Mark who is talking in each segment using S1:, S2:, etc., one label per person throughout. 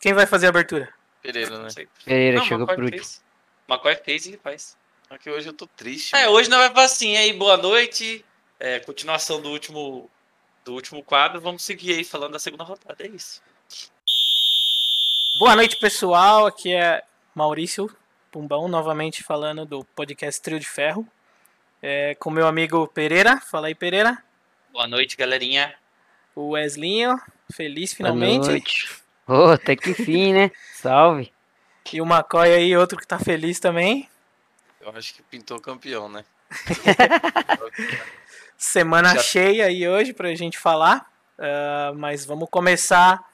S1: Quem vai fazer a abertura?
S2: Pereira, né?
S3: Não sei.
S4: Pereira
S3: Não,
S4: chegou
S3: Macoy
S4: por último.
S3: fez. Macoy fez e faz.
S2: Só que hoje eu tô triste.
S3: É,
S2: mano.
S3: hoje não vai falar assim, aí, boa noite. É, continuação do último, do último quadro. Vamos seguir aí falando da segunda rodada. É isso.
S1: Boa noite, pessoal. Aqui é Maurício Pumbão, novamente falando do podcast Trio de Ferro. É, com meu amigo Pereira. Fala aí, Pereira.
S3: Boa noite, galerinha.
S1: O Weslinho, feliz
S4: Boa
S1: finalmente.
S4: noite. Ô, até que fim, né? Salve.
S1: E o Macoy aí, outro que tá feliz também.
S2: Eu acho que pintou campeão, né?
S1: Semana
S2: Já-
S1: cheia aí hoje pra gente falar. Ah, mas vamos começar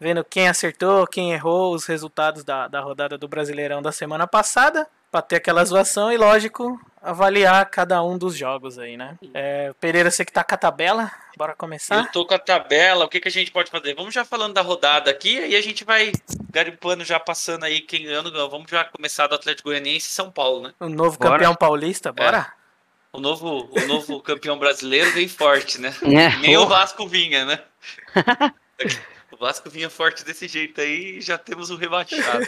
S1: vendo quem acertou, quem errou, os resultados da, da rodada do Brasileirão da semana passada. Pra ter aquela zoação e, lógico, avaliar cada um dos jogos aí, né? É, Pereira, você que tá com a tabela, bora começar?
S3: Eu tô com a tabela. O que, que a gente pode fazer? Vamos já falando da rodada aqui. Aí a gente vai garimpando, já passando aí quem ganhando. ganhou. Vamos já começar do Atlético Goianiense e São Paulo, né?
S1: O novo
S4: Bora.
S1: campeão paulista, bora?
S3: O novo, o novo campeão brasileiro vem forte, né?
S4: Né?
S3: Nem o Vasco vinha, né? o Vasco vinha forte desse jeito aí e já temos um rebaixado.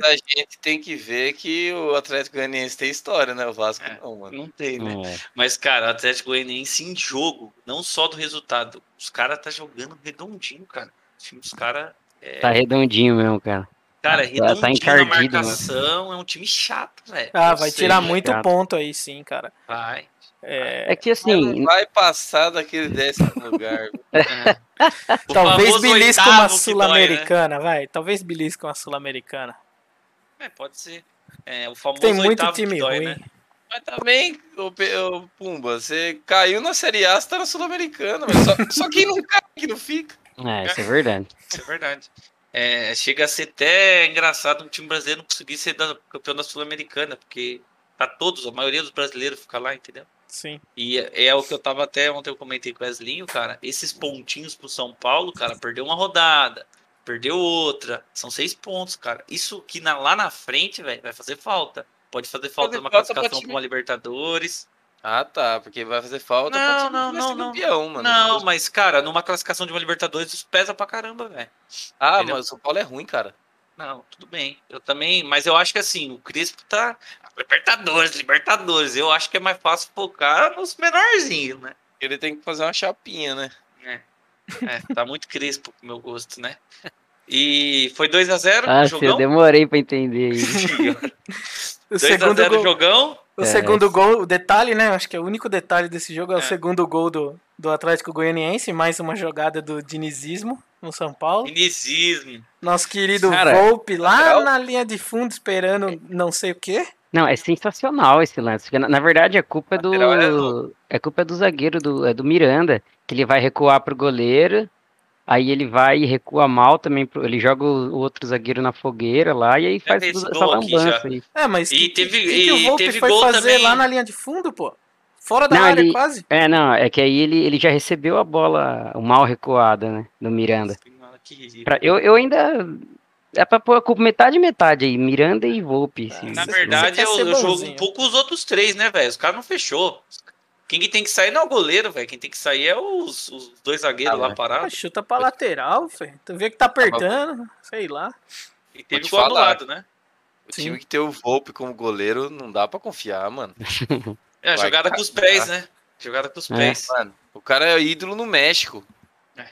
S2: Mas a gente tem que ver que o Atlético Goianiense tem história, né? O Vasco
S3: É.
S2: não, mano.
S3: Não tem, né?
S4: É.
S3: Mas, cara, o Atlético Goianiense em jogo, não só do resultado. Os caras tá jogando redondinho, cara. O time dos caras. É,
S4: Tá redondinho mesmo, cara.
S3: cara,
S4: tá
S3: redondinho
S4: encardido,
S3: na marcação. É um time chato, velho.
S1: Ah,
S3: Eu
S1: vai
S3: sei,
S1: tirar
S3: né?
S1: muito
S4: cara.
S1: ponto aí sim, cara.
S3: Vai.
S1: É,
S4: É que assim,
S2: Não vai passar daquele décimo lugar.
S3: é. O
S1: talvez
S3: famoso
S1: belisca
S3: oitavo
S1: uma
S3: que dói, né?
S1: sul-americana, vai. Talvez belisca uma sul-americana.
S3: né? É, pode ser. É, o famoso
S1: Tem muito
S3: oitavo que
S1: time
S3: dói,
S1: ruim.
S3: né?
S2: Mas também, ô, Pe- ô, Pumba, você caiu na Série A, você tá na Sul-Americana. mas Só, só quem não cai, que não fica.
S4: é, isso é verdade.
S3: Isso é verdade. É, chega a ser até engraçado um time brasileiro não conseguir ser da- campeão da Sul-Americana, porque tá todos, a maioria dos brasileiros fica lá, entendeu?
S1: Sim.
S3: E é é o que eu tava até ontem, eu comentei com o Eslinho, cara. Esses pontinhos pro São Paulo, cara, perdeu uma rodada, perdeu outra. São seis pontos, cara. Isso que na- lá na frente, velho, vai fazer falta. Pode fazer falta
S2: Fazer
S3: numa
S2: falta pra
S3: classificação
S2: time-
S3: pra uma Libertadores.
S2: Ah, tá, porque vai fazer falta.
S3: Não,
S2: pode ser que vai
S3: não, não,
S2: ser
S3: não.
S2: campeão, mano.
S3: Não, mas, cara, numa classificação de uma Libertadores, isso pesa pra caramba, velho.
S2: Ah,
S3: Entendeu?
S2: mas o São Paulo é ruim, cara.
S3: Não, tudo bem. Eu também, mas eu acho que assim, o Crespo tá. Libertadores, Libertadores. Eu acho que é mais fácil focar nos menorzinhos, né?
S2: Ele tem que fazer uma chapinha, né?
S3: É, tá muito crespo pro meu gosto, né? E foi 2 a 0
S4: Ah, se eu
S3: Tá jogão.
S4: demorei pra entender isso.
S1: O
S3: 2 a
S1: segundo
S3: 0
S1: gol,
S3: jogão.
S1: o
S4: É.
S1: segundo gol, o detalhe, né? Acho que é o único detalhe desse jogo é o
S3: É.
S1: segundo gol do, do Atlético Goianiense, mais uma jogada do dinizismo no São Paulo.
S3: Inizismo.
S1: Nosso querido
S4: Cara,
S1: Volpe lá
S2: legal.
S1: na linha de fundo esperando não sei o quê.
S4: Não, é sensacional esse lance. Porque, na, na verdade, a culpa é
S2: Lateral era
S4: do. É culpa do zagueiro do, é do Miranda, que ele vai recuar pro goleiro, aí ele vai e recua mal também. Pro, ele joga o, o outro zagueiro na fogueira lá e aí faz
S3: fez
S4: toda
S3: gol
S4: essa
S3: aqui já.
S4: lambança aí.
S1: É, mas
S3: E
S1: que, que-
S3: teve-
S1: que que o
S3: e
S1: Volpe
S3: teve
S1: foi
S3: gol
S1: fazer
S3: também.
S1: lá na linha de fundo, pô? Fora da
S4: Não,
S1: área
S4: ele-
S1: quase.
S4: É, não, é que aí ele, ele já recebeu a bola mal recuada, né? Do Miranda.
S3: Nossa, Que ridículo.
S4: Pra- eu, eu ainda. É pra pôr a culpa metade e metade aí, Miranda e Volpe. assim. esse-
S3: É, Na
S1: Você-
S4: esse-
S3: verdade,
S1: você quer
S3: eu,
S1: ser
S3: eu jogo
S1: bonzinho.
S3: um pouco os outros três, né, velho? Os caras não fechou. Quem que tem que sair não é o goleiro, velho. Quem tem que sair é os, os dois zagueiros
S2: Ah,
S3: lá
S2: mas-
S1: Ah,
S3: parados.
S1: chuta pra lateral, filho. Tu vê que tá apertando, sei lá.
S3: E teve
S2: te
S3: gol
S2: falar.
S3: anulado, né?
S2: O
S1: Sim.
S2: time que tem o Volpe como goleiro não dá pra confiar, mano.
S3: É,
S2: Vai
S3: jogada com os
S2: cagar.
S3: pés, né? Jogada com os
S4: É.
S3: pés.
S2: Mano, o cara é ídolo no México.
S3: É.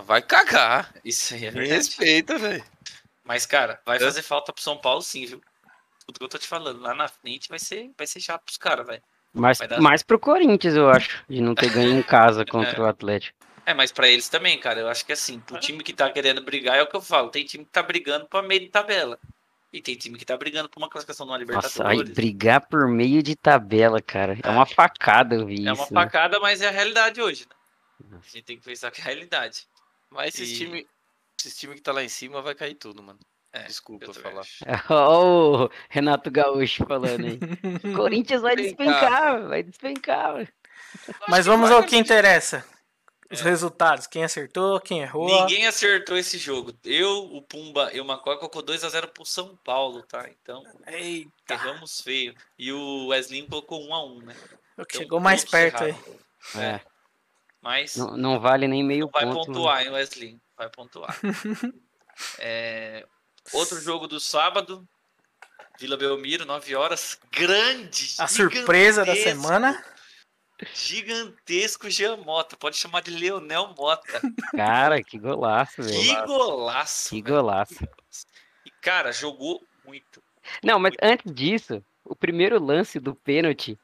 S2: Vai cagar.
S3: Isso aí é
S2: Me
S3: verdade.
S2: respeita, velho.
S3: Mas, cara, vai
S2: É.
S3: fazer falta pro São Paulo sim, viu? Tudo que eu tô te falando. Lá na frente vai ser, vai ser chato pros caras, velho.
S4: Mais,
S3: Vai dar-
S4: mais pro Corinthians, eu acho, de não ter ganho em casa contra o Atlético.
S3: É, mas pra eles também, cara. Eu acho que assim, pro time que tá querendo brigar, é o que eu falo. Tem time que tá brigando pra meio de tabela. E tem time que tá brigando pra uma classificação numa
S4: Nossa, aí,
S3: Libertadores.
S4: brigar por meio de tabela, cara. É uma facada eu vi
S3: é uma
S4: isso. né?
S3: facada, mas é a realidade hoje, né? A gente tem que pensar que é a realidade.
S2: Mas esses
S3: E-
S2: time, esses time que tá lá em cima vai cair tudo, mano.
S3: É,
S2: Desculpa
S3: eu também
S2: falar.
S3: acho.
S4: né? Ó o Renato Gaúcho falando aí. Corinthians vai despencar, vai despencar.
S1: Mas vamos
S2: vai
S1: ao
S2: dar
S1: que interessa. Os
S3: É.
S1: resultados. Quem acertou, quem errou.
S3: Ninguém acertou esse jogo. Eu, o Pumba e o Macó colocou 2x0 pro São Paulo, tá? Então,
S1: Eita,
S3: erramos feio. E o Wesley colocou 1x1, né?
S1: o que
S3: Então,
S1: chegou mais
S3: todos
S1: perto aí.
S3: erraram.
S4: É,
S3: Mas
S4: não, não vale nem meio
S3: vai
S4: ponto. né? mano.
S3: pontuar, hein, Wesley? Vai pontuar. É, Outro jogo do sábado, Vila Belmiro, 9 horas. Grande!
S1: A surpresa da
S3: gigantesco,
S1: semana.
S3: Gigantesco Jean Mota. Pode chamar de Leonel Mota.
S4: Cara, que golaço, velho.
S3: Que golaço!
S4: Que
S3: velho.
S4: golaço.
S3: E, cara, jogou muito.
S4: Não, mas antes disso, o primeiro lance do pênalti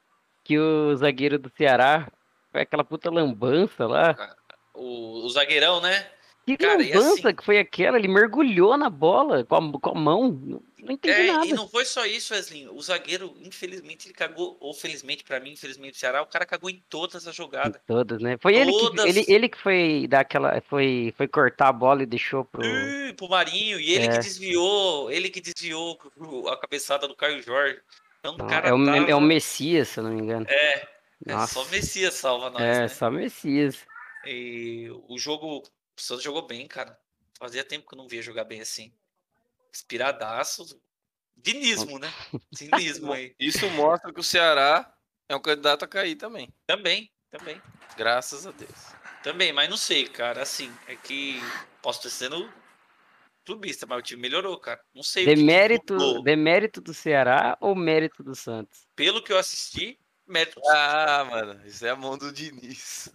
S4: que o zagueiro do Ceará foi aquela puta lambança lá.
S3: O, o zagueirão, né?
S4: Que
S3: Cara, e
S4: lambança
S3: assim-
S4: que foi aquela? Ele mergulhou na bola com a, com a mão. Não, não entendi
S3: É, e
S4: nada.
S3: não foi só isso, Wesley. O zagueiro, infelizmente, ele cagou, ou felizmente pra mim, infelizmente pro Ceará, o cara cagou em todas as jogadas.
S4: Todas, né? Foi ele
S3: Todas.
S4: que ele, ele que foi dar aquela, foi, foi cortar a bola e deixou pro.
S3: Ih, Hum, pro Marinho, e ele
S4: É.
S3: que desviou, ele que desviou o- a cabeçada do Caio Jorge. Então, o
S4: Não,
S3: cara
S4: é, o,
S3: tava-
S4: é o Messias, se eu não me engano.
S3: É, é
S4: Nossa.
S3: só o Messias salva nós,
S4: é,
S3: né?
S4: só Messias.
S3: E o jogo, o Santos jogou bem, cara. Fazia tempo que eu não via jogar bem assim. Inspiradaço. Dinismo, né? Dinismo aí.
S2: Isso mostra que o Ceará é um candidato a cair também.
S3: Também, também.
S2: Graças a Deus.
S3: Também, mas não sei, cara. Assim, é que posso estar sendo clubista, mas o time melhorou, cara. Não sei. o que que
S4: Demérito,
S3: mudou.
S4: demérito do Ceará ou mérito do Santos?
S3: Pelo que eu assisti, mérito.
S2: Ah, mano, isso é a mão do Diniz.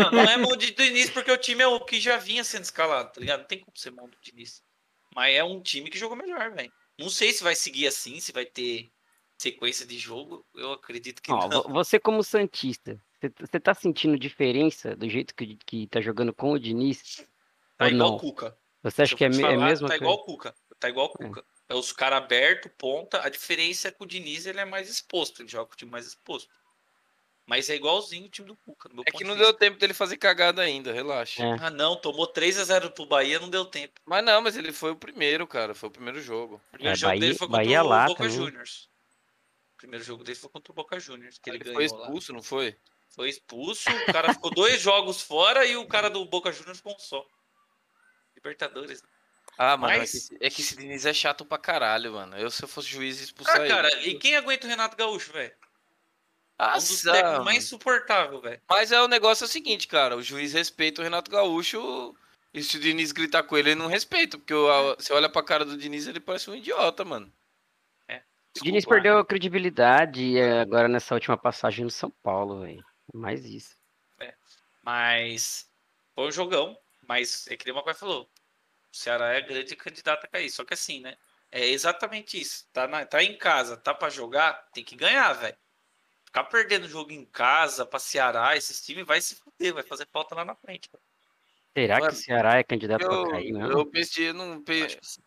S3: Não, não é mão de Diniz, porque o time é o que já vinha sendo escalado, tá ligado? Não tem como ser mão do Diniz. Mas é um time que jogou melhor, velho. Não sei se vai seguir assim, se vai ter sequência de jogo. Eu acredito que tá
S4: Ó,
S3: não.
S4: vo- você como Santista, você- você tá sentindo diferença do jeito que, que tá jogando com o Diniz?
S3: Tá
S4: ou
S3: igual
S4: não?
S3: o Cuca.
S4: Você acha
S3: Se eu
S4: que é,
S3: for te
S4: me- é
S3: falar,
S4: mesmo?
S3: Tá igual o Cuca. Tá igual o Cuca. É os caras abertos, ponta. A diferença é que o Diniz ele é mais exposto. Ele joga com o time mais exposto. Mas é igualzinho o time do Cuca. no meu
S2: É
S3: ponto
S2: que
S3: de
S2: não
S3: vista.
S2: deu tempo dele fazer cagada ainda, relaxa.
S4: É.
S3: Ah, não. Tomou 3 a 0 pro Bahia, não deu tempo.
S2: Mas não, mas ele foi o primeiro, cara. Foi o primeiro jogo.
S3: O primeiro
S4: É,
S3: jogo dele
S4: Bahia-
S3: foi contra
S4: Bahia
S3: o
S4: lá
S3: Boca
S4: também.
S3: Juniors. O primeiro jogo dele foi contra o Boca Juniors, que ele,
S2: Ah, Ele
S3: ganhou
S2: foi
S3: lá.
S2: expulso, não foi?
S3: Foi expulso, o cara ficou dois jogos fora e o cara do Boca Juniors ficou um só. Libertadores. né?
S2: Ah, mano,
S3: Mas-
S2: é, que, esse- é que esse Diniz é chato pra caralho, mano. Eu, se eu fosse juiz, ia expulsar
S3: Ah,
S2: ele.
S3: cara, e quem aguenta o Renato Gaúcho, velho? Um dos
S2: Nossa,
S3: técnicos mais
S2: mas...
S3: insuportável, velho.
S2: mas é o negócio é o seguinte, cara. O juiz respeita o Renato Gaúcho. E se o Diniz gritar com ele, ele não respeita. Porque o- a- você olha pra cara do Diniz, ele parece um idiota, mano.
S3: É.
S4: O Diniz perdeu a credibilidade é, agora nessa última passagem no São Paulo, velho. Mais isso.
S3: Mas foi um jogão. Mas é que nem o Maguire falou. O Ceará é grande candidato a cair. Só que assim, né? É exatamente isso. Tá, na- tá em casa, tá pra jogar, tem que ganhar, velho. Ficar perdendo jogo em casa pra Ceará, esses times vai se fuder, vai fazer falta lá na frente. cara.
S4: Será que
S2: Mano,
S4: o Ceará é candidato pra
S2: Eu,
S4: cair, não?
S2: eu pensei, eu não pe-
S3: Acho que sim.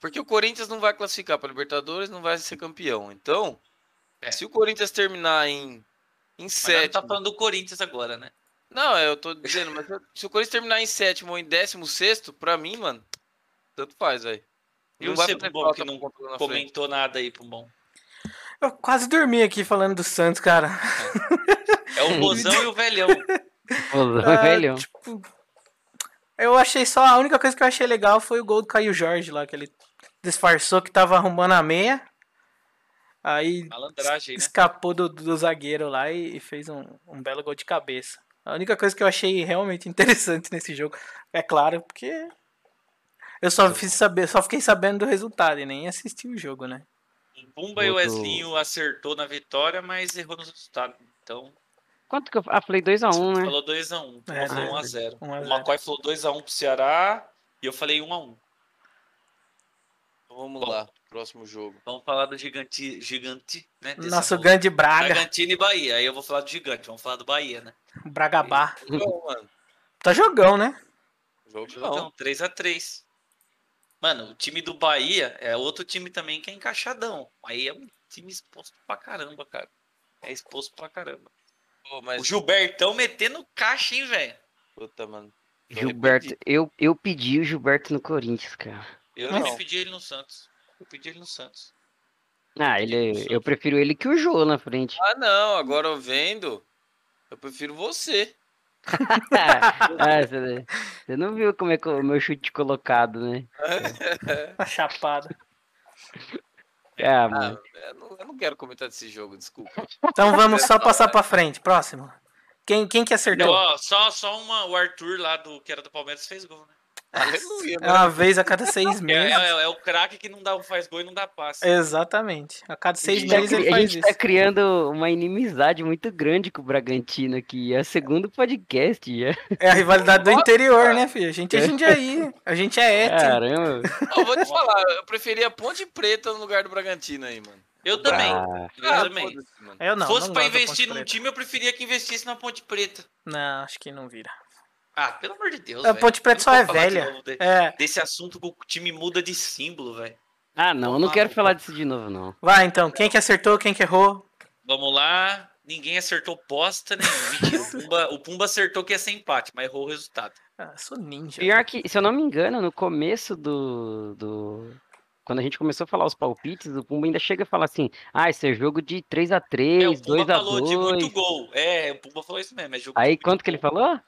S2: Porque o Corinthians não vai classificar para Libertadores, não vai ser campeão. Então,
S3: É.
S2: se o Corinthians terminar em, em
S3: Mas nós não
S2: sétimo.
S3: tá falando do Corinthians agora, né?
S2: Não, eu tô dizendo, mas eu- se o Corinthians terminar em sétimo ou em décimo sexto, pra mim, mano, tanto faz, velho.
S3: E o Sebo Bom, que não Comentou nada aí, Pumbom.
S1: Eu quase dormi aqui falando do Santos, cara.
S3: É o Bozão e o Velhão.
S4: Ô,
S1: Ah,
S4: velho,
S1: tipo, eu achei só. A única coisa que eu achei legal foi o gol do Caio Jorge lá, que ele disfarçou que tava arrumando a meia. Aí
S3: Malandragem, né?
S1: escapou do, do zagueiro lá e, e fez um, um belo gol de cabeça. A única coisa que eu achei realmente interessante nesse jogo, é claro, porque eu só fiz saber, só fiquei sabendo do resultado e nem assisti o jogo, né?
S3: O Bumba e o
S4: Outro-
S3: Weslinho acertou na vitória, mas errou nos resultados. Então,
S4: quanto que eu. Ah, falei 2x1, né?
S3: falou 2x1. Um,
S1: É,
S3: falou
S1: né?
S3: 1x0.
S1: Um a
S3: O
S1: zero.
S3: Macoy falou 2x1 pro Ceará e eu falei 1x1.
S2: Vamos lá, próximo jogo.
S3: Vamos falar do gigante, gigante, né? dessa
S1: Nosso
S3: volta.
S1: grande Braga,
S3: Bragantino e Bahia. Aí eu vou falar do gigante, vamos falar do Bahia, né?
S1: Bragabá.
S2: Não, mano.
S1: Tá jogão, né?
S2: Jogo não.
S3: Jogão, 3x3. Mano, o time do Bahia é outro time também que é encaixadão. Aí é um time exposto pra caramba, cara. É exposto pra caramba.
S2: Pô,
S3: O
S2: mas,
S3: Gilbertão metendo caixa, hein, velho?
S2: puta, mano. tô
S4: Gilberto,
S2: arrependido.
S4: eu, eu pedi o Gilberto no Corinthians, cara.
S3: Eu
S2: Não.
S3: não pedi ele no Santos. Eu pedi ele no Santos.
S4: Ah, ele, eu prefiro ele que o Jô na frente.
S2: Ah, não, agora eu vendo, eu prefiro você.
S4: ah, você, você não viu como é que o meu chute colocado, né?
S1: Uma chapada.
S4: Ah,
S2: Ah,
S4: mano.
S2: eu, não, eu não quero comentar desse jogo, desculpa.
S1: Então vamos só passar pra frente. Próximo. Quem, quem que acertou?
S3: Ó, só, só uma, o Arthur lá do que era do Palmeiras fez gol, né?
S2: Aleluia,
S1: É uma vez a cada seis
S3: É,
S1: meses.
S3: é- é o craque que não dá, faz gol e não dá passe.
S1: É, Exatamente. A cada seis
S3: E
S4: Tá
S1: meses
S4: cri-
S1: ele
S4: a
S1: faz
S4: gente tá
S1: isso.
S4: criando uma inimizade muito grande com o Bragantino aqui. É o segundo podcast já.
S1: É a rivalidade do
S2: Nossa,
S1: interior,
S2: cara.
S1: né, filho? A gente é Jundiaí. A gente é Eti.
S4: Caramba.
S2: Eu vou te falar, eu preferia Ponte Preta no lugar do Bragantino aí, mano.
S3: Eu também.
S4: Ah,
S3: Eu
S2: Ah,
S3: também.
S2: foda-se, mano.
S1: Eu não.
S3: Se fosse
S1: não
S3: pra
S1: gosto da
S3: investir
S1: Ponte
S3: num
S1: Preta.
S3: time, eu preferia que investisse na Ponte Preta.
S1: Não, acho que não vira.
S3: Ah, pelo amor de Deus.
S1: A
S3: velho.
S1: Ponte Preta
S3: Eu
S1: só
S3: vou
S1: é
S3: falar de
S1: velha.
S3: novo de-
S1: É.
S3: Desse assunto que o time muda de símbolo, velho.
S4: Ah, não, eu não quero falar disso de novo, não.
S1: Vai então. Quem que acertou, quem que errou?
S3: Vamos lá. Ninguém acertou posta nenhuma. Mentira, o Pumba, o Pumba acertou que ia ser empate, mas errou o resultado.
S1: Ah, sou ninja.
S4: Pior que, se eu não me engano, no começo do. do... Quando a gente começou a falar os palpites, o Pumba ainda chega a falar assim: ah, esse é jogo de
S3: É,
S4: 3x3,
S3: o Pumba falou de muito
S4: 2x2.
S3: gol. É, o Pumba falou isso mesmo. é jogo de
S4: Aí
S3: muito
S4: quanto que ele
S3: gol.
S4: falou?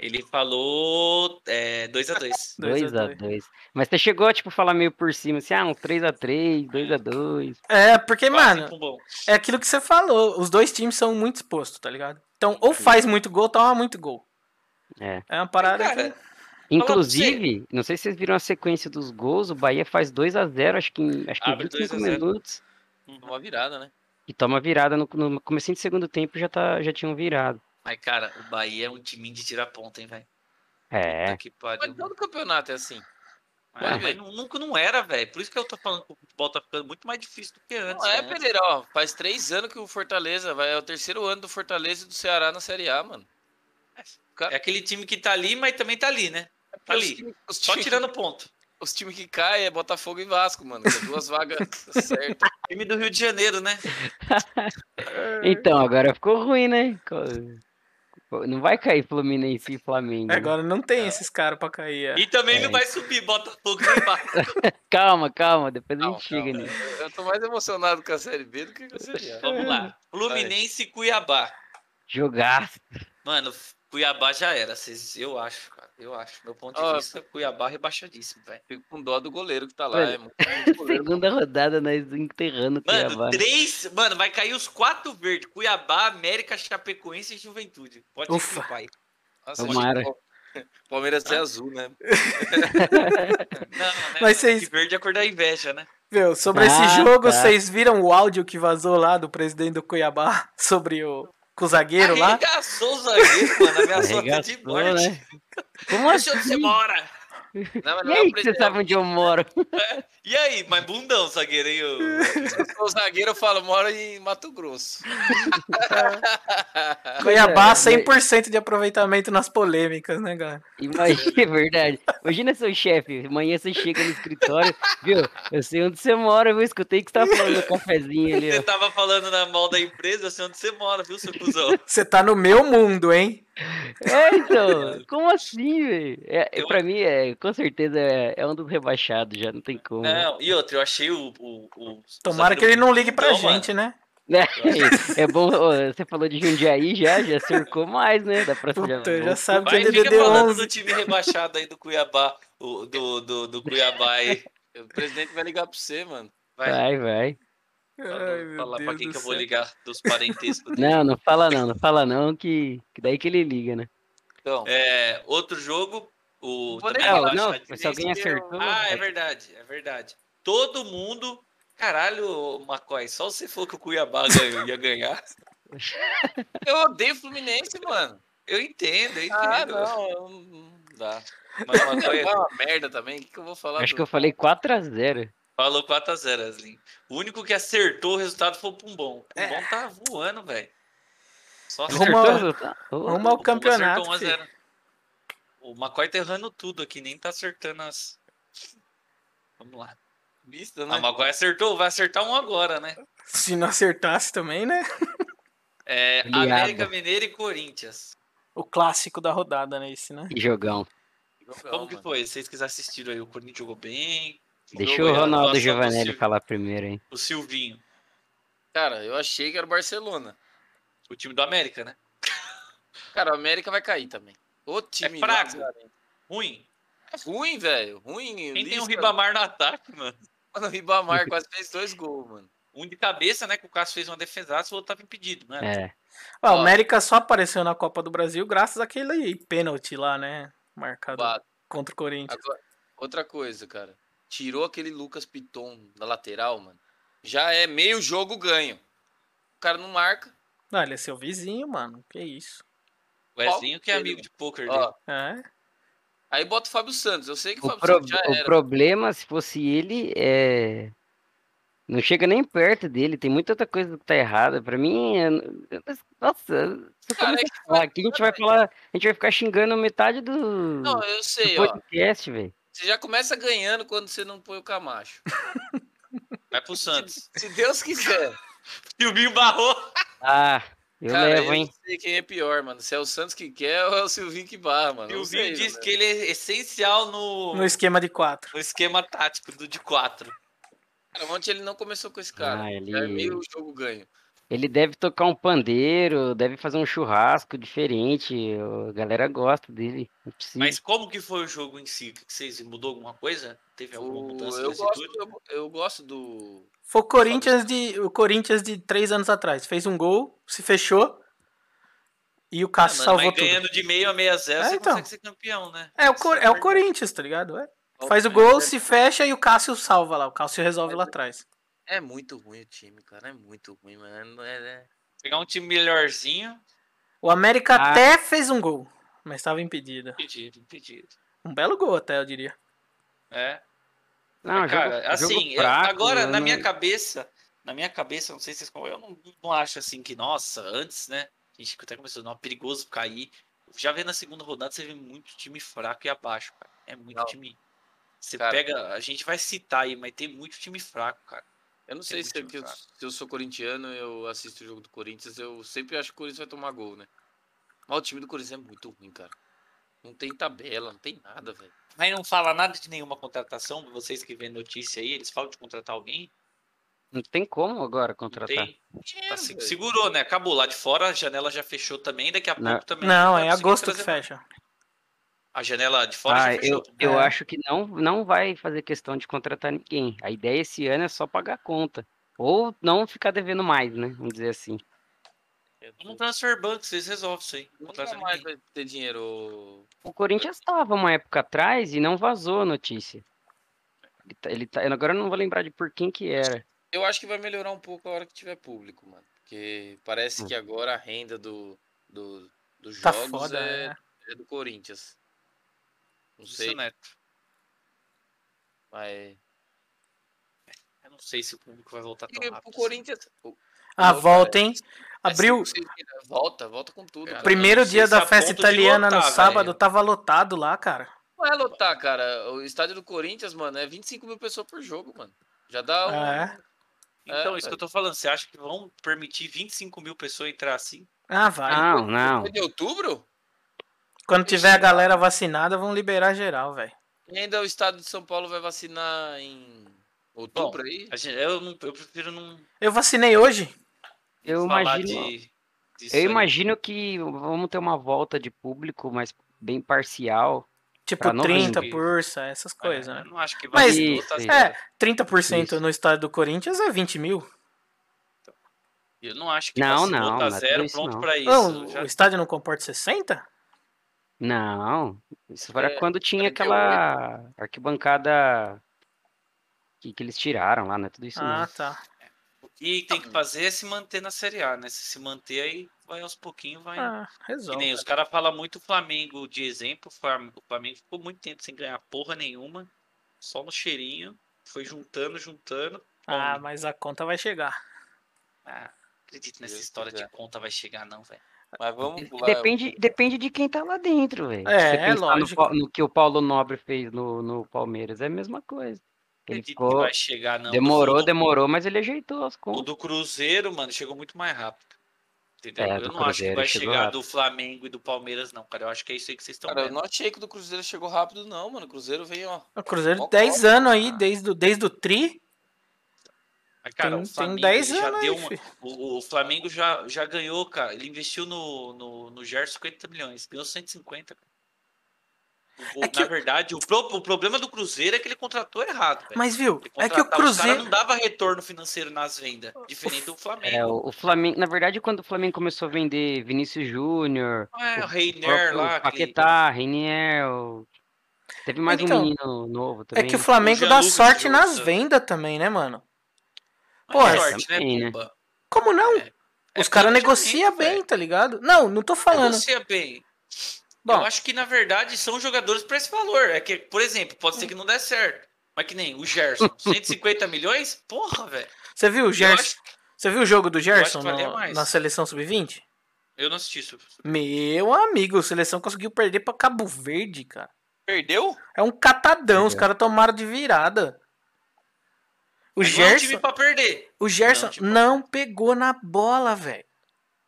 S3: Ele falou é, 2x2.
S1: Dois a
S4: 2x2. Mas você chegou, tipo, a falar meio por cima, assim, ah, um 3x3, 2x2.
S1: É, porque, mano,
S3: Pumbão.
S1: é aquilo que você falou. Os dois times são muito expostos, tá ligado? Então, ou faz muito gol, toma muito gol.
S4: É.
S1: É uma parada
S3: Cara,
S1: que.
S3: pra
S4: Inclusive, não sei se vocês viram a sequência dos gols, o Bahia faz 2x0, acho que em acho que em
S3: Abre
S4: 25
S3: 2 a 0.
S4: minutos.
S3: Uhum.
S2: Uma virada, né?
S4: E toma virada no, no comecinho do segundo tempo, já, tá, já tinham virado.
S3: Mas, cara, o Bahia é um timinho de tirar ponta, hein, velho?
S4: É.
S3: Puta que pariu.
S2: Mas todo campeonato é assim.
S3: Ah,
S2: pode
S3: mas
S2: ver.
S3: nu- nunca não era, velho. Por isso que eu tô falando que o futebol tá ficando muito mais difícil do que antes.
S2: Não é,
S3: né?
S2: Pereira, ó. Faz três anos que o Fortaleza vai. É o terceiro ano do Fortaleza e do Ceará na Série A, mano.
S3: É aquele time que tá ali, mas também tá ali, né? Tá
S2: Os
S3: ali.
S2: times
S3: Só tirando ponto.
S2: os times que caem é Botafogo e Vasco, mano. que é duas vagas certas.
S3: Time do Rio de Janeiro, né?
S4: Então, agora ficou ruim, né? Co- Não vai cair Fluminense e Flamengo. né?
S1: É, Agora não
S3: É.
S1: tem esses caras pra cair. é.
S3: E também
S4: É.
S3: não vai subir Botafogo nem Vasco.
S4: Calma, calma, depois a
S2: Calma,
S4: gente chega
S2: calma.
S4: nisso.
S2: Eu tô mais emocionado com a Série B do que com a Série A.
S3: Vamos lá. Fluminense e Cuiabá.
S4: Jogaço.
S3: Mano, Cuiabá já era. Vocês, eu acho, cara. Eu acho. Meu ponto de
S2: Ó,
S3: vista, Cuiabá rebaixadíssimo, velho.
S2: né? Fico com dó do goleiro que tá lá.
S4: Olha,
S2: É muito, muito goleiro.
S4: Segunda rodada, nós enterrando o
S3: Mano,
S4: Cuiabá.
S3: três. Mano, vai cair os quatro verdes: Cuiabá, América, Chapecoense e Juventude. Pode
S1: Ufa.
S3: ser que vai.
S2: Nossa,
S4: Tomara.
S2: acho que o Palmeiras é azul, né?
S3: Não, né?
S1: Mas vocês-
S3: Que verde é a cor da inveja, né?
S1: Meu, sobre esse
S4: Ah,
S1: jogo,
S4: tá.
S1: vocês viram o áudio que vazou lá do presidente do Cuiabá sobre o. Com o zagueiro lá?
S3: Arregaçou o zagueiro, mano. Ameaçou até tá de
S4: Arregaçou,
S3: morte.
S4: né? Como
S3: Deixa onde você
S4: assim?
S3: mora.
S2: Não, mas
S4: E
S2: não é o
S4: aí que você
S2: presidente.
S4: sabe onde eu moro?
S3: E aí? Mas bundão, zagueiro, hein? ô?
S2: Se eu sou zagueiro, eu falo, moro em Mato Grosso.
S1: Cuiabá,
S4: Pois é, mas-
S1: 100% de aproveitamento nas polêmicas, né, galera?
S4: Imagina, é verdade. Imagina seu chefe, amanhã você chega no escritório, viu? Eu sei onde você mora, eu escutei que você tá falando no cafezinho ali,
S3: Você
S4: ó.
S3: tava falando na mal da empresa, eu sei onde você mora, viu, seu cuzão?
S1: Você tá no meu mundo, hein?
S4: É, então, como assim, velho? É, é,
S3: Eu-
S4: pra mim, é, com certeza, é, é um dos rebaixados, já não tem como. né?
S3: Não, É, e outra, eu achei o. o, o
S1: Tomara
S3: zagueiro
S1: que ele não ligue pra
S3: bundão,
S1: gente, né?
S4: Né? É bom, ó, você falou de Jundiaí já, já cercou mais, né? Da próxima
S1: Puta,
S4: já,
S1: já sabe
S3: mano.
S1: que é
S3: Vai fica falando do
S1: DDD11.
S3: time rebaixado aí do Cuiabá, o- do, do, do Cuiabá aí.
S2: O presidente vai ligar pra você, mano.
S3: Vai,
S4: Vai, vai.
S1: Ai, meu
S3: falar pra
S1: Deus
S3: quem
S1: do
S3: que eu vou
S1: céu.
S3: ligar dos parentescos dele.
S4: Não, não fala não, não fala não, que, que daí que ele liga, né?
S2: Então,
S3: É, outro jogo, o.
S2: Não vou
S3: também
S2: nem falar,
S4: Não, não,
S3: rebaixadinho.
S4: se alguém acertou...
S3: Ah, é verdade, é verdade. Todo mundo. Caralho, Macoy, só você falou que o Cuiabá ganhou, ia ganhar.
S2: eu odeio Fluminense, mano.
S3: Eu entendo, eu entendo.
S2: Ah, não, eu não- não dá.
S3: Mas o
S2: Vai
S3: Macoy
S2: dar uma merda também, o que, que eu vou falar?
S4: Acho
S2: do-
S4: que eu falei 4x0.
S3: Falou 4x0, Aslim. assim. O único que acertou o resultado foi o Pumbom. O Pumbom tá voando, velho. Só
S1: Rumo ao-
S3: acertou.
S4: Tá,
S1: Rumo ao
S3: Pumbom
S1: campeonato,
S3: acertou 1 a 0. O Macoy tá errando tudo aqui, nem tá acertando as. Vamos lá.
S2: Mista, né?
S3: Ah, o Macoy acertou, vai acertar um agora, né?
S1: Se não acertasse também, né?
S3: É,
S4: Aliado.
S3: América Mineira e Corinthians.
S1: O clássico da rodada, né? Esse, né?
S4: Que jogão.
S2: Jogão,
S3: Como que
S2: mano.
S3: foi? Vocês que assistiram aí, o Corinthians jogou bem.
S4: Deixa
S3: Jogou
S4: o
S3: bem, a
S4: Ronaldo
S3: atuação do
S4: Giovanelli
S3: Sil-
S4: falar primeiro, hein?
S3: O Silvinho,
S2: Cara, eu achei que era o Barcelona.
S3: o time do América, né?
S2: Cara, o América vai cair também. O time
S3: É fraco.
S2: lazarento.
S3: Ruim.
S2: É ruim, velho. Ruim.
S3: Quem tem o
S2: lista-
S3: Ribamar no ataque, mano?
S2: Mano, o Ribamar quase fez dois gols, mano.
S3: Um de cabeça, né? Que o Cássio fez uma defesaça, o outro tava impedido, né?
S4: É.
S1: Ó, o
S2: Ó.
S1: América só apareceu na Copa do Brasil graças àquele pênalti lá, né? Marcado.
S2: Ba-
S1: contra o Corinthians.
S2: Agora, outra coisa, cara. Tirou aquele Lucas Piton da lateral, mano. Já é meio jogo ganho. O cara não marca.
S1: Não, ele é seu vizinho, mano. Que isso.
S3: O Wezinho que é amigo de poker dele.
S2: Ó,
S1: É.
S2: aí bota o Fábio Santos. Eu sei que o
S4: O,
S2: Fábio
S4: pro-
S2: Santos já
S4: o
S2: era.
S4: problema, se fosse ele, é. Não chega nem perto dele, tem muita outra coisa que tá errada. Pra mim, é... nossa, se eu
S2: Cara, é
S4: começar
S2: que
S4: a falar aqui, a gente vai falar. A gente vai ficar xingando metade do,
S2: Não, eu
S4: do
S2: sei, ó.
S4: podcast, velho.
S2: Você já começa ganhando quando você não põe o Camacho.
S3: Vai pro Santos.
S2: Se Deus quiser.
S3: Silvinho barrou.
S4: Ah, eu
S2: cara,
S4: levo,
S2: eu
S4: hein?
S2: não sei quem é pior, mano. Se é o Santos que quer ou é o Silvinho que barra, mano. Eu não
S3: Silvinho
S2: sei, né?
S3: disse
S2: mano.
S3: que ele é essencial no,
S1: No esquema de quatro.
S3: no esquema tático do de 4.
S2: Cara, ontem ele não começou com esse cara.
S4: Ah,
S2: Já é
S4: ele-
S2: meio jogo ganho.
S4: Ele deve tocar um pandeiro, deve fazer um churrasco diferente. A galera gosta dele. Não é possível.
S3: Mas como que foi o jogo em si? O que vocês mudou alguma coisa? Teve alguma
S2: O-
S3: mudança
S2: É um, eu,
S3: de
S2: gosto,
S3: atitude?
S2: eu, eu gosto do.
S1: Foi o Corinthians de, o Corinthians de três anos atrás. Fez um gol, se fechou. E o
S3: Ah,
S1: Cássio
S3: mano,
S1: salvou
S3: mas
S1: tudo.
S3: ganhando de meio a meio a zero,
S1: É,
S3: você
S1: então.
S3: consegue ser campeão, né?
S1: É o, Cor- é o
S3: Verdade.
S1: Corinthians, tá ligado? É. Faz o gol, se fecha e o Cássio salva lá. O Cássio resolve lá atrás.
S2: É muito ruim o time, cara. É muito ruim, mano. É, é...
S3: Pegar um time melhorzinho,
S1: O América
S4: Ah.
S1: até fez um gol, mas estava impedido.
S3: pedido, pedido.
S1: Um belo gol até, eu diria.
S3: É.
S4: Não, jogo-
S3: cara,
S4: jogo
S2: é,
S3: assim, eu-
S4: fraco,
S3: agora
S4: eu
S3: na
S1: né?
S4: não-
S3: minha cabeça, na minha cabeça, não sei se vocês eu não, não acho assim que, nossa, antes, né? A gente até começou, não, é perigoso cair. Já vê na segunda rodada, você vê muito time fraco e abaixo, cara. É muito
S2: Não.
S3: time. Você
S2: Cara.
S3: pega, a gente vai citar aí, mas tem muito time fraco, cara.
S2: Eu não sei
S3: Tem
S2: se,
S3: muito
S2: é que eu,
S3: time
S2: se eu sou corintiano, eu assisto o jogo do Corinthians. Eu sempre acho que o Corinthians vai tomar gol, né? Mas o time do Corinthians é muito ruim, cara. Não tem tabela, não tem nada, velho.
S3: Mas não fala nada de nenhuma contratação, vocês que vêem notícia aí, eles falam de contratar alguém?
S4: Não tem como agora
S3: Não
S4: contratar.
S3: tem.
S1: É,
S3: Tá, se-
S2: velho.
S3: segurou, né? Acabou lá de fora, a janela já fechou também, daqui a
S4: Não.
S3: pouco também.
S1: Não, é
S3: vai conseguir
S1: agosto que
S3: trazer-
S1: fecha.
S3: A janela de fora
S4: Ah,
S3: já fechou.
S4: eu, eu
S1: É.
S4: acho que não, não vai fazer questão de contratar ninguém. A ideia esse ano é só pagar a conta. Ou não ficar devendo mais, né? Vamos dizer assim.
S3: Vamos É um transfer banco, vocês resolvem isso aí. Não
S2: Nunca
S3: contrata
S2: tá, mais
S3: ninguém.
S2: vai ter dinheiro. ô.
S4: O Corinthians estava uma época atrás e não vazou a notícia. Ele tá- Ele tá, eu agora não vou lembrar de por quem que era.
S2: Eu acho que vai melhorar um pouco a hora que tiver público, mano. Porque parece
S4: Hum.
S2: que agora a renda do, do, dos
S1: Tá
S2: jogos
S1: foda,
S2: é,
S1: né?
S2: é do Corinthians. Não
S3: Isso, é
S2: sei,
S3: Neto.
S2: mas.
S3: Eu não sei se o público vai voltar tão
S2: E
S3: rápido.
S2: pro
S3: assim.
S2: é Corinthians. é
S1: Ah,
S2: Não,
S1: volta, hein?
S2: É
S1: Abriu.
S2: cinco, seis- Volta, volta com tudo.
S3: Cara,
S2: Cara.
S1: Primeiro
S3: eu não sei
S1: dia
S3: se
S1: da
S3: a
S1: festa
S3: ponto de
S1: italiana no
S3: lotar,
S1: sábado,
S3: velho.
S1: tava lotado lá, cara.
S2: Não é lotar, cara. O estádio do Corinthians, mano, é 25 mil pessoas por jogo, mano. Já
S3: Então,
S2: dá um.
S1: É.
S3: Assim. Então,
S2: É,
S3: isso que
S2: velho.
S3: eu tô falando, você acha que vão permitir 25 mil pessoas entrar assim?
S1: Ah, vai.
S4: Não, não.
S2: Foi de outubro?
S1: Quando tiver a galera vacinada, vão liberar geral, velho.
S2: E ainda o estado de São Paulo vai vacinar em outubro aí?
S3: A gente- eu, não- eu prefiro não
S1: Eu vacinei hoje.
S4: Eu
S3: falar
S4: imagino.
S3: de. disso
S4: Eu
S3: aí.
S4: imagino que vamos ter uma volta de público, mas bem parcial.
S1: Tipo,
S3: Ah,
S4: Pra novembro.
S1: 30%, essas
S3: É,
S1: coisas,
S3: eu
S1: né?
S3: não acho que vai
S1: Mas-
S3: ser
S4: Isso,
S3: lotação.
S1: É, 30%
S4: Isso.
S1: no estádio do Corinthians é 20 mil.
S3: Eu não acho que
S4: Não,
S3: vai ser
S4: não,
S3: nota
S4: não é
S3: zero
S4: tudo isso,
S3: pronto
S4: não.
S3: pra isso.
S1: Não,
S3: Já-
S1: O estádio não comporta 60?
S4: Não, isso era
S2: É,
S4: quando tinha
S1: um
S4: aquela arquibancada que, que eles tiraram lá, não é tudo isso
S1: Ah,
S4: não.
S1: tá.
S3: O que tem
S2: Então.
S3: que fazer é se manter na Série A, né? Se se manter aí, vai aos pouquinhos, vai.
S1: Ah,
S3: que
S1: resolve.
S3: nem os caras falam muito o Flamengo de exemplo. O Flam- o Flamengo ficou muito tempo sem ganhar porra nenhuma, só no cheirinho. Foi juntando, juntando. né?
S1: Ah, mas a conta vai chegar.
S3: Ah, acredito nessa
S2: Deus
S3: história de
S2: quiser.
S3: conta vai chegar, não, velho.
S2: Mas vamos pular.
S4: Depende, depende de quem tá lá dentro, velho.
S1: É,
S4: Se você
S1: é
S4: pensar no
S1: lógico.
S4: Pau- No, que o Paulo Nobre fez no, no Palmeiras, é a mesma coisa. Ele
S3: Acredito que
S4: ficou-
S3: vai chegar, não.
S4: demorou,
S3: O do-
S4: demorou, mas ele ajeitou as
S3: O
S4: contas.
S3: do Cruzeiro, mano, chegou muito mais rápido. Entendeu?
S4: É,
S3: eu
S4: do
S3: não acho que
S4: Cruzeiro
S3: vai
S4: chegou
S3: chegar
S4: rápido.
S3: do Flamengo e do Palmeiras, não, cara. Eu acho que é isso aí que vocês estão
S2: Cara, eu
S3: vendo.
S2: não achei que o do Cruzeiro chegou rápido, não, mano. O Cruzeiro vem, ó.
S1: O Cruzeiro
S2: Concordo,
S1: 10 anos aí,
S2: cara.
S1: desde, o- desde o Tri.
S3: Mas, ah. cara,
S1: tem-
S3: o
S1: tem
S3: Flamengo
S1: 10
S3: ele já
S1: anos
S3: deu
S1: aí,
S3: uma-
S1: filho.
S3: o, o Flamengo já, já ganhou, cara. Ele investiu no, no, no Gerson 50 milhões, ganhou 150. cara. O- o-
S1: É que
S3: na
S1: o-
S3: verdade, o, pro- o problema do Cruzeiro é que ele contratou errado. velho.
S1: Mas viu,
S3: Ele
S1: é que o
S3: contratava- os caras
S1: Cruzeiro.
S3: não dava retorno financeiro nas vendas, diferente do Flamengo.
S4: É, o, o Flamengo, na verdade, quando o Flamengo começou a vender Vinícius Júnior,
S3: É, o
S4: o
S3: Reiner
S4: próprio
S3: lá, aquele-
S4: Paquetá, Reinier, o- Teve mais
S1: Então,
S4: um menino novo
S1: É
S4: também.
S1: que o Flamengo
S3: Jean
S1: dá
S3: Lucas
S1: sorte
S3: jogou,
S1: nas
S3: né?
S1: vendas também, né, mano? Pô,
S3: Mas
S1: é
S3: sorte, né,
S4: também, né?
S3: Pumba?
S1: Como não?
S3: É,
S1: Os caras negociam
S3: negocia
S1: bem, tá ligado? Não, não tô falando.
S3: Negocia bem.
S1: Bom.
S3: Eu acho que, na verdade, são jogadores para esse valor. É que, por exemplo, pode ser que não dê certo. Mas que nem o Gerson, 150 milhões? Porra, velho.
S1: Você viu o
S3: Eu,
S1: Gerson?
S3: acho-
S1: Você viu o jogo do Gerson
S3: acho que valia
S1: no-
S3: mais.
S1: na seleção sub-20?
S3: eu não assisti isso.
S1: Meu amigo, a seleção conseguiu perder pra Cabo Verde, cara.
S2: Perdeu?
S1: É um catadão, os
S4: Perdeu.
S1: caras tomaram de virada. O
S3: Não é um time
S1: Gerson,
S3: pra perder.
S1: o Gerson não,
S3: Não, tipo-
S1: pegou na bola, velho.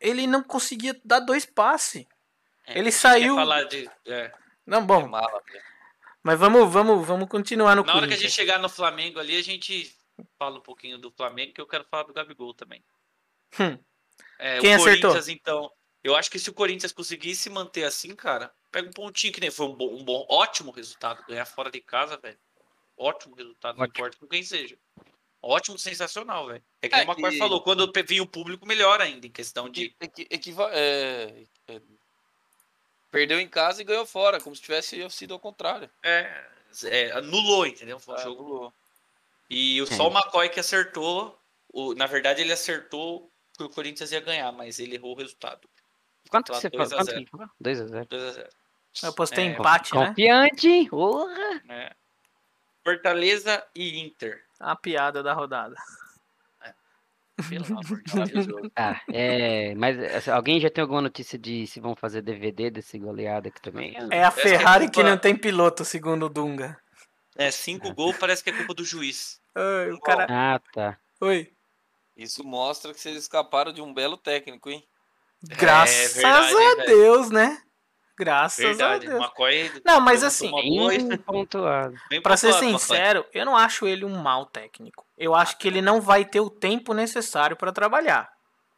S1: Ele não conseguia dar dois passes.
S3: É,
S1: Ele
S3: Quer
S1: saiu.
S3: falar de... é.
S1: Não,
S2: É
S1: bom,
S2: mala, velho.
S1: mas vamos, vamos, vamos continuar no
S3: Na hora que a gente
S1: Corinthians.
S3: chegar no Flamengo ali, a gente fala um pouquinho do Flamengo, que eu quero falar do Gabigol também.
S1: Hum.
S3: É,
S1: Quem
S3: o
S1: acertou?
S3: Corinthians, então. Eu acho que se o Corinthians conseguisse manter assim, cara, pega um pontinho, que nem foi um bom, um bom- ótimo resultado. Ganhar fora de casa, velho. Ótimo resultado, não
S4: Ótimo.
S3: importa com quem seja. Ótimo, sensacional, velho. É que
S2: É
S3: o Macor
S2: que-
S3: falou, quando vinha o público, melhor ainda, em questão de.
S2: Equi- equiva- é, é, perdeu em casa e ganhou fora, como se tivesse sido ao contrário.
S3: É, é, anulou, entendeu? Foi um
S2: É.
S3: jogo louco. E o-
S4: Sim.
S3: só o McCoy que acertou. o- na verdade, ele acertou que o Corinthians ia ganhar, mas ele errou o resultado.
S4: Quanto que
S1: tá
S4: você falou?
S3: 2 a
S4: Quanto que
S3: 0.
S4: ele falou? 2x0.
S3: 2 a 0.
S1: Eu postei
S3: É,
S1: empate, né?
S4: Confiante! Porra!
S3: É. Fortaleza e Inter.
S1: A piada da rodada.
S3: Pelo amor de Deus.
S4: Ah, é, mas assim, alguém já tem alguma notícia de se vão fazer DVD desse goleada aqui também?
S1: É a
S3: Essa é a
S1: Ferrari que
S3: culpa-
S1: não tem piloto, segundo o Dunga.
S3: É, cinco gols parece que é culpa do juiz.
S1: Ai, o cara.
S4: Ah, tá.
S1: Oi.
S2: Isso mostra que vocês escaparam de um belo técnico, hein?
S1: Graças
S3: É verdade, hein,
S1: a
S3: velho?
S1: Deus, né? Graças
S3: Verdade.
S1: a
S3: O
S1: Deus.
S3: McCoy.
S1: Não, mas
S3: levantou
S1: assim,
S3: uma boa e-
S4: Bem pontuado.
S3: bem
S1: Pra ser
S3: pontuado, McCoy.
S1: sincero, eu não acho ele um mau técnico. Eu
S3: Ah,
S1: acho que
S3: é.
S1: ele não vai ter o tempo necessário pra trabalhar.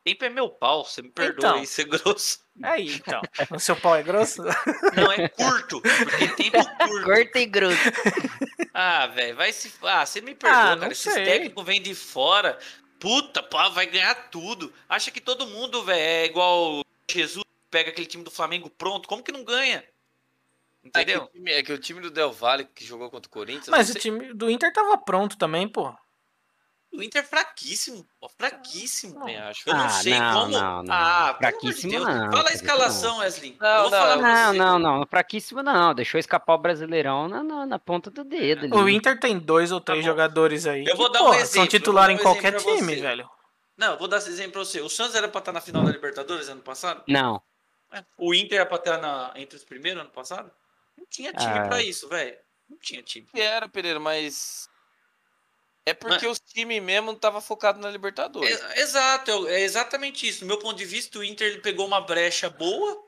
S3: Tempo é meu pau, você me perdoa
S1: Então.
S3: aí ser grosso.
S1: Aí, então. o seu pau é grosso?
S3: Não, é curto, porque tempo curto.
S4: Corta e gruda.
S3: Ah, velho, vai se. Ah, você me perdoa,
S1: Ah, não
S3: cara. Esses
S1: sei.
S3: técnicos vêm de fora. Puta, pá, vai ganhar tudo. Acha que todo mundo, velho, é igual Jesus pega aquele time do Flamengo pronto. Como que não ganha?
S2: É que, o
S3: Entendeu?
S2: time, é que o time do Del Valle que jogou contra o Corinthians.
S1: Mas
S2: não
S1: o
S2: sei-
S1: time do Inter tava pronto também, pô.
S3: O Inter é fraquíssimo, pô, fraquíssimo.
S2: Também acho.
S3: Eu não
S4: Ah,
S3: sei
S4: não,
S3: como.
S4: não, não.
S3: Ah, pelo amor de
S4: Fraquíssimo
S3: Deus.
S4: não,
S3: Fala a
S4: fraquíssimo
S3: escalação, Wesley.
S2: Não,
S3: Eu vou falar
S2: não,
S3: pra
S4: Não,
S3: você.
S4: não, não. Fraquíssimo não. Deixou escapar o Brasileirão na, na, na ponta do dedo ali.
S1: O Inter tem dois ou três
S3: Uhum. Tá bom.
S1: jogadores aí.
S3: Eu vou
S1: que,
S3: dar um
S1: porra,
S3: exemplo,
S1: São
S3: eu vou
S1: titular
S3: dar
S1: em
S3: um
S1: qualquer
S3: exemplo pra
S1: time,
S3: você.
S1: vello. velho.
S3: Não, vou dar esse exemplo pra você. O Santos era pra estar na final da Libertadores ano passado?
S4: Não.
S3: O Inter era pra estar na- entre os primeiros ano passado? Não tinha time
S4: Ah.
S3: pra isso, velho. Não tinha time.
S2: Era, Pereira, mas. É porque os times mesmo não tava focado na Libertadores.
S3: É- exato, eu- é exatamente isso. Do meu ponto de vista, o Inter ele pegou uma brecha boa,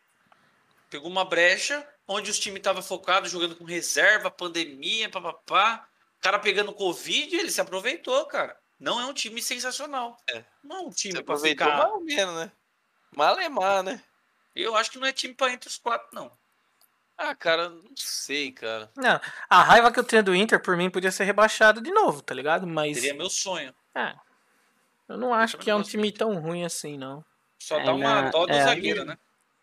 S3: pegou uma brecha onde os times estavam focados, jogando com reserva, pandemia, papapá. O cara pegando Covid, ele se aproveitou, cara. Não é um time sensacional. Não é um
S2: Você
S3: time pra
S2: aproveitou
S3: ficar.
S2: mais ou menos, né? Malemar, né?
S3: Eu acho que não é time pra entre os quatro, não.
S2: Ah, cara, não sei, cara.
S1: Não, a raiva que eu tenho do Inter, por mim, podia ser rebaixado de novo, tá ligado? Mas
S3: Seria meu sonho.
S1: é, eu não acho
S3: também
S1: que é um
S3: gosto
S1: time tão ruim assim, não.
S3: Só
S4: É,
S3: dá uma
S4: na-
S3: dó do
S4: é.
S3: zagueiro, né?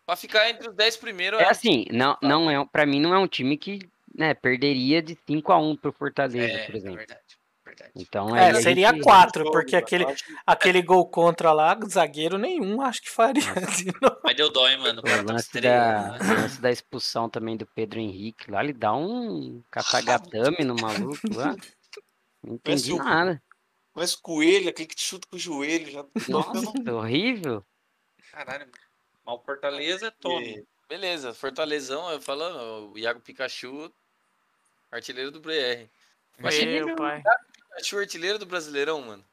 S2: Pra ficar entre os 10 primeiros,
S4: É assim, não, não é, um- pra mim não é um time que né, perderia de 5x1 pro Fortaleza, por exemplo.
S3: É, verdade. verdade.
S4: Então,
S1: É,
S4: aí a
S1: seria
S4: gente-
S1: quatro, porque aquele,
S2: Eu acho que-
S1: aquele gol contra lá, zagueiro nenhum, acho que faria de novo.
S3: Mas deu dó, hein, mano. O cara
S4: O
S3: tá
S4: lance,
S3: estreando, né?
S4: da, o lance da expulsão também do Pedro Henrique lá, ele dá um catagatame no maluco lá. Não entendi
S2: Parece o-
S4: nada.
S2: Mas coelho, aquele que te chuta com o joelho, já
S4: Nossa, horrível.
S3: Caralho, É, mal Fortaleza, tome.
S2: Beleza, Fortalezão, eu falando, o Iago Pikachu, artilheiro do BR. Mas
S4: Meu
S1: Meu pai.
S2: Pikachu, artilheiro do Brasileirão, mano.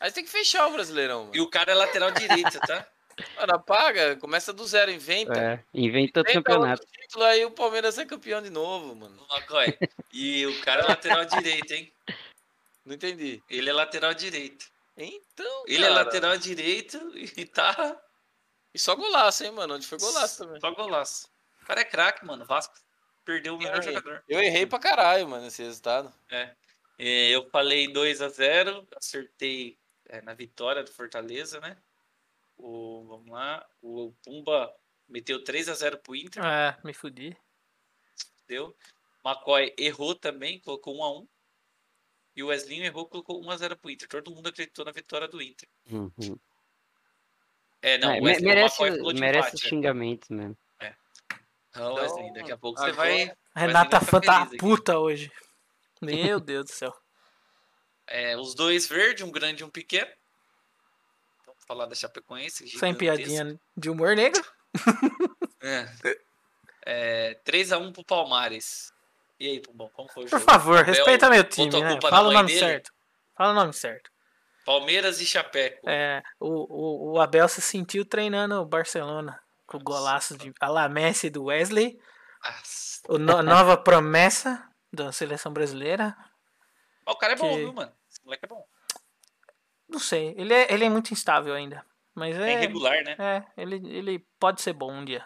S2: Aí tem que fechar o Brasileirão,
S3: E
S2: mano.
S3: o cara é lateral direito, tá?
S2: Mano, apaga, começa do zero, inventa.
S4: É, inventou outro
S2: Inventa
S4: campeonato.
S2: outro título, aí o Palmeiras é campeão de novo, mano.
S3: O Macoy. E o cara é lateral direito, hein?
S2: Não entendi.
S3: Ele é lateral direito.
S2: Então,
S3: Ele é
S2: cara,
S3: lateral direito e tá
S2: E só golaço, hein, mano? Onde foi golaço também.
S3: só golaço. O cara é craque, mano. Vasco perdeu o melhor
S2: errei.
S3: jogador.
S2: Eu errei pra caralho, mano, esse resultado.
S3: É, eu falei 2 a 0 acertei é, na vitória do Fortaleza, né? O, vamos lá. O Pumba meteu 3 a 0 pro Inter.
S1: É, me fudi.
S3: Deu. McCoy errou também, colocou 1 a 1 E o Wesley errou, colocou 1 a 0 pro Inter. Todo mundo acreditou na vitória do Inter.
S4: Uhum.
S3: É, não,
S4: É,
S3: o
S4: me-
S3: Wesley,
S4: merece
S3: o McCoy falou de
S4: merece
S3: empate. é. né?
S4: xingamentos mesmo.
S3: Não,
S2: Então,
S3: Wesley, daqui a pouco você
S2: agora-
S3: vai.
S1: Renata
S3: vai
S1: Fã
S3: ficar
S1: tá
S3: feliz aqui.
S1: puta hoje. Meu Deus do céu.
S3: é, os dois verdes, um grande e um pequeno. Vamos falar da Chapecoense.
S1: Sem
S3: gigantesca.
S1: piadinha né? de humor negro.
S3: É. É, 3x1 pro Palmares. E aí, Pumbão, como foi o
S1: Por
S3: jogo?
S1: favor,
S3: Bel
S1: respeita meu time,
S3: botou a
S1: né?
S3: culpa na
S1: Fala o
S3: mãe
S1: nome
S3: dele?
S1: certo. Fala o nome certo.
S3: Palmeiras e Chapeco.
S1: É, o, o, o Abel se sentiu treinando o Barcelona. Com o golaço de Alamesse do Wesley.
S3: Ah,
S1: O no- nova promessa da seleção brasileira.
S3: mas o cara é bom,
S1: Que-
S3: viu, mano? Esse moleque é bom.
S1: Não sei. Ele é, ele é muito instável ainda. Mas
S3: É
S1: é.
S3: irregular, né?
S1: É, ele, ele pode ser bom um dia.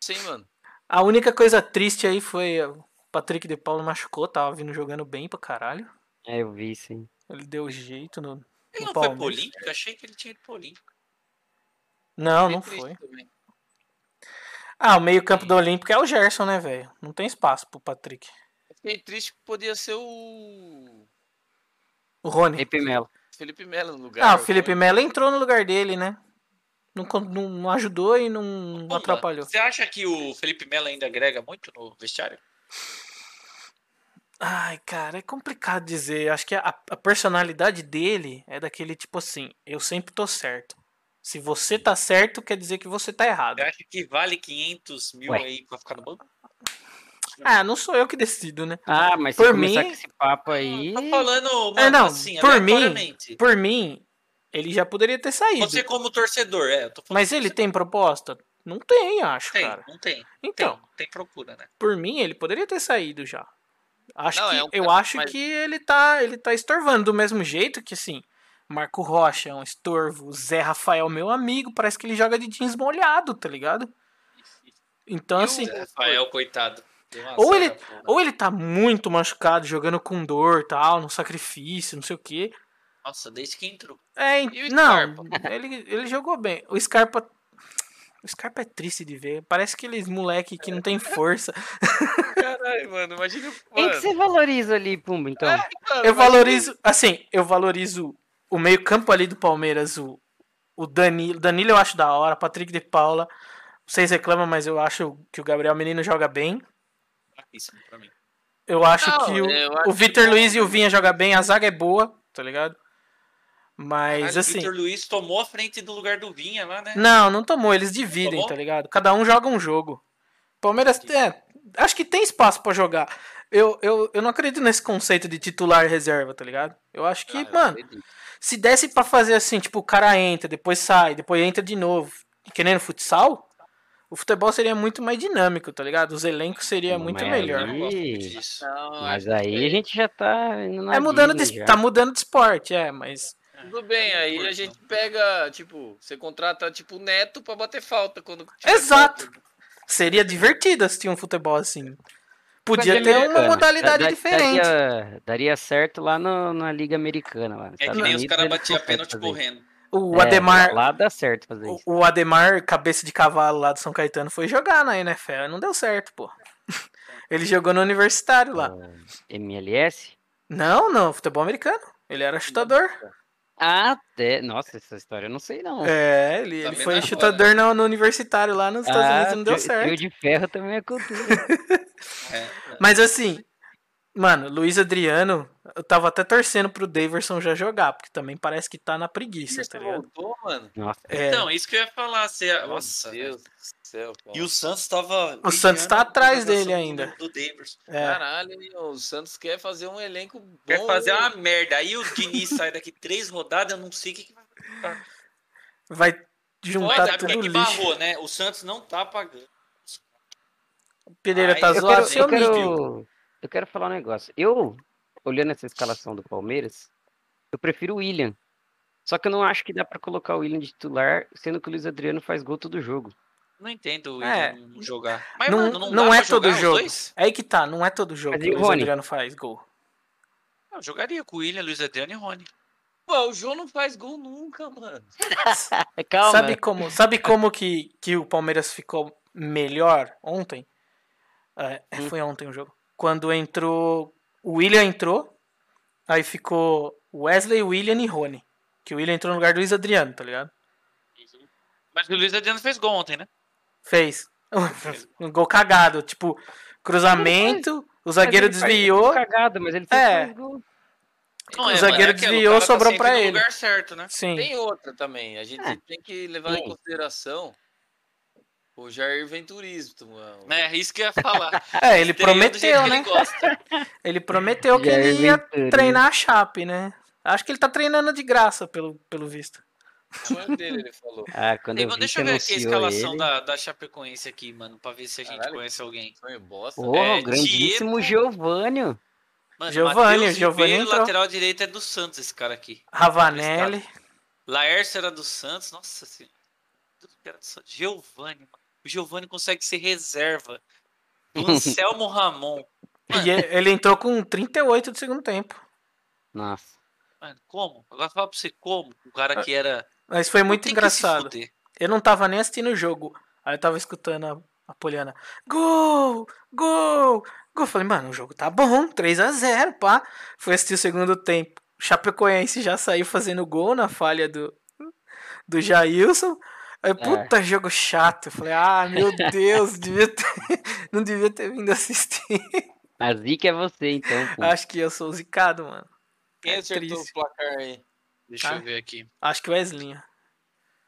S2: Sim, mano.
S1: A única coisa triste aí foi eh, o Patrick de Paulo machucou, tava vindo jogando bem pra caralho.
S4: É, eu vi, sim.
S1: Ele deu jeito no.
S3: Ele
S1: O
S3: não foi pro
S1: Palmeiras.
S3: Olímpico? Eu achei que ele tinha ido pro Olímpico.
S1: Não,
S3: Fiquei
S1: não
S3: triste
S1: foi.
S3: também.
S1: Ah, o meio-campo do Olímpico é o Gerson, né, velho? Não tem espaço pro Patrick.
S2: Eu Fiquei triste que podia ser o
S1: O Rony.
S4: Felipe Melo.
S2: Felipe Melo no lugar. né?
S1: Ah, o Felipe Melo entrou no lugar dele, né? não con- não, não ajudou e não, não
S3: Pumba,
S1: atrapalhou.
S3: Você acha que o Felipe Melo ainda agrega muito no vestiário?
S1: Ai, cara, é complicado dizer. Eu Acho que a, a personalidade dele é daquele tipo assim: eu sempre tô certo. Se você tá certo, quer dizer que você tá errado.
S3: Você acha que vale 500 mil
S4: Ué.
S3: aí pra ficar no banco?
S1: Ah, não sou eu que decido, né?
S4: Ah, mas se
S1: Por
S4: começar
S1: mim-
S4: com esse papo aí.
S3: Tá falando, mano,
S1: É, não,
S3: assim,
S1: por mim-
S3: aleatoriamente.
S1: Por mim, ele já poderia ter saído.
S3: Você como torcedor, é. Eu tô falando
S1: Mas ele tem proposta? Não tem, acho,
S3: Tem,
S1: cara.
S3: não tem.
S1: Então,
S3: Tem, tem procura, né?
S1: por mim, ele poderia ter saído já. Acho
S2: Não,
S1: que,
S2: é um
S1: eu
S2: cara-
S1: acho
S2: mas-
S1: que ele tá, ele tá estorvando do mesmo jeito que, assim, Marco Rocha é um estorvo, o Zé Rafael, meu amigo, parece que ele joga de jeans molhado, tá ligado? Então,
S2: E o
S1: assim,
S2: Zé
S3: Rafael, coitado. Deu uma
S1: Ou
S3: azar
S1: ele-
S3: da porra.
S1: ou ele tá muito machucado, jogando com dor tal, no sacrifício, não sei o quê.
S3: Nossa, desde que entrou.
S1: É,
S2: E o
S1: não,
S2: Scarpa?
S1: ele, ele jogou bem. O Scarpa. O Scarpa é triste de ver. Parece aqueles moleque que não tem força.
S2: Caralho, mano, imagina.
S4: Quem
S2: mano,
S4: que você valoriza ali, Pumba, então?
S3: É,
S2: mano,
S1: Eu
S2: imagina-
S1: valorizo, assim, eu valorizo o meio-campo ali do Palmeiras, o, o Danilo. Danilo eu acho da hora, Patrick de Paula. Vocês reclamam, mas eu acho que o Gabriel Menino joga bem.
S3: Ah, Isso pra mim.
S1: Eu acho
S2: Não, é, né,
S1: que o,
S2: eu
S1: o
S2: acho
S1: Vitor
S2: que-
S1: Luiz e o Vinha jogam bem, a zaga é boa, tá ligado? Mas
S3: Ah, o
S1: assim.
S3: Vitor Luiz tomou a frente do lugar do Vinha lá, né?
S1: Não, não tomou, eles dividem,
S3: Tomou?
S1: tá ligado? Cada um joga um jogo. Palmeiras é, acho que tem espaço pra jogar. Eu, eu, eu não acredito nesse conceito de titular e reserva, tá ligado? Eu acho que,
S2: Ah, eu
S1: mano,
S2: acredito.
S1: se desse pra fazer assim, tipo, o cara entra, depois sai, depois entra de novo, querendo futsal, o futebol seria muito mais dinâmico, tá ligado? Os elencos seria
S4: Mas
S1: muito
S4: aí-
S1: melhor.
S3: Eu não gosto muito
S4: Ih.
S1: tá
S3: disso.
S2: Não, eu
S4: Mas
S2: acho é.
S4: aí a
S3: é.
S4: gente já tá indo na
S1: É mudando de,
S4: Disney
S1: es-
S4: já.
S1: tá mudando de esporte, é, mas
S2: que tudo bem. Aí a gente pega, tipo, você contrata, tipo, o neto pra bater falta quando. tiver
S1: Exato.
S2: falta.
S1: seria divertido assistir um futebol assim. Podia
S2: Mas
S1: ter
S2: ele-
S1: é uma
S4: Americana.
S1: modalidade
S4: é, Da- da-
S1: diferente.
S4: Daria, daria certo lá no- na Liga Americana. Lá nos
S3: É que
S4: Estados
S3: nem os
S4: Unidos,
S3: caras
S4: eles
S3: batiam
S4: conseguem
S3: pênalti
S1: tá
S4: fazer isso.
S3: correndo.
S1: O
S4: É,
S1: Ademar,
S4: Lá dá certo fazer
S1: O-
S4: isso.
S1: O Ademar, cabeça de cavalo lá do São Caetano, foi jogar na NFL e não deu certo, pô. Ele jogou no universitário
S4: Ah.
S1: lá.
S4: MLS?
S1: Não, não, futebol americano. Ele era chutador.
S4: Até. Nossa, essa história eu não sei, não.
S1: É, ele,
S3: Tá
S1: ele
S3: vendo
S1: foi
S3: agora?
S1: chutador no, no universitário lá nos Estados Unidos e não deu
S4: trio- trio
S1: certo.
S4: Ah, de ferro também é cultura.
S3: É.
S1: Mas assim, mano, Luiz Adriano, eu tava até torcendo pro Daverson já jogar, porque também parece que tá na preguiça, tá
S2: Você
S1: ligado?
S2: voltou, mano.
S4: Nossa,
S1: É,
S3: Então, isso que eu ia falar. Você... é- Nossa,
S2: Meu Deus do céu, cara.
S3: E o Santos tava.
S1: O Santos tá
S3: vigiando a
S1: atrás dele
S3: contratação
S1: ainda.
S3: Do, do Davis.
S1: é.
S4: ah.
S2: Caralho, hein, o Santos quer fazer um elenco bom.
S3: Quer fazer uma merda. Aí o Diniz sai daqui três rodadas, eu não sei o que, que vai
S1: vai juntar
S3: Olha,
S1: Tá
S4: é
S1: tudo
S3: porque que
S1: lixo.
S3: barrou, né? O Santos não tá pagando.
S1: Pereira tá
S3: Ai,
S4: eu
S1: zoado,
S4: quero,
S1: seu
S4: eu,
S1: amigo.
S4: quero, eu quero falar um negócio. Eu, olhando essa escalação do Palmeiras, eu prefiro o William. Só que eu não acho que dá pra colocar o William de titular, sendo que o Luiz Adriano faz gol todo jogo.
S3: Não entendo o
S1: É.
S3: William não jogar. Mas,
S1: Não-
S3: mano, não,
S1: não
S3: dá
S1: é
S3: pra jogar
S1: todo
S3: os
S1: jogo.
S3: dois?
S1: É aí que tá, não é todo jogo
S4: Mas
S1: que
S4: e
S1: o
S4: o
S1: Luiz
S4: Rony?
S1: Adriano faz gol.
S3: Eu jogaria com o William, Luiz Adriano e Rony.
S2: Pô, o João não faz gol nunca, mano.
S4: Calma.
S1: Sabe como, sabe como que, que o Palmeiras ficou melhor ontem? É, foi ontem o jogo. Quando entrou. O William entrou. Aí ficou Wesley, William e Rony. Que o William entrou no lugar do Luiz Adriano, tá ligado?
S3: Mas o Luiz Adriano fez gol ontem, né?
S1: Fez. um gol cagado. Tipo, cruzamento. O zagueiro
S4: Mas ele faz gol
S1: desviou.
S4: Cagado, mas ele fez
S1: É.
S4: dois
S3: Não,
S4: gols.
S1: Então, O
S3: mas
S1: zagueiro
S3: É, aquilo,
S1: desviou,
S3: o cara tá
S1: sobrou
S3: sempre
S1: pra
S3: no
S1: ele.
S3: lugar certo, né?
S1: Sim.
S2: Tem outra também. A gente
S4: É.
S2: tem que levar em consideração o Jair Venturismo. mano.
S3: É, isso que eu ia falar.
S1: É, ele
S3: Estreou do jeito
S1: prometeu,
S3: que
S1: né?
S3: Ele gosta.
S1: Ele prometeu que ele ia treinar a Chape, né? Acho que ele tá treinando de graça, pelo, pelo visto.
S2: O sonho dele, ele falou.
S4: Ah, quando eu
S3: Então,
S4: vi
S3: deixa
S4: que
S3: eu ver aqui a
S4: anunciou
S3: escalação
S4: ele...
S3: da, da Chapecoense aqui, mano, pra ver se a gente
S2: Caralho.
S3: conhece alguém.
S2: Sonho bosta.
S4: Porra,
S3: É,
S4: o grandíssimo
S3: Diego-
S4: Giovânio.
S3: Mano,
S1: Giovani,
S3: Matheus
S1: o Giovani
S3: Ribeiro,
S1: entrou.
S3: lateral direito é do Santos, esse cara aqui.
S1: Ravanelli.
S3: Laércio era do Santos, nossa senhora. Tudo que era do Santos. Giovani, mano. O Giovani consegue ser reserva. O Anselmo Ramon. Mano,
S1: E ele ele entrou com 38 do segundo tempo.
S4: Nossa.
S3: mano, como? Agora fala pra você como. O cara que era.
S1: Mas
S4: É
S1: foi muito
S3: Tem que se
S1: engraçado.
S3: fuder.
S1: Eu não tava nem assistindo o jogo. Aí eu tava escutando a, a Poliana. Gol! Gol! Gol! Falei, mano, o jogo tá bom. 3 a 0 pá. Fui assistir o segundo tempo. Chapecoense já saiu fazendo gol na falha do, do Jailson.
S3: É.
S1: Aí, puta, jogo chato. Eu falei, ah, meu Deus, devia ter- não devia ter vindo assistir.
S4: A zica é você, então. pô.
S1: Acho que eu sou zicado, mano.
S2: Quem
S1: É
S2: acertou
S1: triste.
S2: o placar aí?
S3: Deixa
S4: Ah.
S1: Tá.
S3: eu ver aqui.
S1: Acho que o Weslinha.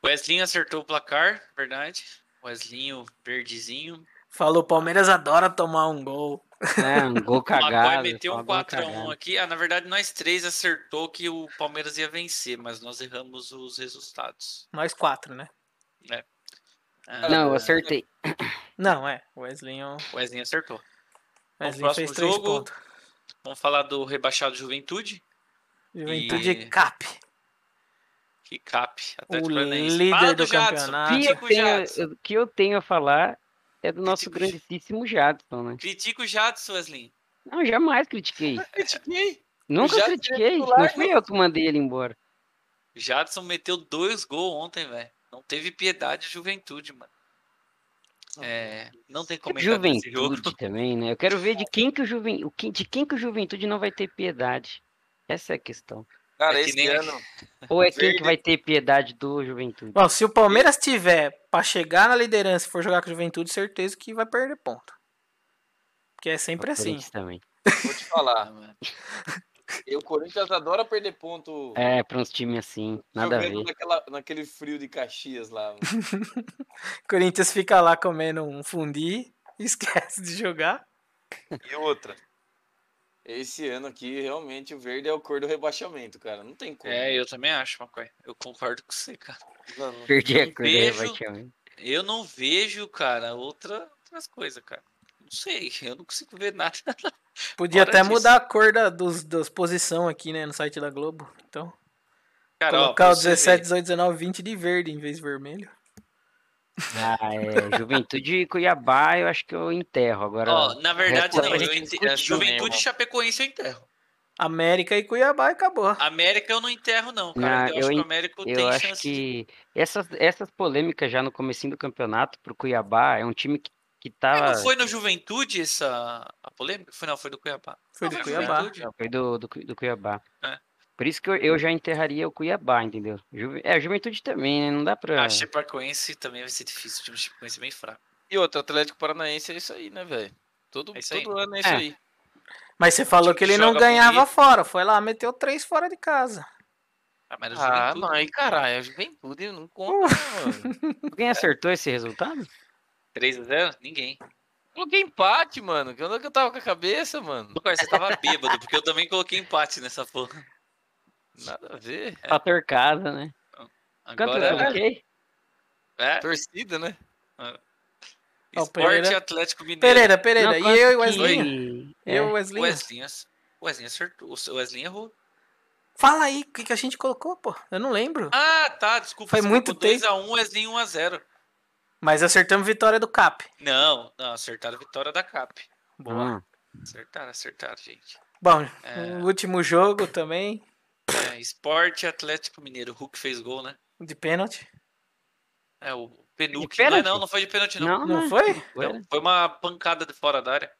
S3: Wesley acertou o placar, verdade. Weslinho, verdezinho.
S1: Falou, Palmeiras adora tomar um gol.
S4: É, um gol
S3: O Magoy
S4: cagado.
S3: meteu
S4: só
S3: um
S4: gol
S3: 4x1
S4: cagado.
S3: aqui. Ah, na verdade, nós três acertou que o Palmeiras ia vencer, mas nós erramos os resultados.
S1: Nós quatro, né?
S3: Ah,
S4: Não, eu acertei.
S1: Não, é. O Weslinho,
S3: O Wesley acertou.
S1: o
S3: Bom,
S1: Weslinho
S3: próximo
S1: fez três
S3: jogo,
S1: pontos.
S3: Vamos falar do rebaixado Juventude.
S1: Juventude
S3: E-
S1: Cap.
S3: Que cap. Atlético
S1: O
S3: Paranaense.
S1: líder
S3: Fala
S1: do
S3: Jadson.
S1: campeonato.
S4: Que
S3: Critica
S4: eu
S3: o
S4: tenho-
S3: Ah, Jadson.
S4: O que eu tenho a falar é do nosso
S3: Critica o-
S4: grandíssimo Jadson, né?
S3: Critica o Jadson, Wesley.
S4: Não, jamais critiquei.
S2: Critiquei.
S4: Nunca
S2: Jadson é
S4: critiquei.
S2: titular,
S4: Não
S3: né?
S4: fui eu que mandei ele embora.
S3: O Jadson meteu dois gols ontem, velho. Não teve piedade de Juventude, mano. É, não tem comentário desse jogo.
S4: Juventude também, né? Eu quero ver de quem que o Juven... o que- de quem que o Juventude não vai ter piedade. Essa é a questão.
S2: Cara,
S3: É que
S2: esse
S3: nem-
S2: ano.
S4: Ou é quem que
S2: Verde.
S4: vai ter piedade do Juventude?
S1: Bom, se o Palmeiras tiver pra chegar na liderança e for jogar com a Juventude, certeza que vai perder ponto. Porque é sempre
S3: Tá
S1: assim.
S4: Corinthians também.
S2: Vou te falar.
S3: Ah, mano.
S2: E o Corinthians adora perder ponto
S4: É, pra uns times assim, nada a
S2: jogando
S4: ver.
S2: naquela, naquele frio de Caxias lá.
S1: O Corinthians fica lá comendo um fundi e esquece de jogar.
S2: E outra. Esse ano aqui, realmente, o verde é o cor do rebaixamento, cara. Não tem como.
S3: É, eu também acho, Macoy. Eu concordo com você, cara.
S2: Não, não-
S4: Perdi a
S3: Um
S4: cor do
S3: beijo.
S4: rebaixamento.
S3: Eu não vejo, cara, outra, outras coisas, cara. Não sei, eu não consigo ver nada.
S1: Podia
S3: Fora
S1: até
S3: disso.
S1: mudar a cor da, dos, das posição aqui, né, no site da Globo. Então,
S3: Cara, ó,
S1: colocar
S3: pra
S1: o
S3: você ver.
S1: 17, 18, 19, 20 de verde em vez de vermelho.
S4: Ah, é. Juventude e Cuiabá, eu acho que eu enterro. Agora,
S3: Ó, na verdade,
S4: Record
S3: não.
S4: a
S3: Eu
S4: gente
S3: ente...
S4: discutiu, né,
S3: Juventude
S2: irmão?
S3: e Chapecoense eu enterro.
S1: América e Cuiabá e acabou.
S3: América eu não enterro, não, cara. eu,
S4: Não, eu
S3: acho que
S4: en-
S3: o América
S4: eu
S3: tem
S4: acho
S3: chance de.
S4: que essas, essas polêmicas já no comecinho do campeonato pro Cuiabá é um time que, que
S3: Mas
S4: tá.
S3: Não foi no Juventude essa a polêmica? Foi, não, foi do Cuiabá.
S1: Foi
S3: Não,
S1: do
S3: foi
S1: Cuiabá.
S3: Juventude.
S4: Foi do, do, Cui- do Cuiabá.
S3: É.
S4: Por isso que eu, eu já enterraria o Cuiabá, entendeu? Juve- é, Juventude também, né? Não dá pra.
S3: A Chapecoense também vai ser difícil. O time do Chapecoense é bem fraco.
S2: E outra, Atlético Paranaense é isso aí, né, velho? Todo,
S3: É isso aí.
S2: todo ano é isso
S4: É.
S2: aí.
S1: Mas você falou
S3: time
S1: que
S3: que
S1: ele não
S3: joga
S1: ganhava
S3: bonito.
S1: fora. Foi lá, meteu três fora de casa.
S3: Ah, mas o
S2: Ah,
S3: Juventude.
S2: mas caralho, a juventude não conta, né, mano.
S4: Alguém
S3: é.
S4: acertou esse resultado?
S3: 3x0? Ninguém.
S2: Coloquei é empate, mano. Que onde é que eu tava com a cabeça, mano?
S3: Lucas, você tava bêbado, porque eu também coloquei empate nessa porra.
S2: Nada a ver.
S4: Fator casa, Tá né? Quanto eu
S3: É. Agora
S4: coloquei?
S3: é.
S2: Torcida, né?
S1: Ó, o
S3: Esporte
S1: Pereira.
S3: Atlético Mineiro.
S1: Pereira, Pereira.
S4: Não,
S1: e
S4: quanto
S1: eu e o
S4: que-
S1: Wesley.
S4: É,
S1: Eu e o Wesley.
S3: Wesley, ac- Wesley acertou. O seu Wesley errou.
S1: Fala aí, o que, que a gente colocou, pô? Eu não lembro.
S3: Ah, tá. Desculpa.
S1: Foi
S3: você
S1: muito
S3: colocou 2x1, Wesley 1x0.
S1: Mas acertamos vitória do Cap.
S3: Não, não. Acertaram a vitória da CAP.
S1: Boa.
S4: Ah,
S3: Acertaram, acertaram, gente.
S1: Bom,
S3: É.
S1: o último jogo também,
S3: É, esporte Atlético Mineiro. O Hulk fez gol, né?
S1: de pênalti.
S3: É o penúltimo. É,
S4: pênalti? é.
S3: Não, não, não foi de pênalti, não.
S4: não,
S1: Não
S4: né?
S1: foi?
S4: Foi,
S3: Não, Foi uma pancada de fora da área.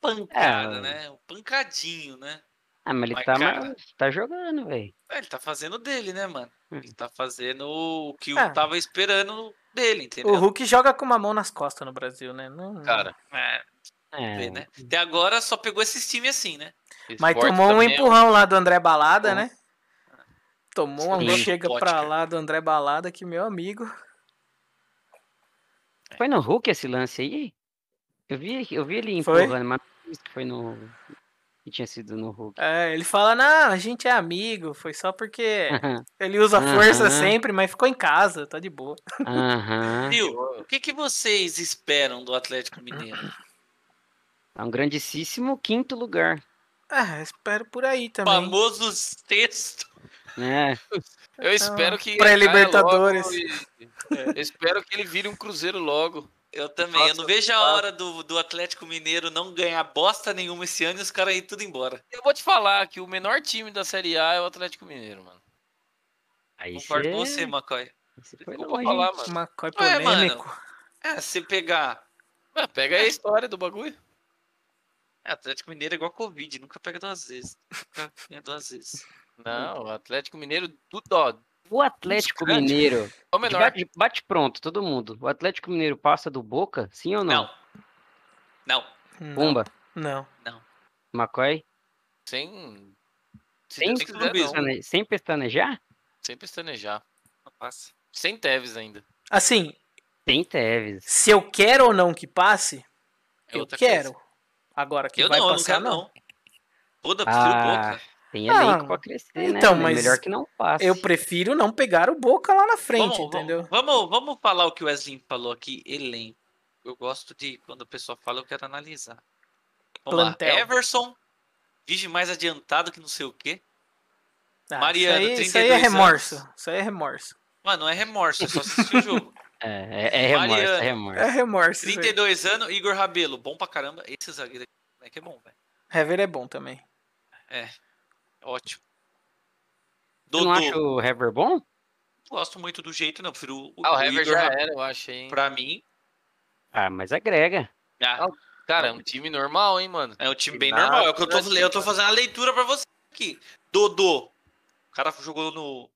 S3: pancada,
S4: É.
S3: né? Um pancadinho, né?
S4: Ah, mas ele
S3: Mas,
S4: tá,
S3: cara-
S4: mas tá jogando, velho.
S3: É, ele tá fazendo dele, né, mano?
S4: Hum.
S3: Ele tá fazendo o que
S1: É.
S3: eu tava esperando dele, entendeu?
S1: O Hulk joga com uma mão nas costas no Brasil, né? Não-
S2: Cara,
S3: É, vê,
S4: É,
S3: né? Até agora só pegou esses times assim, né?
S1: Mas
S2: esporte
S1: tomou um
S2: também é
S1: empurrão lá do André Balada,
S2: Bom.
S1: né? Tomou um
S4: Sim.
S1: chega
S2: Pote,
S1: pra
S2: cara.
S1: lá do André Balada, que meu amigo.
S4: Foi no Hulk esse lance aí? Eu vi, eu vi ele
S1: Foi?
S4: empurrando, mas não disse que foi no. Que tinha sido no Hulk.
S1: É, ele fala, não, a gente é amigo, foi só porque
S4: Aham.
S1: ele usa força
S4: Hum. Aham.
S1: sempre, mas ficou em casa, tá de boa.
S4: Aham.
S3: Viu? O que, que vocês esperam do Atlético Mineiro?
S4: É um grandíssimo quinto lugar.
S1: Ah, espero por aí
S3: O
S1: também.
S3: famoso sexto.
S4: né?
S2: Eu espero que.
S1: pra
S2: ele caia
S1: Libertadores.
S2: logo e- Eu espero que ele vire um Cruzeiro logo.
S3: Eu também. eu não
S2: Nossa,
S3: vejo a
S2: tá.
S3: hora do, do Atlético Mineiro não ganhar bosta nenhuma esse ano e os caras ir tudo embora.
S2: Eu vou te falar que o menor time da Série A é o Atlético Mineiro, mano.
S4: Aí
S3: Concordo com
S4: cê-
S3: você, Macoy.
S4: cê foi
S2: Desculpa
S4: longe,
S2: falar,
S4: hein?
S2: mano.
S1: Uma coi
S3: Ué, mano.
S1: polêmico.
S3: É, se pegar.
S2: Ah, pega aí a história do bagulho.
S3: É, Atlético Mineiro é igual Covid, nunca pega duas vezes. Nunca ganha duas vezes.
S2: Não, o Atlético Mineiro do dó.
S4: O Atlético
S2: grandes.
S4: Mineiro.
S2: É o menor.
S4: Bate, bate pronto, todo mundo. O Atlético Mineiro passa do Boca, sim ou não?
S3: Não. Não.
S1: Não,
S4: Pumba,
S1: Não.
S4: Macoy,
S2: Sem. Se
S4: Sem
S2: Deus quiser,
S3: clubismo,
S2: não.
S4: pestane- sem pestanejar?
S2: Sem pestanejar.
S3: Não passa.
S2: Sem Tevez ainda.
S1: Assim,
S4: Tem Tevez.
S1: se eu quero ou não que passe,
S2: É
S1: eu
S2: outra
S1: quero. Agora, que
S3: Eu
S1: vai
S3: não, eu não
S1: passar,
S3: quero
S1: não.
S3: não. Toda
S4: Ah,
S3: boca.
S4: tem
S1: Ah,
S4: elenco pra crescer, né?
S1: então,
S4: É
S1: mas
S4: Melhor que não passe.
S1: Eu prefiro não pegar o Boca lá na frente,
S3: Vamos,
S1: entendeu?
S3: vamos, vamos, vamos falar o que o Wesley falou aqui, elenco. Eu gosto de quando a pessoa fala, eu quero analisar. Vamos
S1: Plantel.
S3: lá. Everson, vige mais adiantado que não sei o quê.
S1: Ah,
S3: Mariano,
S1: isso aí, isso aí é
S3: 32
S1: remorso.
S3: anos.
S1: Isso aí é remorso.
S3: Mano, não é remorso, é só assistir o jogo.
S4: É, é, é remorso, é
S3: Mariano.
S1: É
S4: remorso.
S1: remorso. isso aí.
S3: 32 anos, Igor Rabelo, bom pra caramba. Esse zagueiro aqui, moleque, é bom, velho.
S1: Hever é bom também.
S3: Ótimo.
S4: Tu não
S3: Dodô,
S4: acha o Hever bom?
S3: gosto muito do jeito, não. Prefiro o,
S2: Ah, o
S3: o
S2: Hever
S3: Igor
S2: já é.
S3: Rabelo
S2: era, eu acho, hein.
S3: pra mim.
S4: Ah, mas agrega.
S3: ah,
S2: Cara, é um time normal, hein, mano.
S3: é um time bem
S2: Nada,
S3: normal. É o que eu tô,
S2: assim,
S3: eu tô fazendo a leitura pra você aqui. Dodô. O cara jogou no.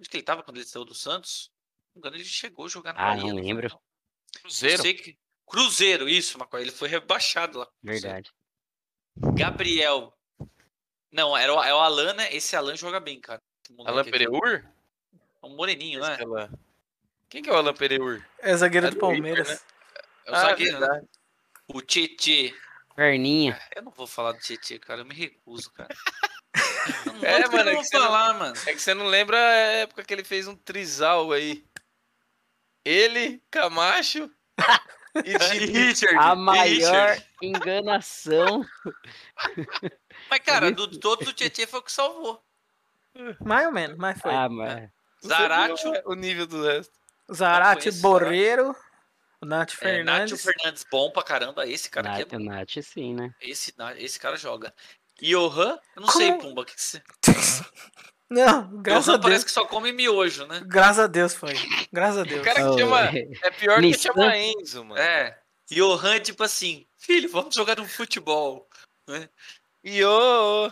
S3: Onde que ele tava quando ele saiu do Santos? Se não me engano, ele chegou a jogar na
S4: Ah,
S3: Bahia,
S4: não
S3: foi,
S4: lembro.
S2: Cruzeiro.
S3: Sei que... Cruzeiro, isso, Macoy. Ele foi rebaixado lá.
S4: Verdade.
S3: Gabriel. Não, era o, é o Alan, né? Esse Alan joga bem, cara. Esse moleque
S2: Alan
S3: aqui.
S2: Pereur?
S3: É um moreninho, né?
S2: Aquela- Quem que é o Alan Pereur?
S1: É zagueiro
S2: É
S1: do
S2: do
S1: Palmeiras.
S2: Inter,
S3: É o zagueiro, né?
S2: Ah, verdade.
S3: O Tietê.
S4: Perninha.
S3: Eu não vou falar do Tietê, cara. Eu me recuso, cara. Eu não
S2: É,
S3: vou-
S2: mano, é que
S3: eu não vou
S2: você não-
S3: falar, mano.
S2: É que você não lembra a época que ele fez um trisal aí. Ele, Camacho e Diniz.
S3: Richard,
S4: A maior enganação.
S3: Mas, cara, do, todos o Tietê foi o que salvou.
S1: Mais ou menos, mas foi.
S4: Ah, mas...
S2: Não sei
S3: Zaratio,
S2: qual é o nível do resto.
S1: Zarate,
S3: conheço,
S1: Borreiro, o Nath
S3: é, Nátio
S1: Fernandes.
S3: Fernandes, bom pra caramba. Esse cara aqui é
S4: Nath, Nath, sim, né?
S3: Esse, esse cara joga. Johan, eu não
S1: Como-
S3: sei, Pumba. Que que você...
S1: Não, graças a
S3: Johan
S1: Deus.
S3: parece que só come miojo, né?
S1: Graças a Deus foi. Graças a Deus.
S2: O cara que
S4: Oh,
S2: chama.
S4: é.
S2: É pior que
S4: Nissan.
S2: chama Enzo, mano.
S3: É. Johan, tipo assim, filho, vamos jogar um futebol.
S2: Iô!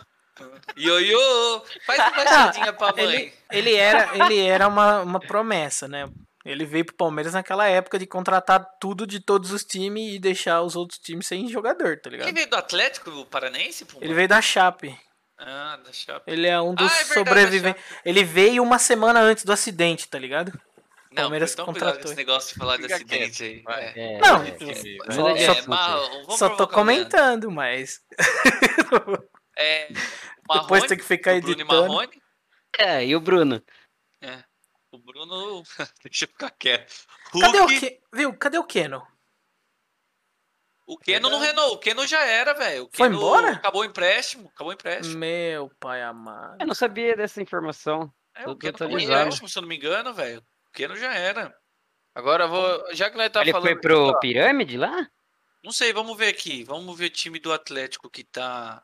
S3: Ioiô, faz uma baixadinha pra mãe.
S1: Ele era, ele era uma, uma promessa, né? Ele veio pro Palmeiras naquela época de contratar tudo de todos os times e deixar os outros times sem jogador, tá
S3: Quem
S1: ligado?
S3: veio do Atlético Paranaense, Pumba?
S1: Ele veio da Chape.
S3: Ah, da Chape.
S1: Ele é um dos
S3: Ah, é verdade,
S1: sobreviventes. Ele veio uma semana antes do acidente, tá ligado?
S3: Não,
S1: Palmeiras
S3: então cuidado com
S1: contratou.
S3: esse negócio de falar de
S2: Fica
S3: acidente aí.
S2: vai.
S3: É.
S4: É,
S1: Não,
S4: é.
S1: Só-
S4: Só-
S1: só-
S3: É, mas vamos
S1: Só tô
S3: provocar o Leandro.
S1: comentando, mas
S3: É, o
S1: depois
S3: Marrone,
S1: tem que ficar
S3: o Bruno e
S1: editando.
S3: Marrone.
S4: É, e o Bruno?
S3: O Bruno, deixa eu ficar quieto.
S1: Cadê o
S3: Hulk,
S1: que? Viu? Cadê o Keno?
S3: O Keno não renou, o Keno já era, velho. O
S1: Foi
S3: Keno
S1: embora?
S3: Acabou o empréstimo, acabou o empréstimo.
S1: Meu pai amado.
S4: Eu não sabia dessa informação.
S3: É,
S4: tô-
S3: o
S4: tô
S3: Keno acabou o
S4: atualizado.
S3: empréstimo, se eu não me engano, velho. O Keno já era.
S2: Agora eu vou. Já que nós tá
S4: ele
S2: falando.
S4: foi pro Pirâmide lá?
S3: Não sei, vamos ver aqui. Vamos ver o time do Atlético que tá.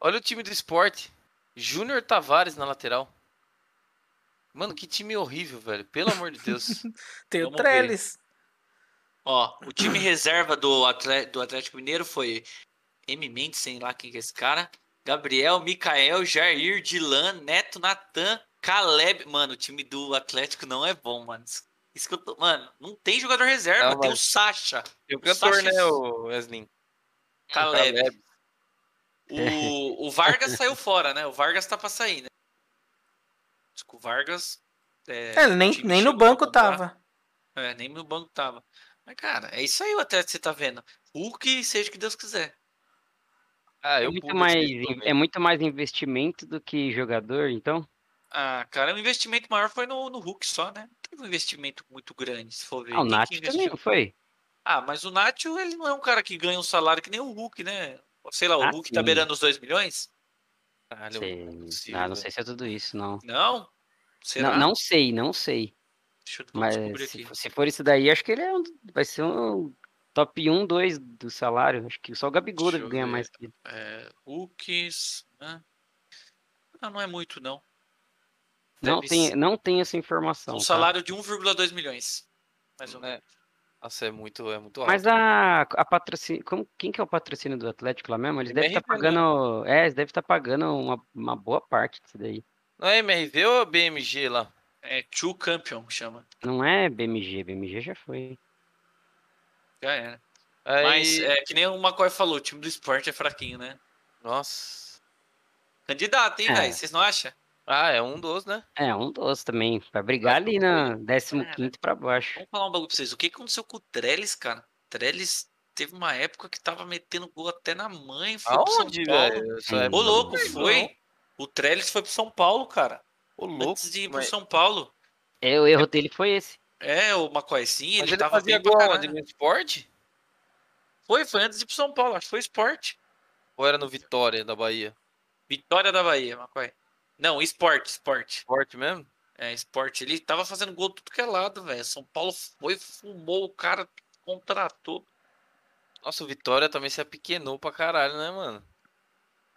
S2: Olha o time do esporte. Júnior Tavares na lateral. Mano, que time horrível, velho. Pelo amor de Deus.
S1: Tem o
S3: Vamos ver.
S1: Trellis.
S3: Ó, o time reserva do, Atle- do Atlético Mineiro foi M. Mendes, sei lá quem que é esse cara. Gabriel, Mikael, Jair, Dilan, Neto, Natan, Caleb. Mano, o time do Atlético não é bom, mano. Isso que eu tô... Mano, não tem jogador reserva,
S5: Não,
S3: tem o
S5: mas-
S3: Sacha,
S5: E o cantor,
S3: Sacha-
S5: né, o Wesley?
S3: Caleb.
S5: Caleb.
S3: O, o Vargas saiu fora, né? O Vargas tá pra sair, né? Acho que O Vargas.
S1: É, ele nem,
S3: o time
S1: nem no
S3: chegou a
S1: banco
S3: comprar.
S1: tava.
S3: É, nem no banco tava. Mas, cara, é isso aí o Atlético que você tá vendo. Hulk, seja o que Deus quiser.
S5: Ah,
S4: É
S5: eu
S4: muito,
S5: pulo
S4: mais,
S5: esse
S4: in-
S5: também.
S4: é muito mais investimento do que jogador, então?
S3: Ah, cara, o investimento maior foi no, no Hulk só, né? Não teve um investimento muito grande, se for ver.
S4: Ah, o
S3: Quem que
S4: Nath também,
S3: investiu?
S4: não foi?
S3: Ah, mas o Nacho, ele não é um cara que ganha um salário que nem o Hulk, né? Sei lá, o
S4: Ah,
S3: Hulk tá
S4: sim.
S3: beirando os 2 milhões? Caralho,
S4: Sei.
S3: não é possível,
S4: Ah, não
S3: velho.
S4: sei se é tudo isso, não.
S3: Não? Será?
S4: Não, não sei, não sei.
S3: Deixa eu
S4: Mas
S3: descobrir
S4: se,
S3: aqui.
S4: for- se for isso daí, acho que ele é um, vai ser um top 1, 2 do salário. Acho que só o Gabigol
S3: Deixa
S4: deve
S3: eu
S4: ganhar
S3: ver.
S4: mais que ele.
S3: É, Hulks. Né? Não, não é muito, não.
S4: Não
S3: Deve
S4: tem,
S3: ser
S4: não tem essa informação.
S3: um
S4: tá?
S3: salário de 1,2 milhões. Mais ou menos.
S5: É. Nossa, é muito, é muito alto.
S4: Mas a, a patrocínio. Como, quem que é o patrocínio do Atlético lá
S3: É
S4: mesmo? Eles devem estar
S5: MRV, né?
S4: pagando. É, eles devem estar pagando uma, uma boa parte disso daí.
S5: Não é MRV ou BMG lá?
S3: É True Campion que chama.
S4: Não é BMG, BMG já foi.
S3: Já era.
S5: Aí...
S3: Mas é que nem o McCoy falou, o time do esporte é fraquinho, né?
S5: Nossa.
S3: Candidato, hein,
S4: É.
S3: velho? Vocês não acham?
S5: Ah, é um dos, né?
S4: É, um doce também. Pra brigar ali na 15 pra baixo.
S3: Vamos falar um bagulho pra vocês. O que aconteceu com o Trellis, cara? Trellis teve uma época que tava metendo gol até na mãe. Foi pro São
S5: Aonde,
S3: Paulo.
S5: velho? Isso
S4: Ô,
S5: é
S3: Ô,
S5: muito
S3: louco,
S5: ruim, não.
S3: foi. O Trellis foi pro São Paulo, cara.
S5: Ô, louco.
S3: Antes de ir pro
S5: Mas,
S3: São Paulo.
S4: É, o erro dele foi esse.
S3: É, o McCoy sim,
S5: mas
S3: ele,
S5: ele
S3: tava
S5: fazia
S3: bem
S5: gol né?
S3: pra
S5: onde?
S3: caralho.
S5: No esporte?
S3: Foi, foi antes de ir pro São Paulo, acho que foi esporte.
S5: Ou era no Vitória, da Bahia?
S3: Vitória da Bahia, McCoy. Não, esporte, esporte.
S5: Esporte mesmo?
S3: É, esporte. Ele tava fazendo gol tudo que é lado, velho. São Paulo foi, fumou o cara, contratou.
S5: Nossa, o Vitória também se apequenou pra caralho, né, mano?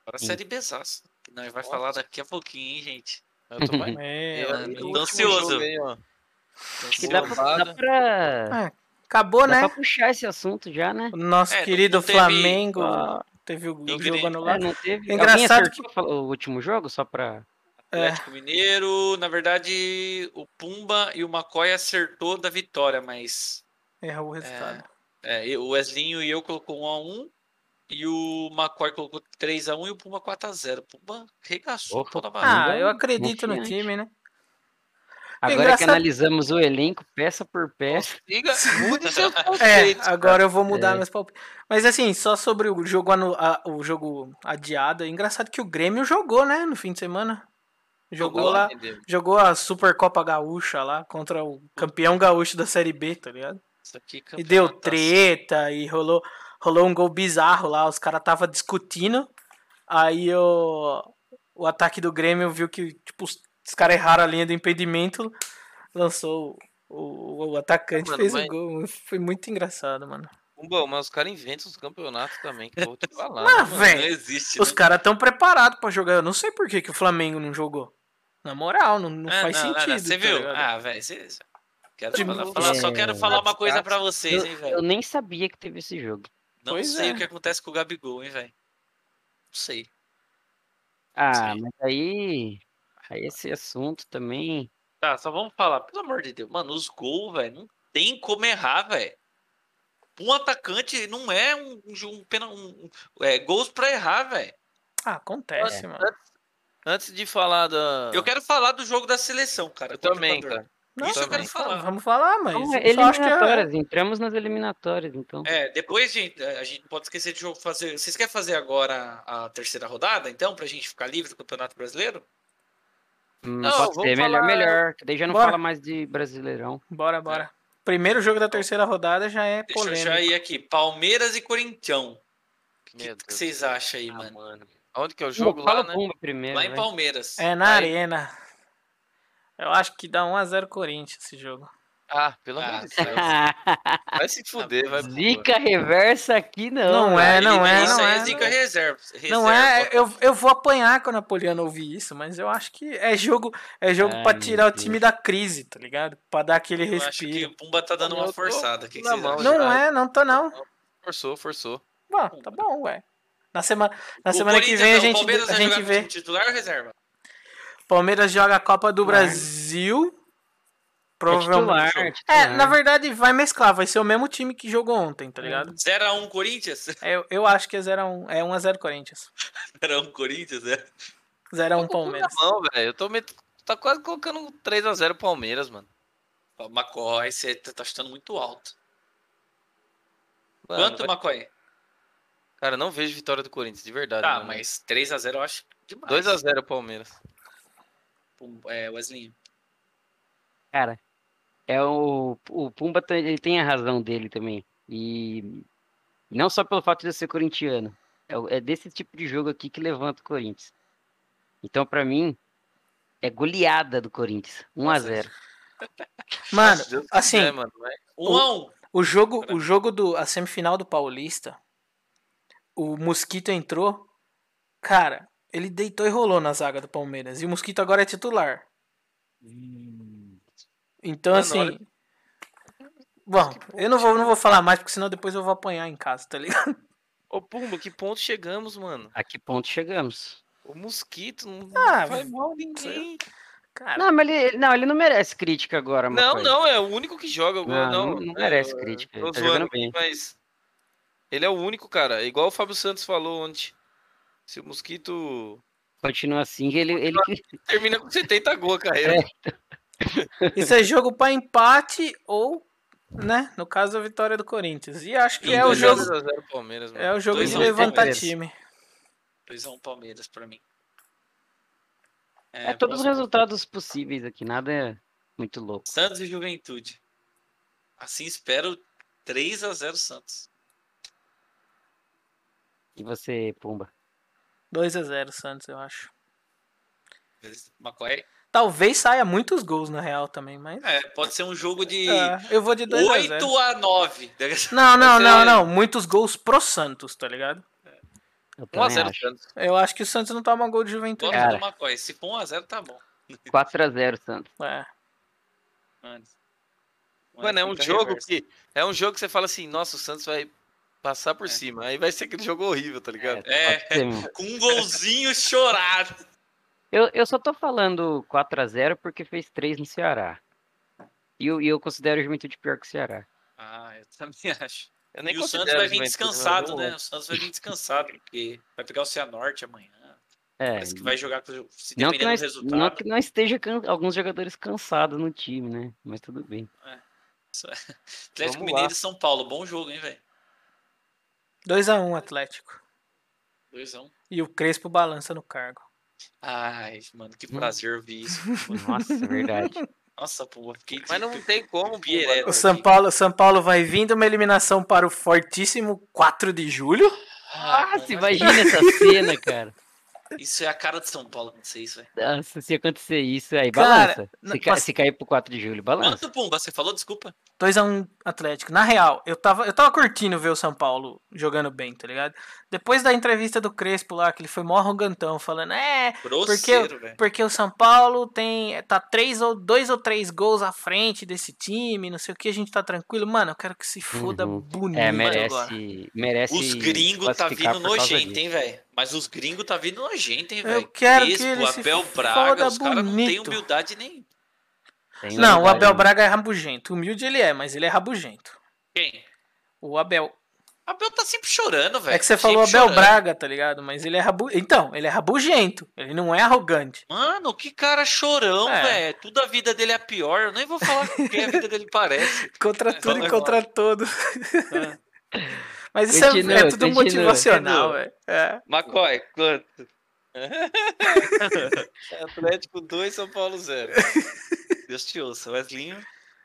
S3: Agora
S4: Sim.
S3: série Besaço. Que nós vai
S5: Nossa.
S3: falar daqui a pouquinho, hein, gente.
S5: Eu tô mais...
S1: É,
S3: Eu-
S1: ó.
S3: tô
S5: último
S3: ansioso.
S5: então, jogo aí, ó.
S3: Então,
S4: Acho que dá pra, dá
S5: Lambada.
S4: pra-
S1: Acabou,
S4: dá
S1: né?
S4: pra puxar esse assunto já, né?
S1: O nosso
S3: É, não-
S1: querido
S3: não teve-
S1: Flamengo
S4: Ah.
S1: teve o
S3: Não teve-
S1: jogo
S4: É,
S1: anulado.
S4: não teve.
S1: Engraçado
S4: Alguém acertou fa- o último jogo só pra.
S1: É,
S3: Atlético Mineiro, na verdade, o Pumba e o McCoy acertou da vitória, mas
S1: errou o resultado.
S3: é, eu- o Weslinho e eu colocou 1x1 e o McCoy colocou 3x1 e o Pumba 4x0. O Pumba regaçou
S4: Opa.
S3: toda a barriga.
S1: Ah,
S4: ainda
S1: eu acredito no
S4: confiante.
S1: time, né?
S4: Agora que
S1: engraçado-
S4: analisamos o elenco, peça por peça.
S5: Siga, mude seus
S1: É,
S5: conceitos.
S1: agora eu vou mudar
S4: É.
S1: meus palpites. Mas assim, só sobre o jogo, anu- a- o jogo adiado, é engraçado que o Grêmio jogou, né, no fim de semana. Jogou lá, jogou a Supercopa Gaúcha lá contra o campeão gaúcho da Série B, tá ligado?
S3: Isso aqui, é
S1: E deu
S3: campeonataço.
S1: treta e rolou, rolou um gol bizarro lá. Os caras tava discutindo. Aí o, o ataque do Grêmio viu que tipo, os, os caras erraram a linha do impedimento. Lançou o, o, o atacante,
S5: Mano,
S1: fez
S5: mas-
S1: o gol. Foi muito engraçado, mano.
S5: Bom, mas os caras inventam os campeonatos também, que eu vou te falar.
S1: Ah,
S5: né, mano?
S3: Não
S1: velho.
S3: existe,
S1: Os
S3: né?
S1: caras tão preparados pra jogar. Eu não sei por que, que o Flamengo não jogou. Na moral, não, não
S3: Ah,
S1: faz
S3: não, não, não,
S1: sentido.
S3: Você
S1: tá
S3: viu?
S1: ligado?
S3: ah, velho, você... Quero
S1: De É, tá
S3: falar,
S1: novo.
S3: falar- só quero falar uma coisa pra vocês,
S4: Eu,
S3: hein, velho.
S4: eu nem sabia que teve esse jogo.
S3: Não
S1: Pois
S3: sei
S1: é.
S3: o que acontece com o Gabigol, hein, velho. Não sei.
S4: Ah,
S3: Sim.
S4: mas aí. Aí esse assunto também.
S3: Tá, só vamos falar. Pelo amor de Deus, mano, os gols, velho, não tem como errar, velho. Um atacante não é um, um, ju- um, pena- um- um- é, gols pra errar, velho.
S1: Ah, acontece, mano.
S5: Antes de falar da.
S3: Eu quero falar do jogo da seleção, cara.
S5: Eu
S3: contra o
S5: também,
S3: Equador.
S5: cara.
S1: Não,
S3: é Isso eu quero
S1: vamos
S3: falar.
S1: Vamos falar, mas.
S4: Então,
S1: eu
S4: é
S1: só acho que é-
S4: eliminatórias, entramos nas eliminatórias, então.
S3: É, depois, gente, a gente não pode esquecer de jogo fazer. Vocês querem fazer agora a terceira rodada, então, pra gente ficar livre do Campeonato Brasileiro?
S4: Hum,
S5: Não,
S4: pode
S5: vamos
S4: ser, melhor,
S5: falar-
S4: melhor. que Daí já não
S1: Bora.
S4: fala mais de Brasileirão.
S1: Bora, bora. Primeiro jogo da terceira rodada já é
S3: É. Deixa
S1: polêmico.
S3: eu já ir aqui. Palmeiras e Corinthians. O que,
S5: Meu
S3: que
S5: Deus.
S3: vocês acham aí, mano?
S5: Onde que é o jogo
S4: fala
S5: lá, né?
S4: Pumba primeiro.
S3: Lá em
S4: vai.
S3: Palmeiras.
S1: É na
S3: Lá em-
S1: arena. Eu acho que dá 1x0 Corinthians esse jogo.
S5: Ah, pelo amor de Deus. Vai
S3: Tá
S5: se fuder, vai.
S4: Zica reversa aqui não.
S1: Não é,
S3: Ele-
S1: não é,
S3: isso
S1: não
S3: aí
S1: é.
S3: é zica reserva.
S1: Não é, eu, eu vou apanhar quando o Napoleão ouvir isso, mas eu acho que é jogo, é jogo
S4: Ai,
S1: pra
S4: meu
S1: tirar o
S4: Deus.
S1: time da crise, tá ligado? Pra dar aquele
S3: Eu acho que
S1: respiro.
S3: o Pumba tá dando
S5: Eu
S3: uma
S5: tô
S3: forçada. O que que
S5: na
S3: vocês
S5: mão,
S3: acham?
S5: já.
S1: Não é, não tô não.
S5: Forçou, forçou.
S1: Bom, tá bom, ué. Na semana, na
S3: O
S1: semana que
S3: Corinthians
S1: vem a
S3: não, o
S1: gente,
S3: Palmeiras
S1: a
S3: vai
S1: gente
S3: jogar com
S1: vê.
S3: time titular ou reserva?
S1: Palmeiras joga a Copa do
S4: Titular.
S1: Brasil.
S4: É
S1: Provavelmente.
S4: titular, né?
S1: É,
S4: titular.
S1: na verdade vai mesclar, vai ser o mesmo time que jogou ontem, tá ligado?
S3: 0x1 Corinthians?
S1: Eu, eu acho que é 0x1. É 1x0 Corinthians.
S3: 0x1 Corinthians, é.
S1: 0x1
S5: Tô com o cu na
S1: Palmeiras.
S5: mão, velho. Eu tô met... tá quase colocando 3x0 Palmeiras, mano.
S3: Ó, Macoy, você tá tá chutando muito alto.
S5: Mano,
S3: Quanto,
S5: vai-
S3: Macoy?
S5: Cara, não vejo vitória do Corinthians, de verdade.
S3: Tá,
S5: mano.
S3: mas 3x0 eu acho demais.
S5: 2x0 Palmeiras.
S3: Pum- É, Wesley.
S4: Cara, é o, o Pumba tem- ele tem a razão dele também. E não só pelo fato de eu ser corintiano. É, o- é desse tipo de jogo aqui que levanta o Corinthians. Então, pra mim, é goleada do Corinthians. 1 a
S5: Nossa,
S4: 0
S1: Mano,
S5: Se Deus
S1: assim,
S5: quiser, mano, vai.
S3: 1x1.
S1: o jogo, o jogo do a semifinal do Paulista, o Mosquito entrou, cara, ele deitou e rolou na zaga do Palmeiras. E o Mosquito agora é titular. Então,
S5: Mano,
S1: assim.
S5: olha-
S1: Bom, eu não vou, não vou falar mais, porque senão depois eu vou apanhar em casa, tá ligado?
S5: Ô, Pumba, que ponto chegamos, mano?
S4: A que ponto chegamos?
S5: O mosquito não
S1: Ah,
S5: faz mal a ninguém.
S1: Cara,
S4: Não, mas ele, ele- não, ele não merece crítica agora,
S5: Não,
S4: Macoy.
S5: não, é o único que joga. o gol,
S4: Não,
S5: não,
S4: não, não merece
S5: eu-
S4: crítica.
S5: Tô
S4: Ele tá
S5: zoando,
S4: jogando bem.
S5: mas ele é o único, cara. É Igual o Fábio Santos falou ontem. Se o mosquito
S4: Continua assim, ele, ele que-
S5: termina com 70 gols a carreira.
S1: É, isso é jogo pra empate ou, né, no caso a vitória do Corinthians. E acho que é o
S3: Dois a
S1: jogo,
S3: zero.
S5: 2x0 Palmeiras, mano.
S1: é o jogo
S3: Dois
S1: de
S3: a um,
S1: levantar
S4: Palmeiras.
S1: time.
S3: 2x1 Palmeiras pra mim.
S4: é todos os
S3: próximo.
S4: resultados possíveis aqui, nada é muito louco.
S3: Santos e Juventude. Assim espero 3x0 Santos.
S4: E você, Pumba?
S1: 2 a 0 Santos, eu acho.
S3: Macoy.
S1: Talvez saia muitos gols na real também, mas
S3: É, pode ser um jogo de
S1: É, eu vou de 2 a
S3: um.
S1: 0.
S3: 8x9.
S1: Não, não,
S5: Vai
S3: é
S1: não,
S5: ser-
S1: não, muitos gols pro Santos, tá ligado?
S4: Eu
S3: Um
S4: também
S5: 1x0
S3: É,
S4: acho.
S5: Santos.
S1: Eu acho que o Santos não toma gol de Juventude.
S3: Bônus
S4: Cara.
S3: do Macoy. Se for 1x0, tá bom.
S4: 4 a 0 Santos.
S1: É.
S3: Mano,
S5: Mano, é um
S3: Fica
S5: jogo
S3: reverso.
S5: que. É um jogo que você fala assim, nossa, o Santos vai passar por
S3: É.
S5: cima. Aí vai ser aquele jogo horrível, tá ligado?
S3: É.
S4: pode ser mesmo.
S3: Com um golzinho chorado.
S4: Eu, eu só tô falando 4 a 0 porque fez 3 no Ceará. E eu, e eu considero o Juventude pior que o Ceará.
S3: Ah, eu também acho.
S5: Eu nem
S3: E o Santos
S5: considero
S3: vai vir
S5: Juventude, mas
S3: descansado,
S5: vamos
S3: né?
S5: lá.
S3: O Santos vai vir descansado, porque vai pegar o Cianorte amanhã.
S4: É.
S3: Parece que vai jogar com- se
S4: Não que,
S3: dependendo
S4: não,
S3: do
S4: es- não
S3: resultado.
S4: que não esteja can- alguns jogadores cansados no time, né? Mas tudo bem.
S3: Atlético
S5: Vamos lá.
S3: Mineiro e São Paulo. Bom jogo, hein, velho?
S1: 2 a 1 Atlético.
S3: 2x1.
S1: E o Crespo balança no cargo.
S3: Ai, mano, que prazer ouvir isso.
S4: Hum. Nossa, é verdade.
S3: Nossa, pô, fiquei
S5: Mas não tem como, pô,
S3: Pierre,
S5: mano.
S1: O São Paulo, São Paulo vai vindo uma eliminação para o fortíssimo 4 de julho.
S3: Ah,
S4: Nossa,
S3: se
S4: imagina essa cena, cara.
S3: Isso é a cara de São Paulo, acontecer isso, velho.
S4: Nossa, se acontecer isso aí,
S1: Cara,
S4: balança.
S1: não,
S4: se, ca-
S1: mas-
S4: se cair pro 4 de julho, balança.
S3: Quanto Pumba você falou? Desculpa.
S1: 2x1 Atlético. Na real, eu tava, eu tava curtindo ver o São Paulo jogando bem, tá ligado? Depois da entrevista do Crespo lá, que ele foi mó arrogantão, falando, é,
S3: Grosseiro, velho.
S1: porque o São Paulo tem tá três ou dois ou três gols à frente desse time, não sei o que, a gente tá tranquilo. Mano, eu quero que se foda
S4: Uhum.
S1: bonito
S4: É,
S1: agora.
S4: merece. merece
S3: Os gringos tá
S4: classificar
S3: vindo
S4: por causa
S3: nojento,
S4: disso.
S3: hein, velho? Mas os gringos tá vindo nojento, hein,
S1: Eu
S3: velho?
S1: quero que
S3: Crespo,
S1: ele se
S3: Abel
S1: foda
S3: Braga, os caras não têm
S1: bonito.
S3: humildade nem.
S4: Tem
S1: Não, o
S4: humildade,
S1: Abel
S4: né?
S1: Braga é rabugento. Humilde ele é, mas ele é rabugento.
S3: Quem?
S1: O Abel.
S3: Abel tá sempre chorando, velho.
S1: É que você
S3: Sempre
S1: falou Abel
S3: chorando.
S1: Braga, tá ligado? Mas ele é rabu... Então, ele é rabugento. Ele não é arrogante.
S3: Mano, que cara chorão,
S1: É.
S3: velho. Tudo a vida dele é pior. Eu nem vou falar com quem a vida dele parece.
S1: Contra tudo e
S3: agora.
S1: contra todo. Mas isso é-
S4: Continua,
S1: é, tudo
S4: continua,
S1: motivacional,
S5: continua.
S1: velho. É.
S5: Macoy, quanto? Atlético 2, São Paulo 0.
S3: Deus te ouça, Weslinho.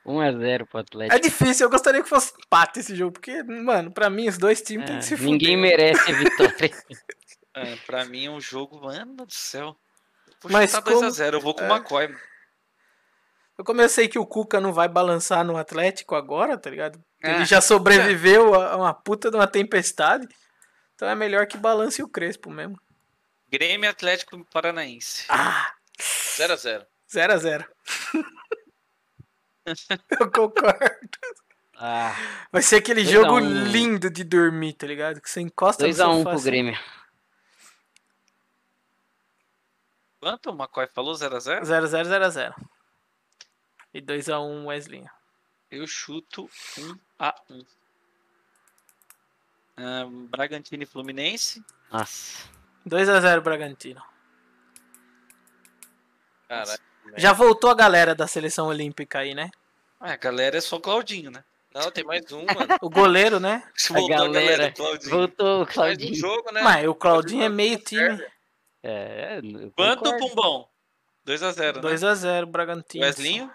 S4: 1 a 0 pro
S1: É
S4: Atlético.
S1: difícil, eu gostaria que fosse empate esse jogo, porque, mano, pra mim os dois times têm
S4: Ah,
S1: que se fuder.
S4: ninguém merece a vitória.
S3: Ah, pra mim é um jogo, mano do céu. Vou
S1: Mas
S3: chutar
S1: como-
S3: 2x0, eu vou com o
S1: É.
S3: Macoy. mano.
S1: Eu comecei que o Cuca não vai balançar no Atlético agora, tá ligado? Ele
S3: Ah.
S1: já sobreviveu a a uma puta de uma tempestade. Então é melhor que balance o Crespo mesmo.
S3: Grêmio Atlético Paranaense.
S1: Ah,
S5: 0x0.
S1: 0x0. eu concordo.
S4: Ah,
S1: Vai ser aquele
S4: 2 a né?
S1: jogo
S4: 1.
S1: lindo de dormir, tá ligado? Que você encosta no
S4: 2x1
S1: sofá,
S4: pro
S1: assim.
S4: Grêmio.
S3: Quanto o McCoy falou? 0x0?
S1: 0 0 0 0 E 2x1 Wesley.
S3: Eu chuto 1x1. Ah, Bragantino e Fluminense.
S4: Nossa.
S1: 2x0 Bragantino.
S5: Caralho.
S1: Já voltou a galera da seleção olímpica aí, né?
S3: Ah, a galera é só Claudinho, né?
S5: Não, tem mais um, mano.
S1: O goleiro, né?
S3: Se
S4: A galera.
S3: é
S4: é
S3: Claudinho.
S4: Voltou o
S5: Mais um
S4: Claudinho.
S5: jogo, né?
S1: Mas o Claudinho é meio time.
S4: É, eu
S3: Quanto,
S4: concordo.
S3: Pumbão? 2x0, né?
S1: 2x0 Bragantino.
S3: Weslinho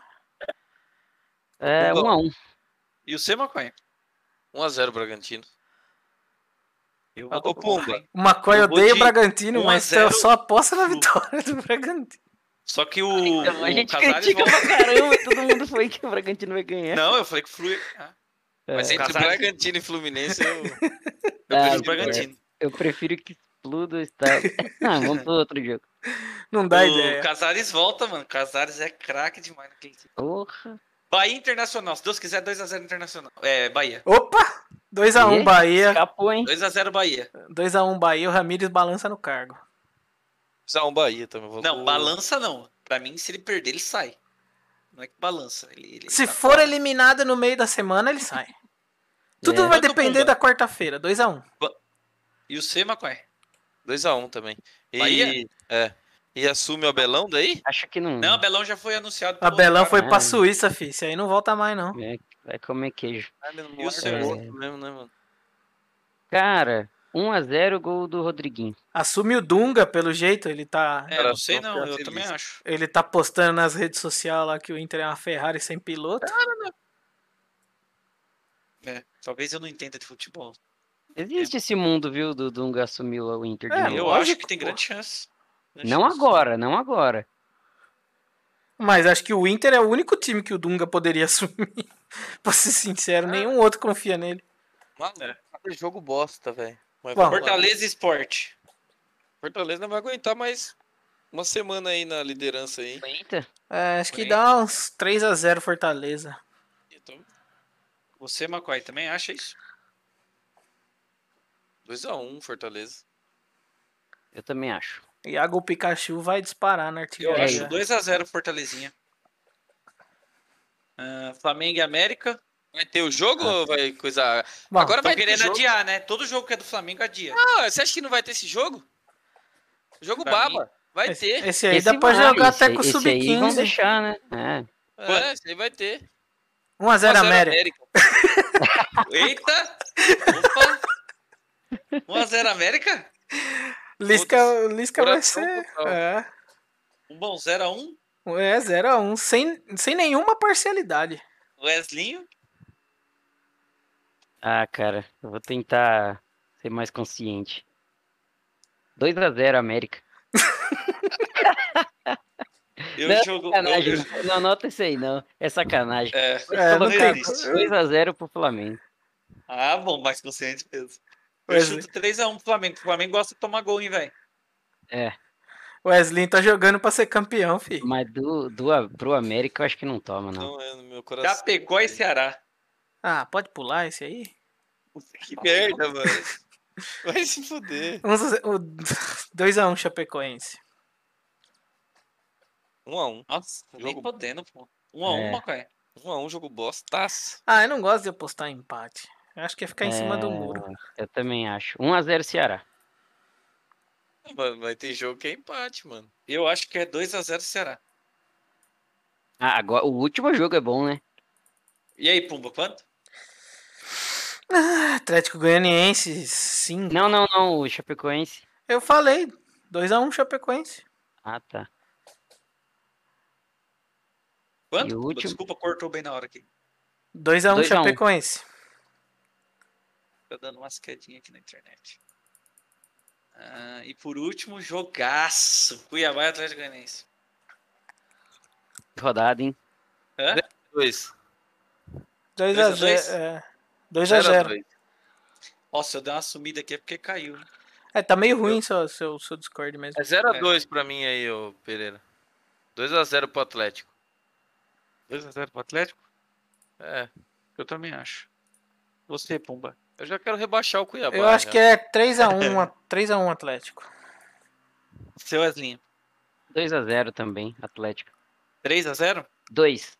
S4: É, 1x1.
S3: e o C, Maconha.
S5: 1x0 Bragantino.
S3: Eu
S5: Ah,
S3: vou
S5: Ô,
S3: com o
S5: Pumba.
S3: Maconha.
S1: O Macoy
S3: Eu vou
S1: odeia o
S3: de
S1: Bragantino,
S3: 1 a
S1: mas
S3: 0
S1: eu só aposta na vitória do Bragantino.
S3: Só que o,
S4: Então,
S3: o
S4: a gente
S3: Casares
S4: critica
S3: volta-
S4: pra caramba, todo mundo foi que o Bragantino vai ganhar.
S3: Não, eu falei que o Flu... Ah,
S5: Mas
S4: É,
S5: entre
S3: Casares-
S5: Bragantino e Fluminense, eu...
S3: eu
S4: Ah,
S3: prefiro o
S4: eu-
S3: Bragantino.
S4: Eu prefiro que exploda o estado. Não, vamos pro outro jogo.
S1: Não dá
S3: o
S1: ideia.
S3: Casares volta, mano. Casares é craque demais naquele time.
S4: Porra.
S3: Bahia Internacional. Se Deus quiser, 2x0 Internacional. É, Bahia.
S1: Opa! 2x1
S4: E?
S1: Bahia.
S4: Escapou, hein?
S3: 2x0 Bahia.
S1: 2x1 Bahia. O Ramírez balança no cargo.
S5: 1x1 Bahia também. vou
S3: Não,
S5: com-
S3: balança não. Pra mim, se ele perder, ele sai. Não é que balança. Ele, ele
S1: Se
S3: tá
S1: for
S3: fora.
S1: eliminado no meio da semana, ele sai. Tudo
S4: É.
S1: vai
S3: Quanto
S1: depender
S3: Pumba?
S1: da quarta-feira. 2x1.
S3: E o C, Maconha?
S5: 2x1 também. E...
S3: Bahia?
S5: É. E assume o Abelão daí?
S4: Acho que não.
S3: Não, Belão já foi anunciado. pelo
S1: Abelão
S3: outro
S1: foi
S3: cara.
S1: pra Suíça, fi. Esse aí não volta mais, não.
S4: É, vai comer queijo.
S5: E o seu
S4: é.
S5: outro mesmo, né, mano?
S4: Cara, 1x0 gol do Rodriguinho.
S1: Assume o Dunga, pelo jeito. Ele tá,
S3: É, não sei não. Eu
S5: Feliz.
S3: também acho.
S1: ele tá postando nas redes sociais lá que o Inter é uma Ferrari sem piloto.
S3: É, talvez eu não entenda de futebol.
S4: Existe esse mundo, viu, do Dunga assumiu o Inter de
S1: É,
S4: novo.
S3: eu acho
S1: lógico,
S3: que tem
S1: pô.
S3: grande chance. Grande
S4: Não
S3: chance.
S4: agora, não agora.
S1: Mas acho que o Inter é o único time que o Dunga poderia assumir. pra ser sincero, nenhum outro confia nele.
S5: Mano, cada jogo bosta, velho. Mas
S1: Bom.
S5: vamos lá.
S3: Fortaleza Esporte.
S5: Fortaleza não vai aguentar mais uma semana aí na liderança aí.
S4: Eita.
S1: É, acho que
S3: Bem.
S1: dá uns 3x0 Fortaleza.
S3: Você, Macoy, também acha isso?
S5: 2x1 Fortaleza.
S4: Eu também acho.
S1: Iago Pikachu vai disparar na
S3: Eu
S1: artilharia.
S3: acho 2x0 Fortalezinha. Ah, Flamengo e América.
S5: Vai ter o jogo
S3: Ah.
S5: ou vai coisar?
S1: Bom,
S5: Agora
S3: Estão
S5: vai ter
S3: querendo
S5: jogo.
S3: adiar, né? Todo jogo que é do Flamengo adia.
S5: Ah, você acha que não vai ter esse jogo? Jogo
S3: Pra
S5: baba. Vai
S1: esse,
S5: ter.
S1: esse aí
S4: Esse
S1: dá pra
S4: vai,
S1: jogar
S4: esse
S1: até
S4: aí-
S1: com o
S4: esse aí vão
S1: Sub-15.
S4: deixar, né? É.
S5: É, esse aí vai ter.
S1: 1x0
S5: 1 a 0
S1: América.
S3: Eita! Opa! 1x0 América?
S1: Lisca, Lisca vai
S5: Coração
S1: ser.
S5: total.
S1: É,
S3: Um bom 0x1.
S1: é 0x1, sem, sem nenhuma parcialidade.
S3: Weslinho.
S4: Ah, cara, eu vou tentar ser mais consciente. 2x0 América.
S3: Eu
S4: Não,
S3: jogo. eu-
S4: Sacanagem.
S3: eu-
S4: Não anota isso aí, não. É sacanagem.
S3: é.
S1: É, não
S3: não
S1: tem-
S3: existe.
S4: 2x0 pro Flamengo.
S3: Ah, bom, mais consciente mesmo. Eu
S1: Wesley,
S3: chuto
S4: é.
S3: 3x1 pro Flamengo. O Flamengo gosta de tomar gol, hein, velho?
S1: Wesley tá jogando pra ser campeão, filho.
S4: Mas do, do, A- pro América eu acho que não toma, não.
S5: Não é no meu coração.
S3: Chapecó e Ceará.
S1: Ah, pode pular esse aí?
S5: Que merda, mano. Vai se fuder.
S1: 2x1 Chapecoense.
S5: 1x1.
S3: Nossa, nem
S5: Jogo-
S3: podendo, pô. 1x1,
S4: É.
S3: Macaé.
S5: 1x1, jogo bostaço.
S1: Ah, eu não gosto de apostar em empate. Eu acho que é ficar em cima do
S4: É,
S1: muro.
S4: Eu também acho. 1x0 Ceará.
S5: Mano, mas tem jogo que é empate, mano.
S3: Eu acho que é 2x0 Ceará.
S4: Ah, agora, o último jogo é bom, né?
S3: E aí, Pumba, quanto?
S1: Atlético Goianiense, sim.
S4: Não, não, não. O Chapecoense.
S1: Eu falei, 2x1 Chapecoense.
S4: Ah, tá.
S3: Quanto?
S4: E o
S3: Pumba?
S4: último?
S3: Desculpa, cortou bem na hora aqui.
S1: 2x1
S4: 2
S3: um.
S4: a 1.
S1: Chapecoense.
S3: Tá dando umas quedinhas aqui na internet. Ah, e por último, jogaço. Cuiabá e Atlético Goianiense.
S4: Rodada, hein?
S3: Hã?
S5: 2.
S1: 2x0.
S3: 2?
S1: é, 2x0.
S3: Nossa, eu dei uma sumida aqui é porque caiu. né?
S1: É, tá meio ruim seu, seu, seu Discord mesmo.
S3: Tá
S5: É 0x2 pra mim aí, ô Pereira. 2x0 pro Atlético.
S3: 2x0 pro Atlético?
S5: É.
S3: Eu também acho. Você, Pumba.
S2: Eu já quero rebaixar o Cuiabá. né?
S1: Eu acho
S2: já.
S1: que é 3x1, 3x1 Atlético.
S3: Seu Wesley.
S4: 2x0 também, Atlético.
S3: 3 a 0
S4: 2.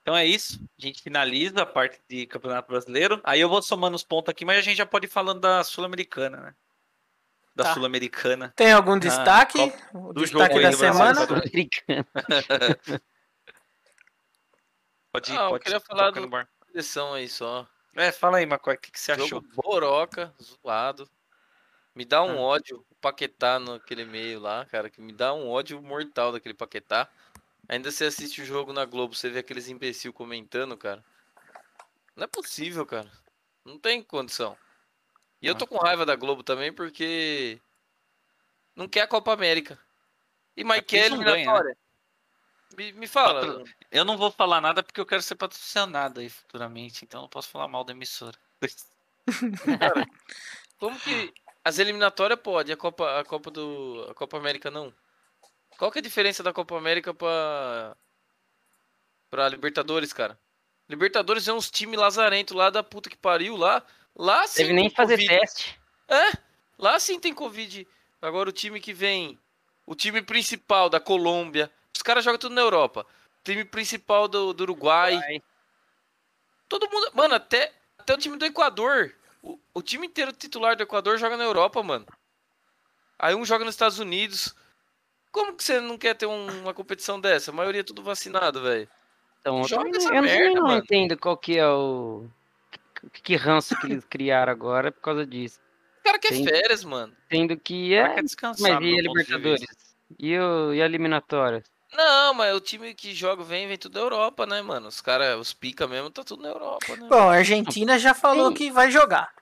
S3: Então é isso. A gente finaliza a parte de Campeonato Brasileiro. Aí eu vou somando os pontos aqui, mas a gente já pode ir falando da Sul-Americana, né? Da
S1: Tá.
S3: Sul-Americana.
S1: Tem algum destaque? o
S3: Ah, do
S1: destaque
S3: jogo
S1: da
S3: aí, Brasil,
S1: semana?
S3: Brasil. Pode,
S2: Ah, eu
S3: pode
S2: queria falar
S3: tocar
S2: do-
S3: no bar.
S2: Seleção aí só.
S3: É, fala aí, Macó, o que, que você achou? Ah.
S2: Jogo boroca, zoado. Me dá um ódio o Paquetá naquele meio lá, cara, que me dá um ódio mortal daquele Paquetá. Ainda você assiste o jogo na Globo, você vê aqueles imbecil comentando, cara. Não é possível, cara. Não tem condição. E eu tô com raiva da Globo também porque não quer a Copa América. E
S3: É porque
S2: Michael
S3: eles não ganham, né?
S2: eliminatória. Me, me fala.
S3: Eu não vou falar nada porque eu quero ser patrocinado aí futuramente, então eu não posso falar mal da emissora.
S2: Como que as eliminatórias pode, a Copa, a Copa do, a Copa América não? Qual que é a diferença da Copa América pra para Libertadores, cara? Libertadores é uns time lazarento lá da puta que pariu lá, lá sim.
S4: Deve nem
S2: tem
S4: fazer
S2: Covid.
S4: teste.
S2: É, lá sim tem Covid. Agora o time que vem, o time principal da Colômbia, os caras jogam tudo na Europa. O time principal do, do Uruguai,
S4: Vai.
S2: Todo mundo. Mano, até, até o time do Equador. O, o time inteiro titular do Equador joga na Europa, mano. Aí um joga nos Estados Unidos. Como que você não quer ter um- uma competição dessa? A maioria é tudo vacinado, velho.
S4: Então, eu
S2: Joga
S4: também,
S2: essa
S4: não- eu também
S2: merda,
S4: não
S2: mano.
S4: entendo qual que é o... Que, que ranço que eles criaram agora por causa disso.
S2: O cara quer
S4: Sim.
S2: férias, mano.
S4: Sendo que
S3: Ela
S4: é...
S3: quer descansar,
S4: Mas
S3: no meu
S4: e
S3: ponto
S4: a
S3: de
S4: Libertadores?
S3: vista.
S4: E, o, e a eliminatória?
S2: Não, mas o time que joga vem, vem tudo da Europa, né, mano? Os caras, os pica mesmo, tá tudo na Europa, né?
S1: Bom, a Argentina já falou
S4: Sim.
S1: que vai jogar.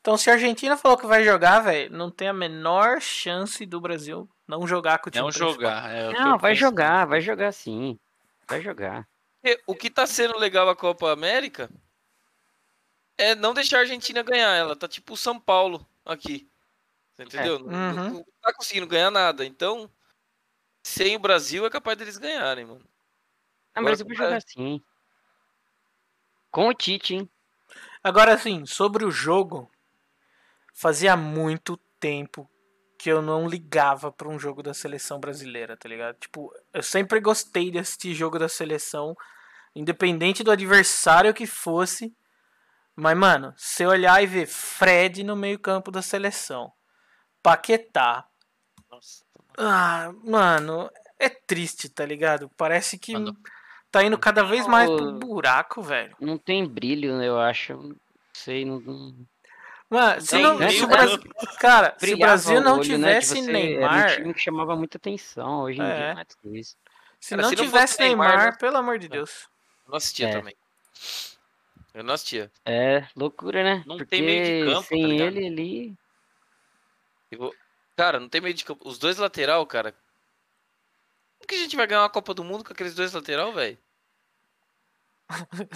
S1: Então, se a Argentina falou que vai jogar, velho, não tem a menor chance do Brasil não jogar com o time
S3: Não
S1: principal.
S3: jogar. é o que
S4: Não,
S3: eu
S4: vai
S3: penso.
S4: jogar, vai jogar sim. Vai jogar.
S2: Porque o que tá sendo legal a Copa América é não deixar a Argentina ganhar ela. Tá tipo o São Paulo aqui. Você entendeu? Não-
S1: Uhum.
S2: Não, não tá conseguindo ganhar nada. Então, sem o Brasil é capaz deles ganharem, mano.
S4: Ah,
S2: Agora
S4: mas eu vou jogar sim. Com o Tite, hein?
S1: Agora, assim, sobre o jogo, fazia muito tempo que eu não ligava pra um jogo da seleção brasileira, tá ligado? Tipo, eu sempre gostei de assistir jogo da seleção, independente do adversário que fosse. Mas, mano, se eu olhar e ver Fred no meio-campo da seleção, Paquetá,
S3: Nossa.
S1: Ah, mano, é triste, tá ligado? Parece que
S6: Mano.
S1: tá indo cada vez mais pro
S4: Ô.
S1: buraco, velho.
S4: Não tem brilho, né, eu acho. Não sei, não- não.
S1: Mano, se,
S2: Tem,
S1: não,
S4: né?
S1: se o Brasil, cara, se o
S4: Brilhava
S1: Brasil não
S4: o olho, né, de
S1: tivesse
S4: você- Era um
S1: Neymar,
S4: time que chamava muita atenção. Hoje em
S1: É.
S4: dia não é tudo isso.
S1: se
S2: Cara,
S1: não
S2: se não fosse
S1: tivesse
S2: Neymar,
S1: Neymar,
S2: né?
S1: pelo amor de Deus.
S2: Eu não assistia
S4: É.
S2: também. Eu não assistia.
S4: É, loucura, né?
S3: Não
S4: Porque
S3: tem meio de campo, tá
S4: sem
S3: ligado?
S4: ele ali.
S2: Eu vou- Cara, não tem meio de campo. Os dois lateral, cara. Como que a gente vai ganhar uma Copa do Mundo com aqueles dois lateral, velho?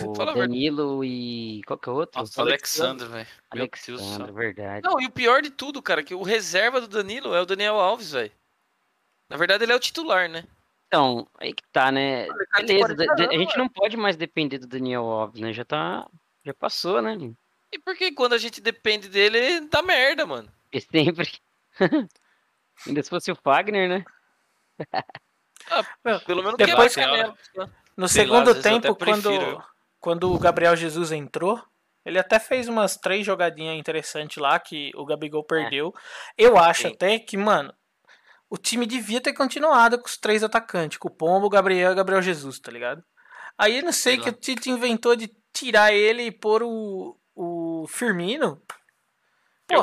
S4: O
S2: Fala a verdade.
S4: Danilo e. Qual que é o outro?
S3: Nossa, o Alexandre, velho. Meu Deus do céu.
S4: Alexandre, verdade.
S2: Não, e o pior de tudo, cara, que o reserva do Danilo é o Daniel Alves, velho. Na verdade, ele é o titular, né?
S4: Então, aí que tá, né?
S2: cara tem
S4: Beleza,
S2: 40
S4: da- da- a
S2: anos,
S4: gente não pode mais depender do Daniel Alves, né? Já tá. Já passou, né?
S2: E porque quando a gente depende dele, dá merda, mano.
S4: Porque sempre. Ainda se fosse o Fagner, né?
S2: Pelo menos é assim,
S1: Depois
S2: quebra a
S1: que-
S2: canela.
S1: No
S3: Sei lá,
S1: segundo
S3: às vezes eu até
S1: tempo, quando,
S3: prefiro.
S1: quando o Gabriel Jesus entrou, ele até fez umas três jogadinhas interessantes lá que o
S4: É.
S1: Gabigol perdeu. Eu acho
S3: Sim.
S1: até que, mano, o time devia ter continuado com os três atacantes, com o Pombo, o Gabriel e o Gabriel Jesus, tá ligado? Aí eu não sei
S3: Sei
S1: que
S3: lá.
S1: o Tite inventou de tirar ele e pôr o, o Firmino.
S3: Eu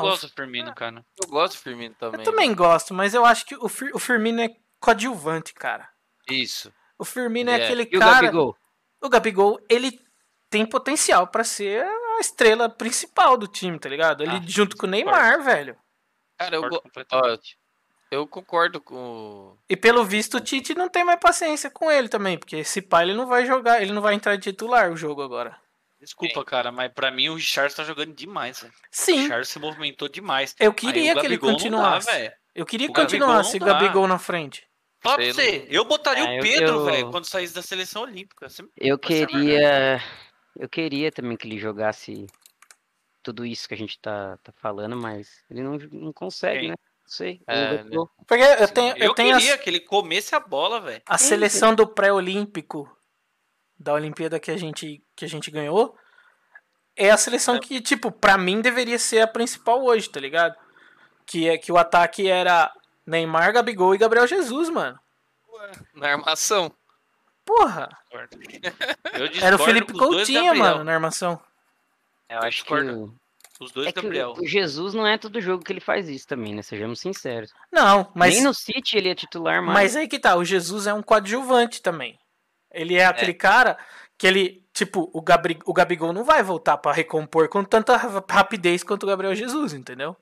S1: Pô,
S3: gosto do Firmino, cara.
S2: Eu gosto do Firmino também. né?
S1: eu também gosto, mas eu acho que o, Fir- o Firmino é coadjuvante, cara.
S2: Isso.
S1: O Firmino
S2: Ele
S1: é
S2: é.
S1: aquele
S4: E o
S1: cara
S4: Gabigol?
S1: o Gabigol, ele tem potencial pra ser a estrela principal do time, tá ligado? Ele
S3: Ah,
S1: junto com o Neymar, velho.
S2: Cara, eu,
S3: Concordo
S2: go-
S3: completamente.
S2: eu concordo com. o-
S1: E pelo visto o Tite não tem mais paciência com ele também, porque esse pai ele não vai jogar, ele não vai entrar de titular o jogo agora.
S3: Desculpa, cara, mas pra mim o Richard tá jogando demais, velho. O
S1: Sim,
S3: Richard se movimentou demais.
S1: eu
S3: Aí o
S1: queria que ele
S3: Gabigol não dá,
S1: continuasse.
S3: velho.
S1: eu queria que
S3: O Gabigol
S1: continuasse o
S3: não dá.
S1: Gabigol na frente.
S3: Fala pra
S2: Sei
S3: você, eu botaria
S1: É,
S4: Ah,
S3: o
S4: eu-
S3: Pedro,
S4: eu-
S3: velho, quando saísse da seleção olímpica. Você- Essa é
S4: Eu
S3: a
S4: queria. Eu queria também que ele jogasse tudo isso que a gente tá, tá falando, mas ele não, não consegue,
S3: Quem?
S4: né? Não sei.
S2: É,
S4: Não gostou.
S1: Porque eu tenho, eu
S3: Eu,
S1: tenho a,
S3: queria que ele comesse a bola, velho.
S1: a seleção do pré-olímpico da Olimpíada que a gente que a gente ganhou é a seleção que tipo pra mim deveria ser a principal hoje, tá ligado? Que é que o ataque era Neymar, Gabigol e Gabriel Jesus, mano.
S2: Na armação.
S1: Porra,
S3: Eu
S1: era o
S3: discordo
S1: Felipe
S3: com os dois
S1: Coutinho,
S3: Gabriel.
S1: mano, na armação.
S4: Eu acho que,
S3: discorda.
S4: o,
S3: Os dois
S4: é que
S3: Gabriel.
S4: o Jesus não é todo jogo que ele faz isso também, né? Sejamos sinceros.
S1: Não, mas
S4: Nem no City ele é titular, mas.
S1: Mas aí que tá, o Jesus é um coadjuvante também. Ele é aquele cara que ele, tipo, o, Gabri, o Gabigol não vai voltar pra recompor com tanta ra- rapidez quanto o Gabriel Jesus, entendeu?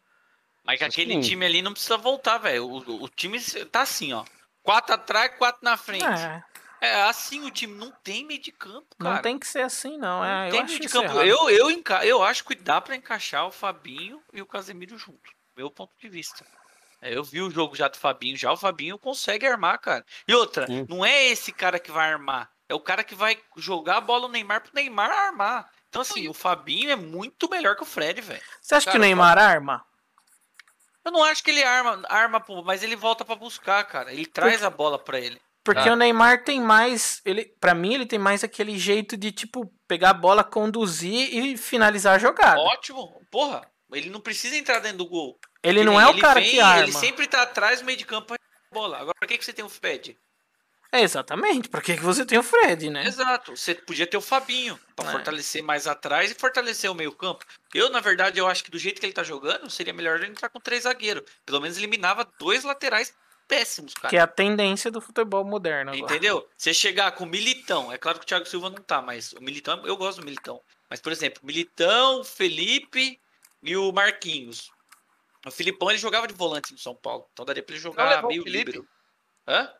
S3: Mas aquele
S4: Sim.
S3: time ali não precisa voltar, velho. O, o time tá assim, ó. Quatro atrás, quatro na frente.
S1: É,
S3: É, assim o time não tem meio de campo,
S1: não
S3: cara.
S1: tem que ser assim, não. É, eu
S3: tem
S1: acho
S3: meio de
S1: isso
S3: campo.
S1: errado.
S3: Eu, eu, enca- eu acho que dá pra encaixar o Fabinho e o Casemiro junto. Meu ponto de vista. É, eu vi o jogo já do Fabinho, já o Fabinho consegue armar, cara. E outra,
S4: Sim.
S3: não é esse cara que vai armar, é o cara que vai jogar a bola no Neymar pro Neymar armar. Então, assim, o Fabinho é muito melhor que o Fred, velho.
S1: Você acha que
S3: Cara,
S1: o Neymar arma?
S3: Eu não acho que ele arma, arma, pô, mas ele volta pra buscar, cara. Ele traz a bola pra ele.
S1: Porque
S2: Ah.
S1: o Neymar tem mais, ele, para mim ele tem mais aquele jeito de tipo pegar a bola, conduzir e finalizar a jogada.
S3: Ótimo, porra. Ele não precisa entrar dentro do gol.
S1: ele não é o cara
S3: vem,
S1: que arma.
S3: Ele sempre tá atrás do meio de campo pra bola. Agora, pra que, que você tem o Fred?
S1: É, exatamente. Por que que você tem o Fred, né?
S3: Exato. Você podia ter o Fabinho pra
S1: É.
S3: fortalecer mais atrás e fortalecer o meio campo. Eu, na verdade, eu acho que do jeito que ele tá jogando, seria melhor ele entrar com três zagueiros. Pelo menos eliminava dois laterais péssimos, cara.
S1: Que é a tendência do futebol moderno agora.
S3: Entendeu? Você chegar com o Militão, é claro que o Thiago Silva não tá, mas o Militão, eu gosto do Militão. Mas, por exemplo, Militão, Felipe e o Marquinhos. O Filipão, ele jogava de volante no São Paulo, então daria pra ele jogar
S2: levou o
S3: meio
S2: Felipe?
S3: líbero. Hã?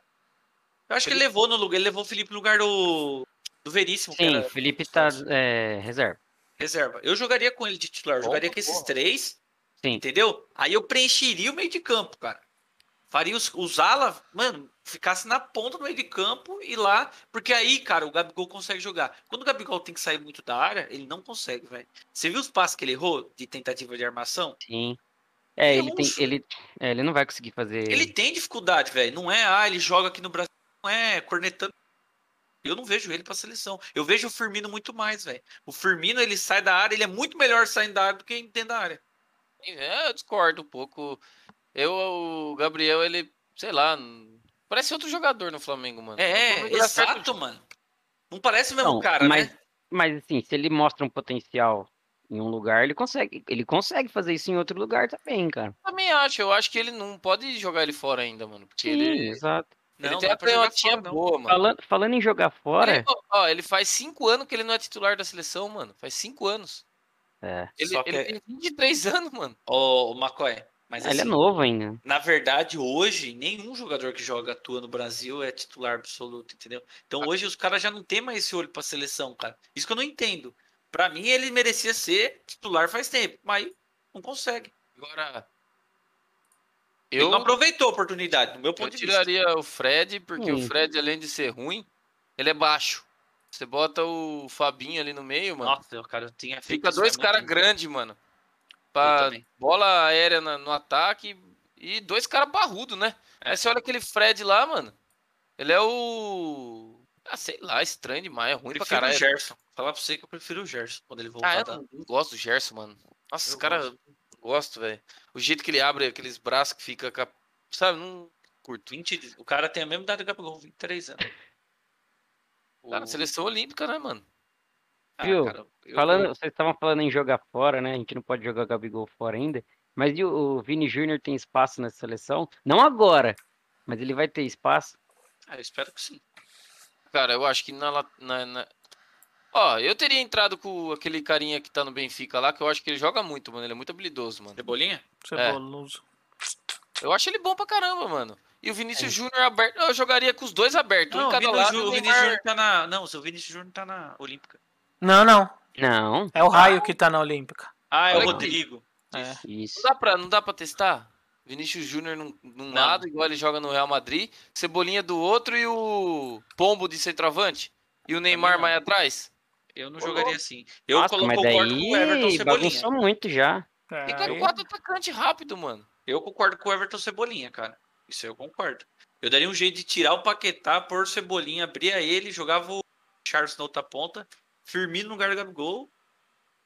S3: Eu acho que ele levou no lugar, ele levou o Felipe no lugar do, do Veríssimo, que
S4: Sim,
S3: era
S4: Felipe tá é, reserva.
S3: reserva. Eu jogaria com ele de titular, eu
S2: Bom,
S3: jogaria com esses
S2: porra.
S3: três,
S4: Sim.
S3: entendeu? Aí eu preencheria o meio de campo, cara. Faria os, os ala, mano, ficasse na ponta do meio de campo e lá, porque aí, cara, o Gabigol consegue jogar. Quando o Gabigol tem que sair muito da área, ele não consegue, velho. Você viu os passes que ele errou de tentativa de armação?
S4: Sim. É,
S3: Ele é
S4: ele tem.
S3: monstro.
S4: Ele, é, ele não vai conseguir fazer.
S3: Ele tem dificuldade, velho. Não é, ah, ele joga aqui no Brasil, não é cornetando. Eu não vejo ele pra seleção. Eu vejo o Firmino muito mais, velho. O Firmino, ele sai da área, ele é muito melhor saindo da área do que dentro da área.
S2: É, eu discordo um pouco. Eu, o Gabriel, ele, sei lá, n- parece outro jogador no Flamengo, mano. O
S3: É,
S2: Flamengo Então, ele acerta
S3: exato, mano. Não parece o mesmo
S4: Não,
S3: cara,
S4: mas,
S3: né?
S4: mas assim, se ele mostra um potencial em um lugar, ele consegue, ele consegue fazer isso em outro lugar também, cara.
S2: Eu também acho, eu acho que ele não pode jogar ele fora ainda, mano. Porque ele,
S4: exato.
S2: ele
S3: Não,
S2: tem
S3: dá
S2: a
S3: pra jogar
S2: canhotinha
S3: fora, não.
S2: boa, mano.
S4: Falando, falando em jogar fora,
S2: Ele, ó, ele faz cinco anos que ele não é titular da seleção, mano. Faz cinco anos.
S4: é,
S2: Ele,
S3: Só que
S2: ele
S3: é-
S2: tem 23 anos, mano.
S3: Ô, Macoy, mas
S4: ele é
S3: assim,
S4: novo ainda.
S3: na verdade, hoje, nenhum jogador que joga atua no Brasil é titular absoluto, entendeu? Então
S2: Ah.
S3: hoje os caras já não têm mais esse olho pra seleção, cara. Isso que eu não entendo. Pra mim, ele merecia ser titular faz tempo, mas não consegue.
S2: Agora.
S3: Ele
S2: Eu,
S3: não aproveitou a oportunidade, do meu
S2: eu
S3: ponto de vista.
S2: tiraria o Fred, porque o
S4: Hum.
S2: Fred, além de ser ruim, ele é baixo. Você bota o Fabinho ali no meio, mano.
S3: Nossa, cara, eu tinha feito
S2: Fica
S3: isso
S2: dois ah,
S3: há muito
S2: caras
S3: tempo.
S2: grandes, mano.
S3: Eu
S2: Pra
S3: também.
S2: bola aérea na- no ataque e dois caras barrudos, né?
S3: É.
S2: Aí você olha aquele Fred lá, mano. Ele é o. Ah, sei lá, estranho demais, é ruim
S3: Eu
S2: pra
S3: prefiro o
S2: caralho.
S3: Gerson. Falar pra você que eu prefiro o Gerson quando ele voltar.
S2: Ah, eu
S3: da-
S2: não, não gosto do Gerson, mano. Nossa,
S3: um Eu
S2: esse cara. Gosto, velho. O jeito que ele abre aqueles braços que fica. com a- Sabe, não curto.
S3: 20, o cara tem a mesma idade do Gabigol, 23 anos.
S2: Tá na
S3: O-
S2: seleção olímpica, né, mano?
S3: Ah,
S4: Viu?
S3: cara, eu-
S4: Falando, vocês estavam falando em jogar fora, né? A gente não pode jogar Gabigol fora ainda. Mas e o, o Vini Júnior tem espaço nessa seleção? Não agora, mas ele vai ter espaço.
S3: Ah, eu espero que sim.
S2: Cara, eu acho que na. la- na, na- Ó, eu teria entrado com aquele carinha que tá no Benfica lá, que eu acho que ele joga muito, mano. Ele é muito habilidoso, mano.
S3: Cebolinha?
S1: Ceboloso.
S2: Eu acho ele bom pra caramba, mano. E o Vinícius Júnior aberto. Eu jogaria com os dois abertos, um
S3: É. Não,
S2: em
S3: o
S2: cada
S3: Vinícius,
S2: lado.
S3: Ju-
S2: e
S3: o
S2: o
S3: Vinícius
S2: Neymar-
S3: Júnior tá na. Não, o seu Vinícius Júnior tá na Olímpica.
S1: Não, não.
S4: Não,
S1: É o raio que tá na Olímpica.
S3: Ah, é
S2: Olha
S3: o
S2: aqui.
S3: Rodrigo.
S1: É.
S4: isso.
S2: Não dá pra, não dá pra testar? Vinícius Júnior num, num lado, igual ele joga no Real Madrid, Cebolinha do outro e o Pombo de centroavante. E o Neymar
S3: não.
S2: mais atrás.
S3: Eu não
S7: Ô,
S3: jogaria assim. Eu
S2: Nossa,
S3: colo-
S4: Mas
S3: concordo com o Everton
S4: daí
S3: Cebolinha.
S4: bagunçou muito já.
S1: É,
S2: E cara,
S1: aí-
S2: quatro atacante rápido, mano.
S3: Eu concordo com o Everton Cebolinha, cara. Isso eu concordo. Eu daria um jeito de tirar o Paquetá, pôr o Cebolinha, abria ele, jogava o Charles na outra ponta, Firmino no lugar do Gabigol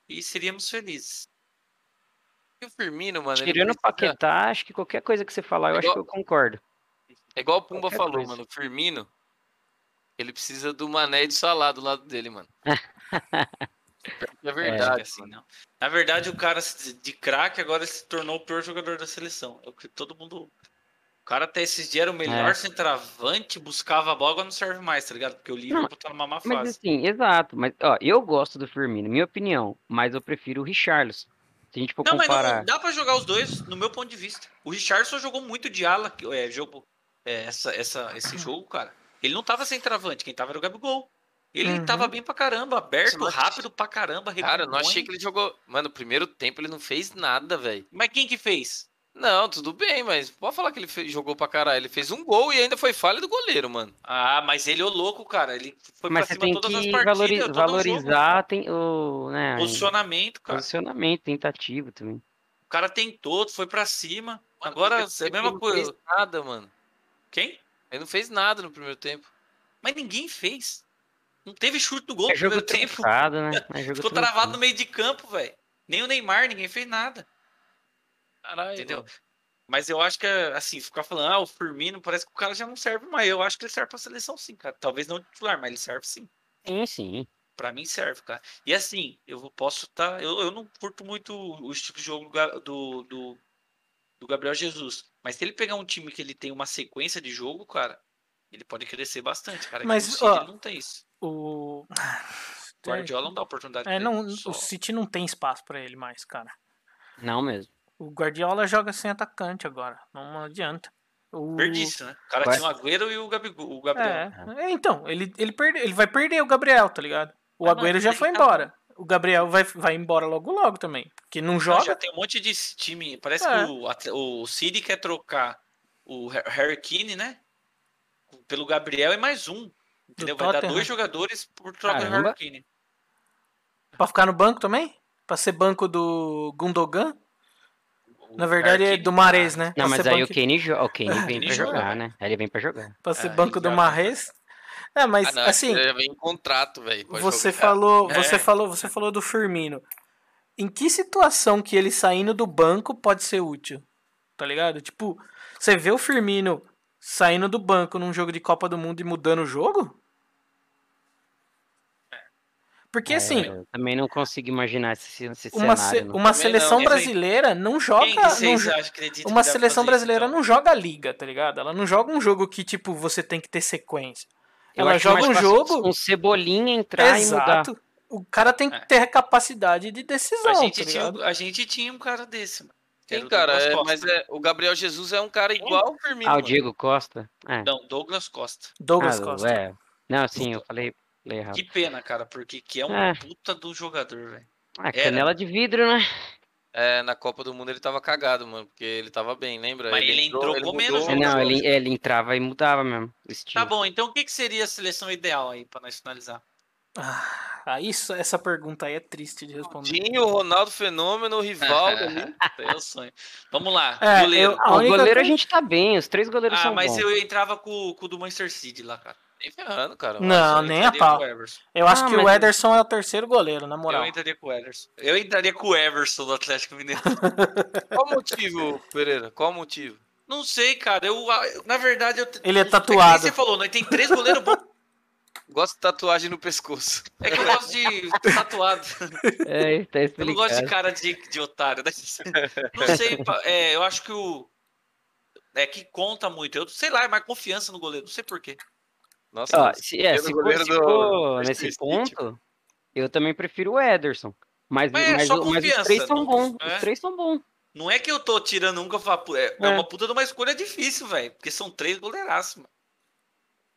S3: e seríamos felizes.
S2: E o Firmino, mano. ele
S4: Tirando o
S2: precisa-
S4: Paquetá, acho que qualquer coisa que você falar, eu acho que eu concordo.
S2: É igual o Pumba
S4: Qualquer
S2: falou,
S4: coisa.
S2: mano. O Firmino, ele precisa do Mané e do Salá do lado dele, mano. é
S3: Acho que
S2: verdade.
S3: é assim, não. Na verdade, o cara se- de craque agora se tornou o pior jogador da seleção. É o que todo mundo. O cara até esses dias era o melhor
S4: É.
S3: centroavante, buscava a bola, agora não serve mais, tá ligado? Porque o Liverpool tá numa má
S4: Mas
S3: fase.
S4: assim, exato. Mas ó, eu gosto do Firmino, minha opinião. Mas eu prefiro o Richarlison. Se a gente for
S3: Não, mas
S4: comparar.
S3: não dá pra jogar os dois, no meu ponto de vista. O Richardson jogou muito de ala, que- é, jogo, é, essa, essa,
S4: Uhum.
S3: esse jogo, cara. Ele não tava sem travante, quem tava era o Gabigol. Ele
S1: Uhum.
S3: tava bem pra caramba, aberto,
S2: Mas-
S3: rápido pra caramba,
S2: Cara, eu não
S3: recompõe.
S2: achei que ele jogou. Mano, o primeiro tempo ele não fez nada, velho.
S3: Mas quem que fez?
S2: Não, tudo bem, mas pode falar que ele fe- jogou pra caralho. Ele fez um gol e ainda foi falha do goleiro, mano.
S3: Ah, mas ele é o louco, cara. Ele foi
S4: mas
S3: pra
S4: você
S3: cima
S4: tem
S3: todas
S4: que
S3: as partidas,
S4: valori-
S3: todo jogo.
S4: valorizar tem, o né,
S3: Posicionamento, cara.
S4: posicionamento, tentativo também.
S3: O cara tentou, foi pra cima.
S2: Mano,
S3: Agora,
S2: ele
S3: é a
S2: não
S3: mesma coisa.
S2: fez nada, mano.
S3: Quem?
S2: Ele não fez nada no primeiro tempo.
S3: Mas ninguém fez. Não teve chute no gol
S4: É
S3: no
S4: jogo
S3: primeiro tempo.
S4: truncado, né? É jogo
S3: Ficou travado
S4: truncado.
S3: no meio de campo, velho. Nem o Neymar, ninguém fez nada,
S2: Caralho.
S3: entendeu?
S2: Entendeu?
S3: Mas eu acho que, assim, ficar falando, ah, o Firmino, parece que o cara já não serve mais. Eu acho que ele serve pra seleção, sim, cara. Talvez não titular, mas ele serve sim.
S4: Sim, sim.
S3: Pra mim serve, cara. E assim, eu vou- posso estar. eu, eu não curto muito o estilo de jogo do Ga- do, do, do Gabriel Jesus. Mas se ele pegar um time que ele tem uma sequência de jogo, cara, ele pode crescer bastante, cara. Que
S1: Mas,
S3: o City,
S1: ó,
S3: ele não tem isso.
S1: O.
S3: O Guardiola não dá oportunidade.
S1: É,
S3: pra
S1: não,
S3: ele, só.
S1: o City não tem espaço pra ele mais, cara.
S4: Não mesmo.
S1: O Guardiola joga sem atacante agora. Não adianta. O...
S3: Perdiço, né? O cara
S4: Vai-
S3: tinha o Agüero e o, Gabigol, o Gabriel.
S1: É, é, então, ele, ele, perde, ele vai perder o Gabriel, tá ligado? O
S3: Mas, mano,
S1: Agüero já
S3: ele
S1: foi
S3: tá-
S1: embora. O Gabriel vai, vai embora logo logo também. Porque não
S3: Não,
S1: joga.
S3: Já tem um monte de time. Parece
S1: É.
S3: que o, Atl- o City quer trocar o Har- Harry Kane, né? Pelo Gabriel e mais um. Entendeu? Vai dar
S1: Tottenham.
S3: dois jogadores por troca do
S4: Caramba.
S3: Harry Kane.
S1: Pra ficar no banco também? Pra ser banco do Gundogan? Na verdade é do Mares, né?
S4: Não,
S1: Pra
S4: mas
S1: ser
S4: aí o
S1: banco,
S4: Kane, É, jo- o
S1: Ah,
S4: Kane vem
S3: Kane
S4: pra
S3: joga,
S4: jogar, né? Aí Ele vem pra jogar.
S1: pra ser
S2: Ah,
S1: banco do
S2: já-
S1: Mares. É, mas
S2: Ah, não,
S1: assim,
S2: ele já vem em contrato, velho. pode
S1: você
S2: jogar.
S1: falou,
S3: É.
S1: você falou, você falou do Firmino. Em que situação que ele saindo do banco pode ser útil? Tá ligado? Tipo, você vê o Firmino saindo do banco num jogo de Copa do Mundo e mudando o jogo? Porque
S4: É,
S1: assim,
S4: eu também não consigo imaginar esse, esse
S1: uma, se-
S4: cenário. não.
S1: uma
S2: Também não,
S1: seleção
S3: mas aí-
S1: brasileira não
S3: Quem
S1: joga,
S3: que
S1: não,
S3: vocês
S1: jo-
S3: acham que acredita que
S1: Uma
S3: deve
S1: seleção
S3: fazer isso,
S1: brasileira
S3: então?
S1: não joga a liga, tá ligado? Ela não joga um jogo que, tipo, você tem que ter sequência.
S4: Eu
S1: Ela
S4: acho
S1: joga
S4: mais
S1: um
S4: fácil
S1: jogo.
S4: Um cebolinha entrar e mudar.
S1: Exato. O cara tem que
S3: É.
S1: ter a capacidade de decisão,
S3: A gente,
S1: tá
S3: tinha,
S1: ligado?
S3: um- a gente tinha um cara desse, mano. Que era
S2: Sim,
S3: o
S2: cara,
S3: Douglas
S2: é,
S3: Costa.
S2: mas é, o Gabriel Jesus é um cara igual ao Firmino.
S4: Ah, o
S2: mano.
S4: Diego Costa? É.
S3: Não, Douglas Costa.
S1: Douglas
S4: Ah,
S1: Costa.
S4: é. Não, sim, eu falei, falei errado.
S3: Que pena, cara, porque que é um
S4: Ah. É.
S3: puta do jogador, velho.
S4: Ah,
S3: Era,
S4: canela de vidro, né?
S2: É, na Copa do Mundo ele tava cagado, mano, porque ele tava bem, lembra?
S3: Mas ele entrou com
S2: mudou,
S3: menos
S4: É,
S3: jogos.
S4: Não, ele, ele entrava e mudava mesmo. o
S3: Tá
S4: estilo.
S3: bom, então o que, que seria a seleção ideal aí pra nós finalizar?
S1: Ah, isso, essa pergunta aí é triste de responder.
S2: Dinho, Ronaldo Fenômeno, o Rivaldo. né? ali.
S3: É o sonho. Vamos lá,
S1: É,
S3: goleiro.
S1: eu-
S4: Ah,
S1: A
S4: o
S1: única
S4: goleiro a
S1: coisa-
S4: gente tá bem, os três goleiros
S3: Ah,
S4: são
S3: mas
S4: bons.
S3: eu entrava com, com o do Manchester City lá, cara.
S2: Nem ferrando, cara.
S1: Não,
S3: Eu
S1: Ah, nem a
S3: entraria
S1: pau.
S3: com o Everson.
S1: Eu acho
S4: Ah,
S1: que
S4: mas-
S1: o Ederson é o terceiro goleiro, na
S3: Eu
S1: moral.
S3: entraria com o Everson. Eu entraria com o Everson do Atlético Mineiro.
S2: Qual o motivo, Pereira? Qual o motivo?
S3: Não sei, cara. Eu, na verdade, eu.
S1: Ele é
S3: que nem
S1: tatuado.
S3: Você falou, nós tem três goleiros bons.
S2: Gosto de tatuagem no pescoço.
S3: É que eu gosto de tatuado.
S4: É, tá
S3: Eu não gosto de
S4: explicado.
S3: cara de, de otário. né? Não sei, pa- é, eu acho que o. É que conta muito. Eu sei lá, é mais confiança no goleiro. Não sei porquê.
S2: Nossa,
S4: Ó,
S2: mano,
S3: assim,
S4: se, é,
S2: Pelo
S4: se for,
S2: goleiro
S4: se
S2: do-
S4: for
S2: do
S4: nesse
S2: City.
S4: ponto, eu também prefiro o Ederson. Mas,
S3: Mas é
S4: mas,
S3: só
S4: o- mas os
S3: confiança,
S4: três são
S3: não-
S4: bons.
S3: é.
S4: Os três são bons.
S3: Não é que eu tô tirando um que eu falo. pô, É, é
S1: É.
S3: uma puta de uma escolha difícil, velho. Porque são três goleiraços, mano.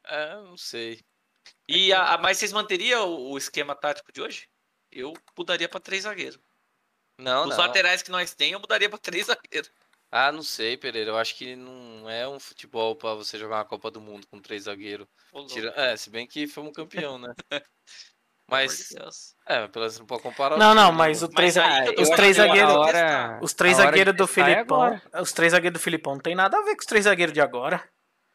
S2: é, não sei.
S1: É
S3: E a, a- mas vocês manteriam o, o esquema tático de hoje? Eu mudaria pra três zagueiros.
S2: Não,
S3: Os
S2: não.
S3: laterais que nós tem, eu mudaria pra três zagueiros.
S2: Ah, não sei, Pereira. Eu acho que não é um futebol pra você jogar uma Copa do Mundo com três zagueiros.
S3: Ô, louco,
S2: Tira- É, se bem que fomos campeão, né?
S3: pelo amor
S2: Mas,
S3: de Deus.
S2: é, mas pelo menos não pode comparar.
S1: Não,
S2: os
S1: não,
S2: times,
S1: mas
S2: né?
S1: o três,
S3: aí eu
S1: os
S3: acho
S1: três
S3: que é uma
S1: zagueiros,
S3: hora-
S1: os três
S4: a hora
S1: zagueiros
S4: de
S1: do
S4: testar é
S1: Filipão,
S4: agora.
S1: os três zagueiros do Filipão não tem nada a ver com os três zagueiros de agora.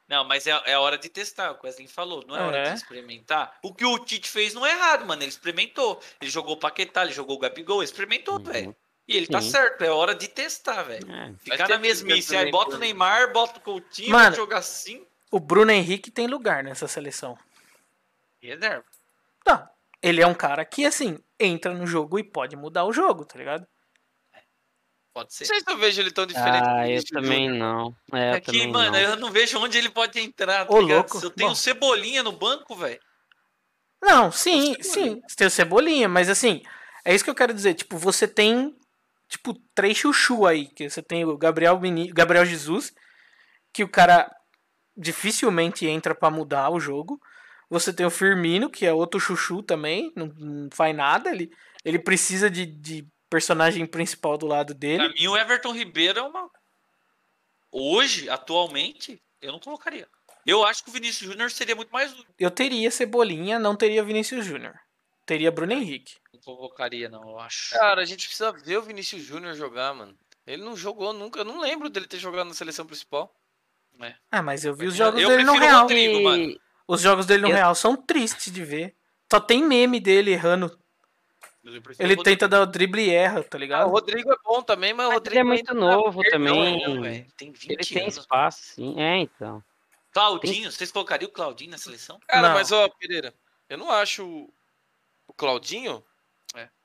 S3: Não, mas é, é a hora de testar, o que o Wesley falou. Não é, hora
S1: É.
S3: de experimentar. O que o Tite fez não é errado, mano. Ele experimentou. Ele jogou o Paquetá, ele jogou o Gabigol, ele experimentou,
S4: Uhum.
S3: velho. E ele tá
S4: Sim.
S3: certo, é hora de testar, velho.
S4: É,
S3: Ficar
S2: Mas
S3: na
S2: teve
S3: mesmice. Aí
S2: também,
S3: bota o
S2: pô.
S3: Neymar, bota o Coutinho,
S1: Mano.
S3: vai jogar assim.
S1: O Bruno Henrique tem lugar nessa seleção.
S3: Reserva.
S1: Tá. Ele é um cara que, assim, entra no jogo e pode mudar o jogo, tá ligado?
S3: Pode ser.
S2: Não sei se eu vejo ele tão diferente. do
S4: Ah, eu
S2: Vinícius
S4: também não. É, eu
S3: É que,
S4: também
S3: mano,
S4: não.
S3: eu não vejo onde ele pode entrar. tá
S1: Ô,
S3: ligado?
S1: louco.
S3: Se eu tenho
S1: Bom.
S3: cebolinha no banco, velho.
S1: Não, sim,
S3: O Cebolinha.
S1: sim. Você tem o Cebolinha, mas assim, é isso que eu quero dizer. Tipo, você tem, tipo, três chuchu aí. Que você tem o Gabriel, Meni- Gabriel Jesus, que o cara dificilmente entra pra mudar o jogo. Você tem o Firmino, que é outro chuchu também, não, não faz nada. Ele, ele precisa de, de personagem principal do lado
S3: Pra
S1: dele.
S3: mim, o Everton Ribeiro é uma. Hoje, atualmente, eu não colocaria. Eu acho que o Vinícius Júnior seria muito mais útil.
S1: Eu teria Cebolinha, não teria Vinícius Júnior. Teria Bruno Henrique.
S3: Não colocaria, não, eu acho.
S2: Cara, a gente precisa ver o Vinícius Júnior jogar, mano. Ele não jogou nunca. Eu não lembro dele ter jogado na seleção principal.
S1: Ah, mas eu vi os
S3: Eu
S1: jogos
S3: prefiro
S1: dele no
S3: o
S1: Real.
S3: Rodrigo. Rodrigo, mano.
S1: Os jogos dele no
S4: Eu-
S1: Real são tristes de ver. Só tem meme dele errando.
S3: Mas eu prefiro
S1: Ele
S3: o Rodrigo.
S1: tenta dar o drible e erra, tá
S2: Ah, o
S1: ligado?
S2: Rodrigo é bom também, mas o
S4: Mas ele
S2: Rodrigo
S4: é muito novo
S3: Não,
S4: também.
S3: não, um né, velho. Ele Tem 20
S4: Ele tem
S3: anos.
S4: espaço, sim. É, então.
S3: Claudinho, vocês colocariam o Claudinho na seleção?
S2: Cara,
S1: Não.
S2: mas ó, Pereira, eu não acho o- o Claudinho.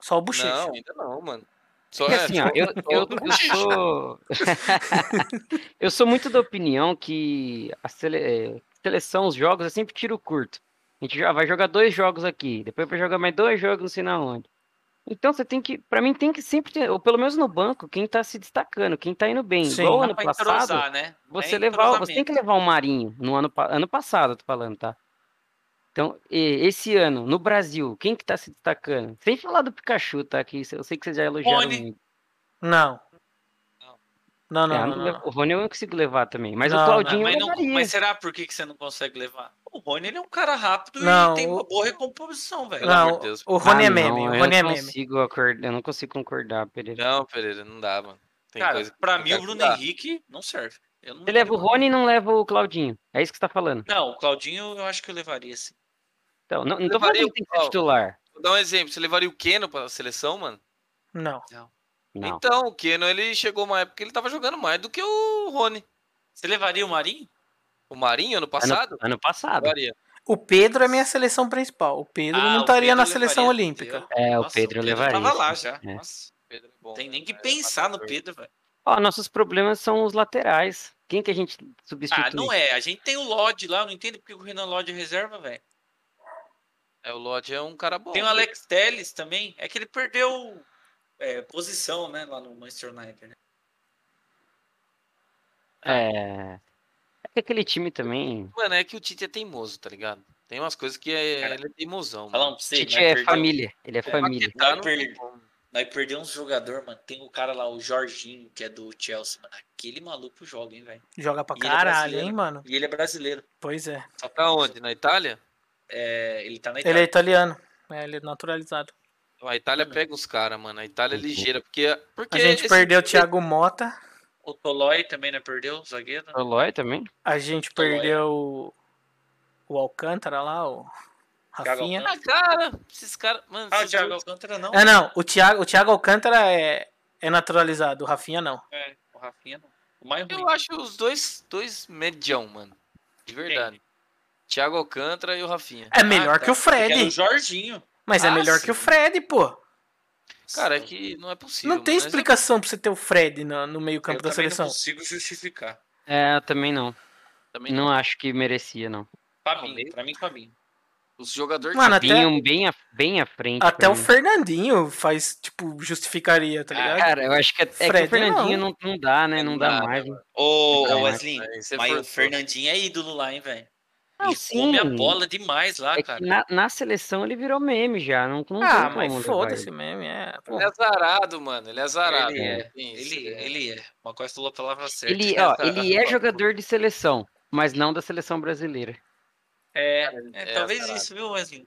S1: Só o bochecha.
S2: Não, ainda não, mano. Só
S4: Porque
S2: é,
S4: assim,
S2: só-
S4: ó, eu, eu,
S2: todo
S4: eu sou. eu sou muito da opinião que a sele- eh, seleção, os jogos, eu sempre tiro curto. A gente já vai jogar dois jogos aqui, depois vai jogar mais dois jogos, não sei na onde. Então você tem que. Pra mim, tem que sempre ter, ou pelo menos no banco, quem tá se destacando, quem tá indo bem.
S1: Sim.
S4: Igual
S1: Dá
S4: ano
S3: pra
S4: passado.
S3: entrosar, né?
S4: Você
S3: É
S4: levar, você tem que
S3: entrosamento.
S4: levar o Marinho no ano, pa- ano passado, eu tô falando, tá? Então, e- esse ano, no Brasil, quem que tá se destacando? Sem falar do Pikachu, tá? Que isso- eu sei que vocês já elogiaram
S3: Rony.
S4: muito.
S1: Não. Não, não, não,
S4: É, não
S1: não,
S4: levo-
S1: não.
S4: O Rony eu não consigo levar também. Mas
S1: Não,
S4: o
S1: não,
S4: Claudinho
S3: Ah, mas,
S4: eu
S3: não-
S4: levaria.
S3: mas será por que, que você não consegue levar? O Rony ele é um cara rápido
S1: Não,
S3: e tem uma
S1: o-
S3: boa recomposição, velho.
S2: Pelo amor
S1: Não,
S2: de Deus.
S1: o Rony
S4: Ah,
S1: é meme,
S4: não,
S1: o
S4: eu
S1: Rony é
S4: não
S1: meme.
S4: consigo acordar, eu não consigo concordar, Pereira.
S2: Não, Pereira, não dá, mano. Tem
S3: Cara,
S2: coisa que
S3: pra
S2: tem
S3: mim
S2: que
S3: o Bruno
S2: acordar.
S3: Henrique não serve. Eu não
S4: Você leva o Rony e não leva o Claudinho. É isso que você tá falando.
S3: Não, o Claudinho eu acho que eu levaria sim.
S4: Então, não, não tô falando
S2: Levaria
S4: que
S2: o
S4: ele tem que ser
S2: Clau-
S4: titular.
S2: Vou dar um exemplo. Você levaria o Keno pra seleção, mano?
S1: Não.
S4: Não.
S2: Então, o Keno, ele chegou uma época que ele tava jogando mais do que o Rony.
S3: Você levaria o Marinho?
S2: O Marinho, ano
S4: Ano,
S2: passado?
S4: ano passado.
S2: Levaria.
S1: O Pedro é minha seleção principal. O Pedro
S3: Ah,
S1: não
S3: o
S1: estaria
S3: Pedro
S1: na
S3: eu
S1: seleção
S3: levaria,
S1: olímpica.
S3: entendeu?
S4: É, o
S3: Nossa,
S4: Pedro eu
S3: Tava
S4: levaria.
S3: lá já.
S4: É.
S3: Nossa,
S2: Pedro é bom,
S3: tem nem
S2: né?
S3: que
S2: Mas é
S3: pensar no
S2: matador.
S3: Pedro, velho.
S4: Ó, nossos problemas são os laterais. Quem que a gente substitui?
S2: tipo
S3: Ah, não é. A gente tem o Lodge lá, eu não entendo porque o Renan Lodge é reserva, velho.
S2: É, o Lodge é um cara bom.
S3: Tem o Alex Telles também. É que ele perdeu é, posição, né, lá no Manchester United, né?
S4: É. É que aquele time também.
S2: Mano, é que o Tite é teimoso, tá ligado? Tem umas coisas que é...
S3: Cara,
S2: ele é teimosão.
S3: Falar
S2: Mano.
S3: um pra você,
S4: Tite
S3: nós
S4: é
S3: perdeu-
S4: família. Ele é família.
S2: Paquetá
S3: Nós
S2: não tem
S3: perdemos.
S2: como.
S3: Nós perdemos um jogador, mano. Tem o cara lá, o Jorginho, que é do Chelsea, mano. Aquele maluco joga, hein, velho.
S1: Joga pra
S3: E ele é
S1: caralho,
S3: brasileiro.
S1: hein, mano.
S3: E ele é brasileiro.
S1: Pois é.
S3: Só
S2: Tá onde? Na Itália?
S3: É, ele tá na
S1: Ele é
S3: Itália.
S1: italiano. É, ele é naturalizado.
S2: A Itália pega os caras, mano. A Itália é
S4: Uhum.
S2: ligeira, porque. porque
S1: A gente
S2: esse-
S1: perdeu o Thiago Mota.
S3: O Tolói também, né? Perdeu, zagueiro.
S2: Ah,
S4: O Loi também?
S1: A gente
S3: Olha.
S1: perdeu o, o Alcântara lá, o Rafinha.
S3: Alcântara.
S2: Ah, cara, esses caras. Mano,
S3: Ah, o
S2: esses
S3: Thiago
S2: dois-
S3: Alcântara não. né?
S1: Ah, não, o Thiago, o Thiago Alcântara é, é naturalizado, o Rafinha não.
S3: É, o Rafinha não. O mais ruim.
S2: eu acho os dois, dois medião, mano. De verdade. Thiago Alcântara e o Rafinha.
S1: É melhor
S3: tá.
S1: que o
S3: Eu quero o
S1: Fred,
S3: Jorginho.
S1: mas é
S2: Ah,
S1: melhor que o
S2: sim.
S1: Fred, pô.
S2: Cara, é que não é possível.
S1: Não tem
S2: mano. Nós
S1: explicação pra você ter o Fred no, no meio
S3: Eu
S1: campo da
S3: também
S1: seleção.
S3: Não consigo justificar.
S4: É, eu também não.
S2: também
S4: Não acho que merecia, não.
S2: Não,
S3: Fabinho,
S2: mesmo.
S3: pra mim, Fabinho.
S2: Os jogadores.
S1: Mano, até,
S4: Vinham bem, à- bem à frente.
S1: até
S4: pra
S1: o
S4: mim.
S1: Fernandinho faz, tipo, justificaria, tá
S3: Ah,
S1: ligado?
S4: Cara, eu acho que é, é que
S1: Fred,
S4: o Fernandinho não. Não, dá, né? Não,
S2: Não
S4: dá,
S2: dá,
S4: mais.
S2: né,
S4: né?
S3: Ô,
S4: Não,
S3: ô, Wesley,
S2: Aí você
S3: mas o
S2: forçou.
S3: Fernandinho é ídolo lá, hein, velho?
S1: Ah,
S4: Não,
S3: ele
S4: sim.
S3: come a bola demais lá,
S4: É que
S3: cara.
S4: na, na seleção ele virou meme já. Não, não
S1: Ah,
S4: tem como
S1: mas
S4: levar
S1: foda-se
S4: ele.
S1: mesmo, é. pô.
S2: Ele é azarado, mano. Ele é azarado.
S3: Ele
S4: é.
S2: Tem isso,
S3: Ele,
S2: né?
S3: ele é. Uma coisa falou a palavra certa.
S4: Ele, ó, ele é jogador de seleção, mas não da seleção brasileira.
S3: É,
S2: É,
S3: talvez
S2: azarado.
S3: isso, viu, Wesley?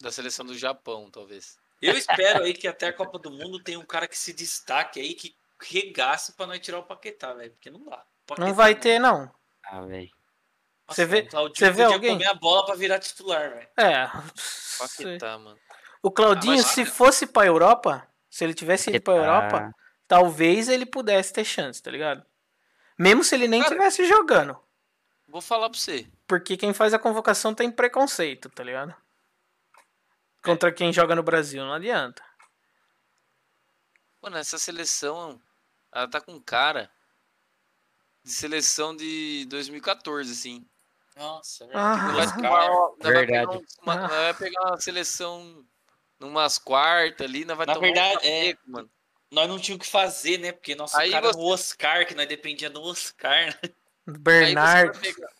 S2: é Da seleção do Japão, talvez.
S3: Eu espero aí que até a Copa do Mundo tenha um cara que se destaque aí, que regace pra nós tirar o Paquetá, velho. Porque não dá. O Paquetá
S1: Não vai ter, não.
S4: Ah, velho.
S3: Nossa,
S1: Você vê-
S3: o Claudinho
S1: você vê
S3: podia
S1: alguém?
S3: comer a bola pra virar titular, velho.
S1: É.
S3: então.
S2: Paquetá, mano.
S1: O Claudinho,
S2: Ah, mas-
S1: se
S3: é.
S1: fosse pra Europa, se ele tivesse ido
S4: tá,
S1: pra Europa, talvez ele pudesse ter chance, tá ligado? Mesmo se ele nem
S2: Cara-
S1: estivesse jogando.
S2: Vou falar pra você.
S1: Porque quem faz a convocação tem preconceito, tá ligado? Contra quem joga no Brasil, não adianta.
S2: Mano, essa seleção, ela tá com cara de seleção de 2014, assim.
S3: Nossa, velho.
S1: Ah.
S2: Ela
S3: Tem
S2: vai
S3: dois
S2: pegar
S3: caras.
S2: uma- ela vai
S4: Verdade.
S2: pegar um- uma- ela vai pegar uma seleção numas quartas ali, não vai
S3: Na
S2: tomar um
S3: verdade, é.
S2: capeco, mano.
S3: Nós não tínhamos o que fazer, né? Porque nosso
S2: Aí
S3: cara
S2: você-
S3: no Oscar, que nós dependíamos do Oscar, né?
S2: Aí você vai
S1: Bernardo,
S2: pegar-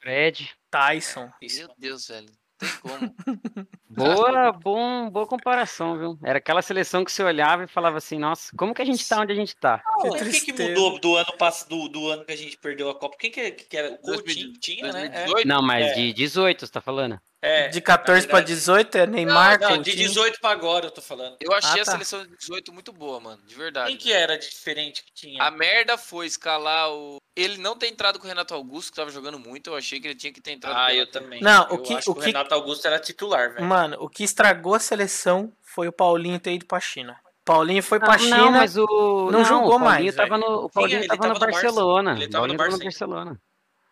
S4: Fred.
S1: Tyson.
S3: Isso,
S2: Meu Deus, velho. Não tem como.
S4: Boa, bom, boa comparação, viu? Era aquela seleção que você olhava e falava assim, nossa, como que a gente tá onde a gente tá?
S1: Que
S3: Mas quem Ah, que
S1: tristeza.
S3: mudou do ano, pass- do, do ano que a gente perdeu a Copa? Quem que, que era? O Coutinho
S2: 2018,
S3: tinha, né?
S2: 2018?
S4: Não, mas
S3: É.
S4: de 18, você tá falando?
S3: É.
S1: De 14 pra
S3: verdade.
S1: 18 é Neymar,
S3: Não, de
S1: Coutinho.
S3: 18 pra agora eu tô falando.
S2: Eu achei
S1: Ah,
S2: a
S1: tá.
S2: seleção de 18 muito boa, mano. De verdade.
S3: Quem que é? era de diferente que tinha?
S2: A merda foi escalar o. Ele não ter entrado com o Renato Augusto, que tava jogando muito. Eu achei que ele tinha que ter entrado com
S3: Ah,
S2: o
S3: eu
S2: Renato-
S3: também.
S1: Não, o
S3: Eu
S1: que-
S3: acho
S1: o
S3: que
S1: que-
S3: Renato Augusto era titular, velho.
S1: Mano, o que estragou a seleção foi o Paulinho ter ido pra China. Paulinho foi pra
S4: Ah,
S1: China.
S4: não, mas o
S1: não
S4: o
S1: jogou mais,
S4: Paulinho Tava no, o Paulinho
S3: ele
S4: tava,
S3: tava
S4: no
S3: no Barça.
S4: Barcelona.
S3: Ele
S4: O
S3: tava no
S4: Paulinho tava no
S3: Barça
S4: Barcelona.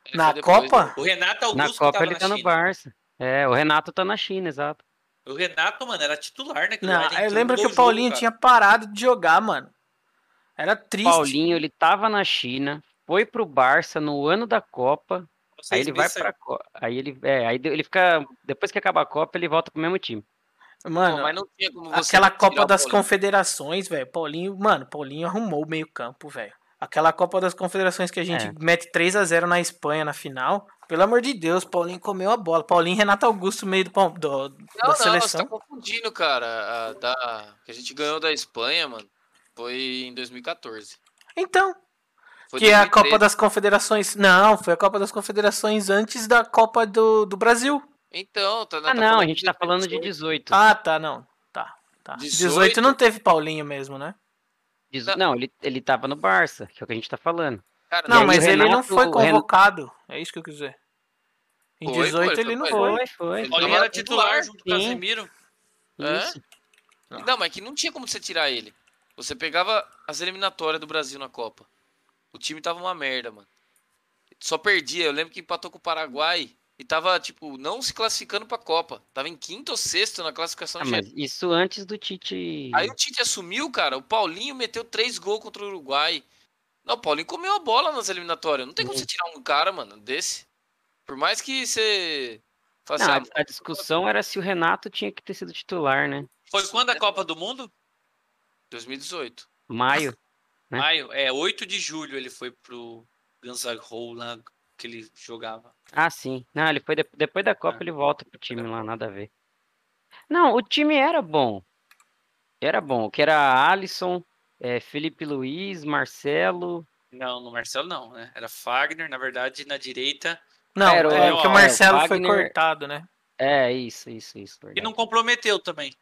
S2: Ele
S1: Na
S2: foi depois,
S1: Copa?
S3: O Renato Augusto
S4: Na
S3: que
S4: Copa
S3: tava
S4: ele
S3: na
S4: tá no
S3: China.
S4: Barça. É, o Renato tá na China, exato.
S3: O Renato, mano, era titular, né?
S1: Não, eu lembro que o Paulinho tinha parado de jogar, mano. Era triste.
S4: Paulinho, ele tava na China, foi pro Barça no ano da Copa, aí ele vai pra Copa. Aí ele, é, aí de- ele fica. Depois que acaba a Copa, ele volta pro mesmo time.
S1: Mano,
S2: Pô, mas não tinha como você
S1: aquela
S2: tirar
S1: Copa
S2: o
S1: das
S2: Paulinho.
S1: Confederações, velho. Paulinho, mano, Paulinho arrumou o meio-campo, velho. Aquela Copa das Confederações que a gente
S4: É.
S1: mete 3 a 0 na Espanha na final. Pelo amor de Deus, Paulinho comeu a bola. Paulinho e Renato Augusto, meio do, pau- do- da
S2: Não, não, você tá
S1: seleção.
S2: confundindo, cara. A, da... Que a gente ganhou da Espanha, mano. Foi em 2014.
S1: Então,
S2: Foi
S1: que é a
S2: 2013.
S1: Copa das Confederações. Não, foi a Copa das Confederações antes da Copa do, do Brasil.
S2: Então, tá,
S4: Ah, não, a gente tá falando de 18.
S1: Ah, tá, não. Tá, tá. 18,
S2: 18
S1: não teve Paulinho mesmo, né?
S3: tá.
S4: Dezo- Não, ele, ele tava no Barça, que é o que a gente tá falando.
S2: Cara,
S1: Não,
S4: aí o
S1: mas ele não
S4: Renato-
S1: foi
S4: o Ren-
S1: convocado. É isso que eu quis dizer. Em
S2: Foi,
S1: 18
S2: foi,
S1: ele não
S2: foi,
S1: foi.
S4: foi.
S2: Ele
S3: Paulinho
S1: é
S2: tava
S3: era titular junto com o
S4: sim.
S3: Casemiro. né? Então
S2: Hã?
S4: Isso.
S2: Não, mas que não tinha como você tirar ele. Você pegava as eliminatórias do Brasil na Copa. O time tava uma merda, mano. Só perdia. Eu lembro que empatou com o Paraguai e tava, tipo, não se classificando pra Copa. Tava em quinto ou sexto na classificação
S4: Ah,
S2: geral.
S4: mas isso antes do Tite.
S2: Aí o Tite assumiu, cara. O Paulinho meteu três gols contra o Uruguai. Não, o Paulinho comeu a bola nas eliminatórias. Não tem como
S4: Hum.
S2: você tirar um cara, mano, desse. Por mais que você. assim, ah, faça
S4: Não, a, a discussão era se o Renato tinha que ter sido titular, né?
S3: Foi quando a Copa do Mundo?
S2: 2018.
S4: Maio. Né?
S3: Maio. É, 8 de julho ele foi pro Guns N' Roses lá que ele jogava.
S4: Ah, sim. Não, ele foi de- depois da Copa,
S3: Ah,
S4: ele volta pro time lá, nada a ver. Não, o time era bom. Era bom, que era Alisson, eh, Felipe Luiz, Marcelo.
S3: Não, no Marcelo não, né? Era Fagner, na verdade, na direita.
S1: Não,
S4: Era o-
S1: é
S3: era
S1: que o
S3: o
S1: Marcelo foi
S4: Wagner.
S1: cortado, né?
S4: É, isso, isso, isso.
S3: E
S4: verdade.
S3: não comprometeu também.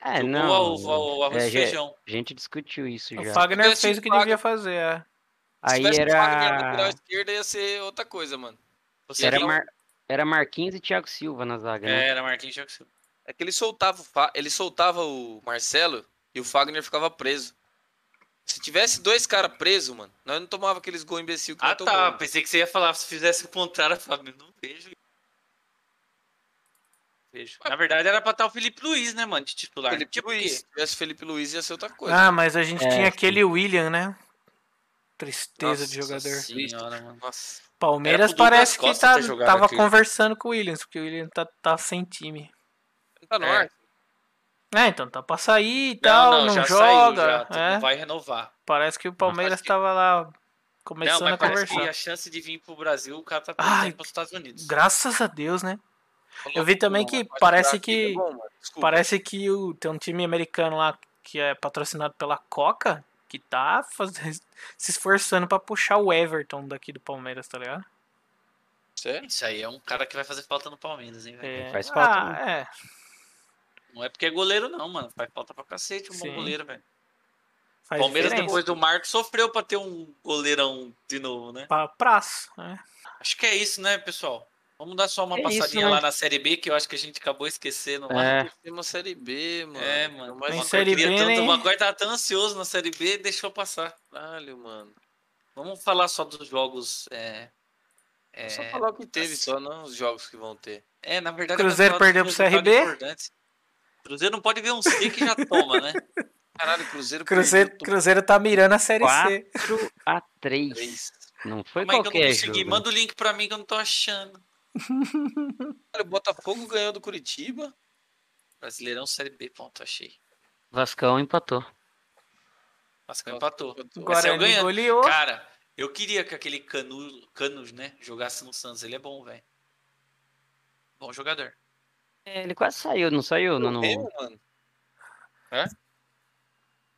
S4: É,
S3: Jogou
S4: não.
S3: ao, ao arroz
S4: é,
S3: e
S4: já-
S3: feijão.
S4: A gente discutiu isso
S1: O
S4: já.
S1: Fagner
S2: tivesse
S1: fez o
S2: o
S1: que
S2: Fagner-
S1: devia fazer. é.
S4: Aí
S2: Se tivesse o Fagner na lateral
S4: era.
S2: esquerda ia ser outra coisa, mano.
S3: Você
S4: Era,
S3: viu?
S4: Mar... era Marquinhos e Thiago Silva na zaga, né?
S3: É, era Marquinhos Jackson.
S2: É que ele soltava, o Fa- ele soltava o Marcelo e o Fagner ficava preso. Se tivesse dois caras presos, mano, nós não tomava aqueles gols imbecil que
S3: Ah
S2: nós
S3: tá,
S2: tomamos.
S3: pensei que você ia falar se fizesse o contrário, Fábio. Não vejo. Vejo. Na verdade era pra estar o Felipe Luiz, né, mano, de titular.
S2: Felipe
S3: Tipo
S2: Luiz.
S3: que-
S2: Se tivesse Felipe Luiz ia ser outra coisa.
S1: Ah, mas a gente
S4: É,
S1: tinha
S4: sim.
S1: aquele William, né? Tristeza de
S3: Nossa
S1: jogador.
S3: Senhora, mano.
S2: Nossa.
S1: Palmeiras
S3: Era pro Douglas
S1: parece que
S3: Costa
S1: tá-
S3: ter jogado
S1: tava
S3: aqui.
S1: conversando com o Williams, porque o William tá, tá sem time.
S2: Tá no ar.
S1: É, então tá pra sair e tal, não,
S3: já saiu,
S1: joga.
S3: já.
S1: é.
S3: Não vai renovar.
S1: Parece que o Palmeiras
S2: que-
S1: tava lá Começando
S3: não,
S1: a
S3: mas parece
S1: conversar.
S3: que a chance de vir pro Brasil, o cara tá
S1: Ai,
S3: pensando pros Estados Unidos.
S1: Graças a Deus, né?
S2: Falou,
S1: Eu vi também
S2: "Não,
S1: que
S2: mas
S1: parece
S2: pra
S1: que.
S2: aqui tá bom, mano, desculpa."
S1: Tipo, Parece que o, tem um time americano lá que é patrocinado pela Coca que tá fazendo, se esforçando pra puxar o Everton daqui do Palmeiras, tá ligado?
S2: Sério?
S3: Isso aí é um cara que vai fazer falta no Palmeiras, hein, velho?
S1: É,
S4: faz falta, né?
S1: ah, é.
S3: Não é porque é goleiro, não, mano. Faz falta pra cacete um
S1: Sim.
S3: bom goleiro, velho.
S1: Faz
S3: Palmeiras,
S1: diferença.
S3: depois do Marco, sofreu pra ter um goleirão de novo, né?
S1: Pa- praço, né?
S3: Acho que é isso, né, pessoal? Vamos dar só uma
S4: É isso,
S3: passadinha
S4: né?
S3: lá na Série B, que eu acho que a gente acabou esquecendo lá.
S4: É,
S2: Tem uma série B, mano. um
S3: É, mano.
S2: Mas
S1: Tem
S3: Uma
S1: Série
S3: queria
S1: B,
S3: tanto-
S1: né?
S3: o Maguire tava tão ansioso na Série B e deixou passar.
S2: Caralho, mano.
S3: Vamos falar só dos jogos. É, é,
S2: Só falar o que teve,
S3: assim.
S2: só não os jogos que vão ter.
S3: é, na verdade.
S1: Cruzeiro
S3: eu quero
S1: perdeu
S3: falar dos
S1: pro CRB?
S3: resultados importantes. Cruzeiro não pode ver um C que já toma, né?
S2: Caralho, Cruzeiro
S1: Cruzeiro,
S2: perdeu
S1: Cruzeiro tá mirando a Série C.
S4: 4 a 3.
S2: três.
S4: Não foi
S3: Como é que eu não
S4: qualquer
S3: consegui?
S1: né?
S4: jogo.
S3: Manda o link pra mim que eu não tô achando.
S2: Caralho, o Botafogo ganhou do Curitiba.
S3: Brasileirão Série B, ponto, achei.
S4: Vascão empatou.
S3: Vasco
S2: Nossa,
S3: empatou.
S1: O
S3: Mas saiu
S1: Guarani
S3: ganhando.
S1: goleou.
S3: Cara, eu queria que aquele Canu, Canos, né, jogasse no Santos. Ele é bom, velho. Bom jogador.
S4: É, Ele quase saiu, não saiu? Não, não,
S2: Remo, mano.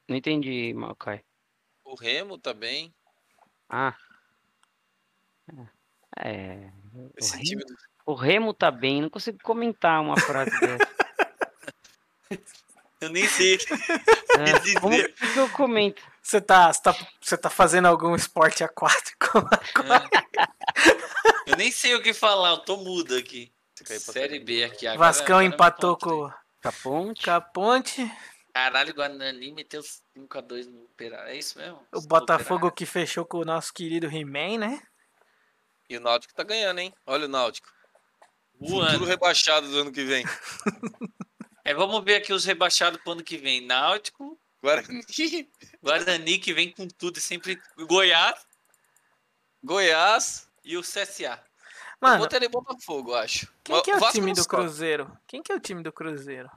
S4: não entendi, Malcai.
S2: O Remo tá bem.
S4: Ah. É.
S2: Esse
S4: Remo?
S2: time do...
S4: O Remo tá bem, não consigo comentar uma frase dessa.
S3: Eu nem sei.
S4: É, como que eu comento?
S1: Você tá, você tá, você tá fazendo algum esporte aquático?
S2: né?
S3: É. Eu nem sei o que falar, eu tô mudo aqui.
S2: Você caiu pra
S3: Série B aqui agora.
S1: Vascão
S3: agora é né?
S1: empatou
S3: me conta.
S1: com
S4: Tá ponte?
S1: com a Ponte.
S3: Caralho, o Guarani meteu 5x2 no Operário. É isso mesmo?
S1: O Botafogo que fechou com o nosso querido He-Man, né?
S2: E o Náutico tá ganhando, hein? Olha o Náutico.
S3: O
S2: Futuro
S3: ano.
S2: rebaixado do ano que vem.
S3: É, vamos ver aqui os rebaixados pro ano que vem. Náutico,
S2: Guarani.
S3: Guarani que vem com tudo e sempre. Goiás
S2: Goiás.
S3: e o CSA.
S2: Mano,
S1: Mano,
S2: Botaria Botafogo, eu acho.
S1: quem que é o
S2: Vasco
S1: time
S2: não
S1: do
S2: sobe.
S1: Cruzeiro? Quem que é o time do Cruzeiro?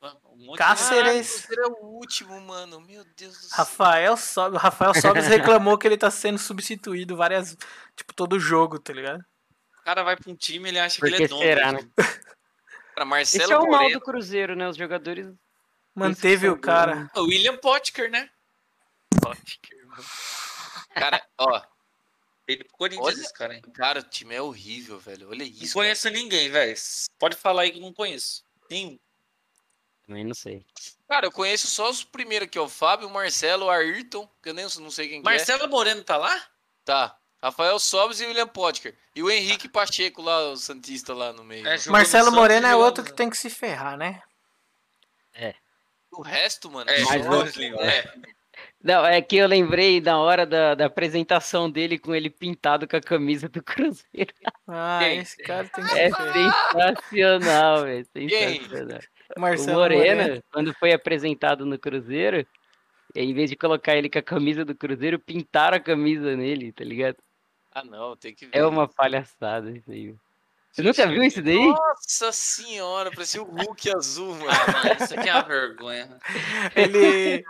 S3: Mano, Um monte de-
S1: Cáceres.
S2: Caralho, o Cruzeiro é o último, mano. Meu Deus do céu.
S1: Rafael Sobes, Rafael Sobes reclamou que ele tá sendo substituído várias, tipo, todo jogo, tá ligado?
S3: O cara vai pra um time ele acha que
S4: Porque
S3: ele é dono.
S4: será,
S3: do
S4: né?
S3: time.
S2: Cara,
S4: Esse
S2: Marcelo
S4: é o mal
S2: Moreno.
S4: do Cruzeiro, né? Os jogadores.
S1: Manteve
S4: Isso,
S1: o cara.
S3: Ah, O William Potker, né? Potker, mano.
S2: Cara, ó.
S3: Ele pro Corinthians,
S2: Olha-
S3: esse cara, hein?
S2: Cara, o time é horrível, velho. Olha
S3: Não
S2: isso. cara.
S3: conheço ninguém, velho. Pode falar aí que não conheço. Nenhum.
S4: Também não sei.
S2: Cara, eu conheço só os primeiros aqui, ó. O Fábio, o Marcelo, o Ayrton, que eu nem não sei quem que é.
S3: Marcelo Moreno tá lá?
S2: Tá. Rafael Sobes e William Potker. E o Henrique Pacheco lá, o Santista lá no meio.
S3: É, jogou
S1: Marcelo
S3: no Santos
S1: Moreno
S3: e
S1: é
S3: jogou
S1: outro
S3: no-
S4: um-
S1: que tem que se ferrar, né?
S2: O resto, mano.
S3: É,
S2: só-
S4: mais
S3: jogou no
S4: outro.
S3: Slim, é.
S4: Não, é que eu lembrei da hora da, da apresentação dele com ele pintado com a camisa do Cruzeiro.
S1: Ah,
S3: Quem?
S1: esse cara tem que
S4: É
S1: se ferrar.
S4: sensacional, velho.
S2: Quem?
S4: Sensacional. O
S1: Marcelo
S4: Moreno,
S1: Moreno.
S4: quando foi apresentado no Cruzeiro, em vez de colocar ele com a camisa do Cruzeiro, pintaram a camisa nele, tá ligado?
S2: Ah, não, tem que ver.
S4: É uma palhaçada isso aí. Você nunca viu
S3: é
S4: isso daí?
S2: Nossa senhora, parecia o Hulk azul, mano.
S3: Ah, mano, isso aqui é uma vergonha.
S1: Ele.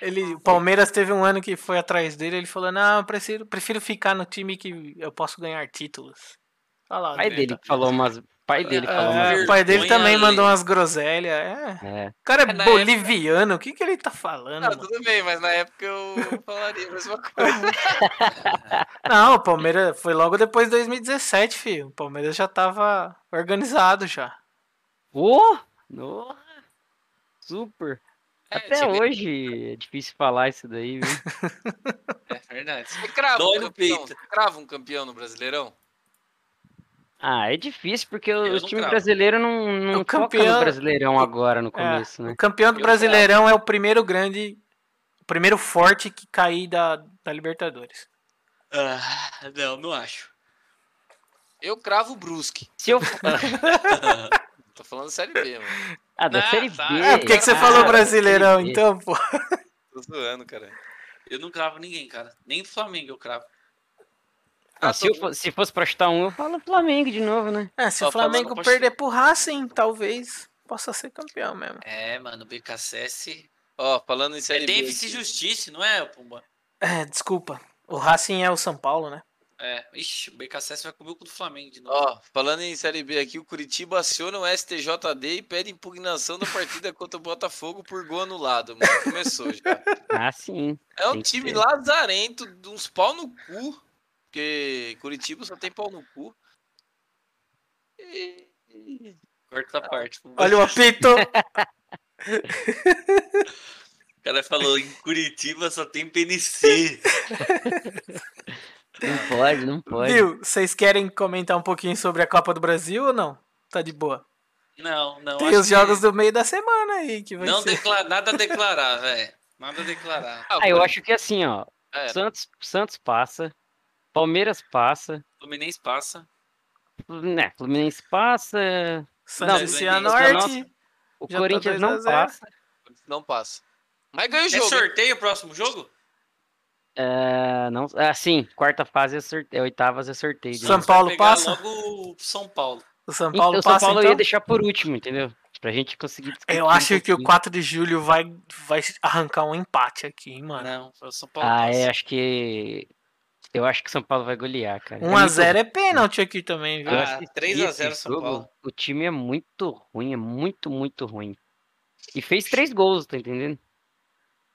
S1: Ele, o Palmeiras teve um ano que foi atrás dele, ele falou: Não, eu prefiro, prefiro ficar no time que eu posso ganhar títulos. Olha lá,
S4: O pai
S1: né?
S4: dele que falou umas. Pai dele
S1: É,
S3: Ah,
S4: falou umas.
S1: o pai dele
S3: vergonha
S1: também
S3: alheia.
S1: mandou umas groselhas. É.
S4: É.
S1: O cara é
S3: É, na
S1: boliviano, o que, que ele tá falando?
S2: Cara,
S1: mano?
S2: tudo bem, mas na época eu falaria a mesma coisa.
S1: Não, o Palmeiras foi logo depois de 2017, filho. O Palmeiras já tava organizado já.
S4: Ô! No- Super!
S3: É,
S4: Até
S3: tinha-
S4: hoje é difícil falar isso daí, viu?
S3: É verdade.
S2: Você crava,
S3: Dói
S2: um
S3: no
S2: campeão,
S3: peito.
S2: você crava um campeão no Brasileirão?
S4: Ah, é difícil porque
S3: Eu
S4: o
S3: não É
S4: time
S3: cravo.
S4: brasileiro não, não
S1: O
S4: foca
S1: campeão-
S4: no Brasileirão agora
S3: É.
S4: no começo,
S1: O
S4: né?
S1: campeão do
S3: Eu
S1: Brasileirão é o primeiro grande, o primeiro forte que cair da, da Libertadores.
S3: Ah, não, não acho.
S2: Eu cravo o Brusque.
S4: Se eu...
S2: Tô falando Série B, mano.
S4: Ah, da
S3: Não,
S4: Série B.
S3: tá.
S1: É, por que que você
S4: ah,
S1: falou
S4: da
S1: Brasileirão
S4: Série B.
S1: então, pô?
S2: Tô zoando, cara.
S3: Eu não cravo ninguém, cara. Nem do Flamengo eu cravo.
S4: Não,
S2: Ah,
S4: se,
S2: tô-
S4: eu fo- se fosse pra chutar um, eu falo Flamengo de novo, né?
S1: É, se
S3: Ó,
S1: o Flamengo
S3: falando, posso-
S1: perder pro Racing, talvez possa ser campeão mesmo.
S3: É, mano, o BKSS.
S2: Ó, falando em
S3: É
S2: Série B.
S3: Davis e Justiça, não é, Pumba?
S1: É, desculpa. O Racing é o São Paulo, né?
S3: É, ixi, o BKSS vai comer o cu do Flamengo de novo.
S2: Ó, falando em Série B aqui, o Curitiba aciona o STJD e pede impugnação da partida contra o Botafogo por gol anulado. Mano, começou já.
S4: Ah, sim.
S2: É um
S4: Tem que
S2: time
S4: ser.
S2: lazarento, de uns pau no cu, porque Curitiba só tem pau no cu. E-
S3: Corta a parte.
S1: Olha o apito!
S3: O cara falou, em Curitiba só tem PNC.
S4: Não pode, não pode.
S1: Viu? Vocês querem comentar um pouquinho sobre a Copa do Brasil ou não? Tá de boa.
S3: Não, não.
S1: Tem
S3: acho
S1: os
S3: que
S1: jogos do meio da semana aí que vai
S3: Não
S1: ser.
S3: declara, nada a declarar, velho. Nada a declarar.
S2: Ah,
S4: Ah, eu acho que assim, ó.
S2: Ah, era.
S4: Santos, Santos passa, Palmeiras passa,
S3: Fluminense passa.
S4: né? Fluminense passa,
S1: Santos
S3: Não,
S1: e
S3: mas
S4: é
S1: Cianorte.
S4: nossa- o
S1: é Já tá
S4: Corinthians
S1: 2 a
S4: não
S1: 0.
S4: passa.
S2: Não passa. Mas ganha o
S3: É
S2: jogo. hein?
S3: sorteio o próximo jogo?
S4: Ah, não, ah, sim, quarta fase é sorteio, oitavas é sorteio. de
S1: São
S4: novo.
S1: Paulo
S3: Vai pegar
S1: passa?
S3: logo o São Paulo.
S1: O São
S4: Então,
S1: Paulo
S4: o São
S1: passa,
S4: Paulo eu
S1: então?
S4: ia deixar por último, entendeu? Pra gente conseguir discutir
S1: Eu
S4: um
S1: acho que o
S4: pouquinho.
S1: 4 de julho vai, vai arrancar um empate aqui, hein,
S4: É,
S1: mano.
S3: Não, o São Paulo
S4: Ah,
S3: passa.
S4: é, acho que. Eu acho que o São Paulo vai golear, cara. É muito É.
S1: 1x0 é pênalti aqui também, viu?
S4: Eu
S3: Ah,
S4: assisti
S3: 3 a 0
S4: esse
S3: São Paulo.
S4: O time é muito ruim, é muito, muito ruim. E fez três gols, tá entendendo?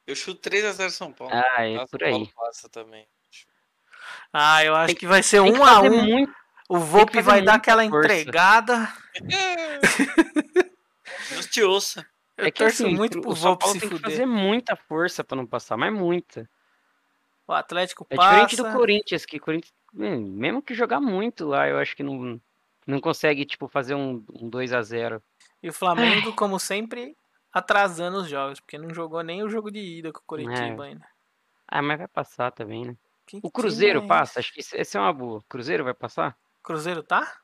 S3: Eu chuto 3x0 São Paulo.
S4: Ah, é
S2: Ah, São
S4: por
S2: Paulo
S4: aí.
S2: passa também.
S1: Ah, eu acho
S4: Tem-
S1: que vai ser
S4: Tem que
S1: 1 a
S4: fazer
S1: 1
S4: muito-
S1: O Volpe
S4: fazer
S1: vai dar
S4: muita
S1: aquela
S4: força.
S1: entregada.
S3: Deus te ouça.
S1: Eu
S4: é que
S1: torço
S4: assim,
S1: muito pro
S4: o São
S1: Volpe
S4: Paulo
S1: se
S4: tem que
S1: fuder.
S4: fazer muita força pra não passar, mas muita.
S1: O Atlético
S4: É diferente do
S1: passa.
S4: Corinthians, que o Corinthians, hum, mesmo que jogar muito lá, eu acho que não, não consegue, tipo, fazer um, um 2 a 0
S1: E o Flamengo, como sempre, atrasando os jogos. Porque não jogou nem o jogo de ida com o Coritiba ainda.
S4: Ah, mas vai passar também, né?
S1: Que
S4: O Cruzeiro
S1: time é
S4: passa, acho que isso- essa é uma boa. Cruzeiro vai passar?
S1: esse? Cruzeiro tá?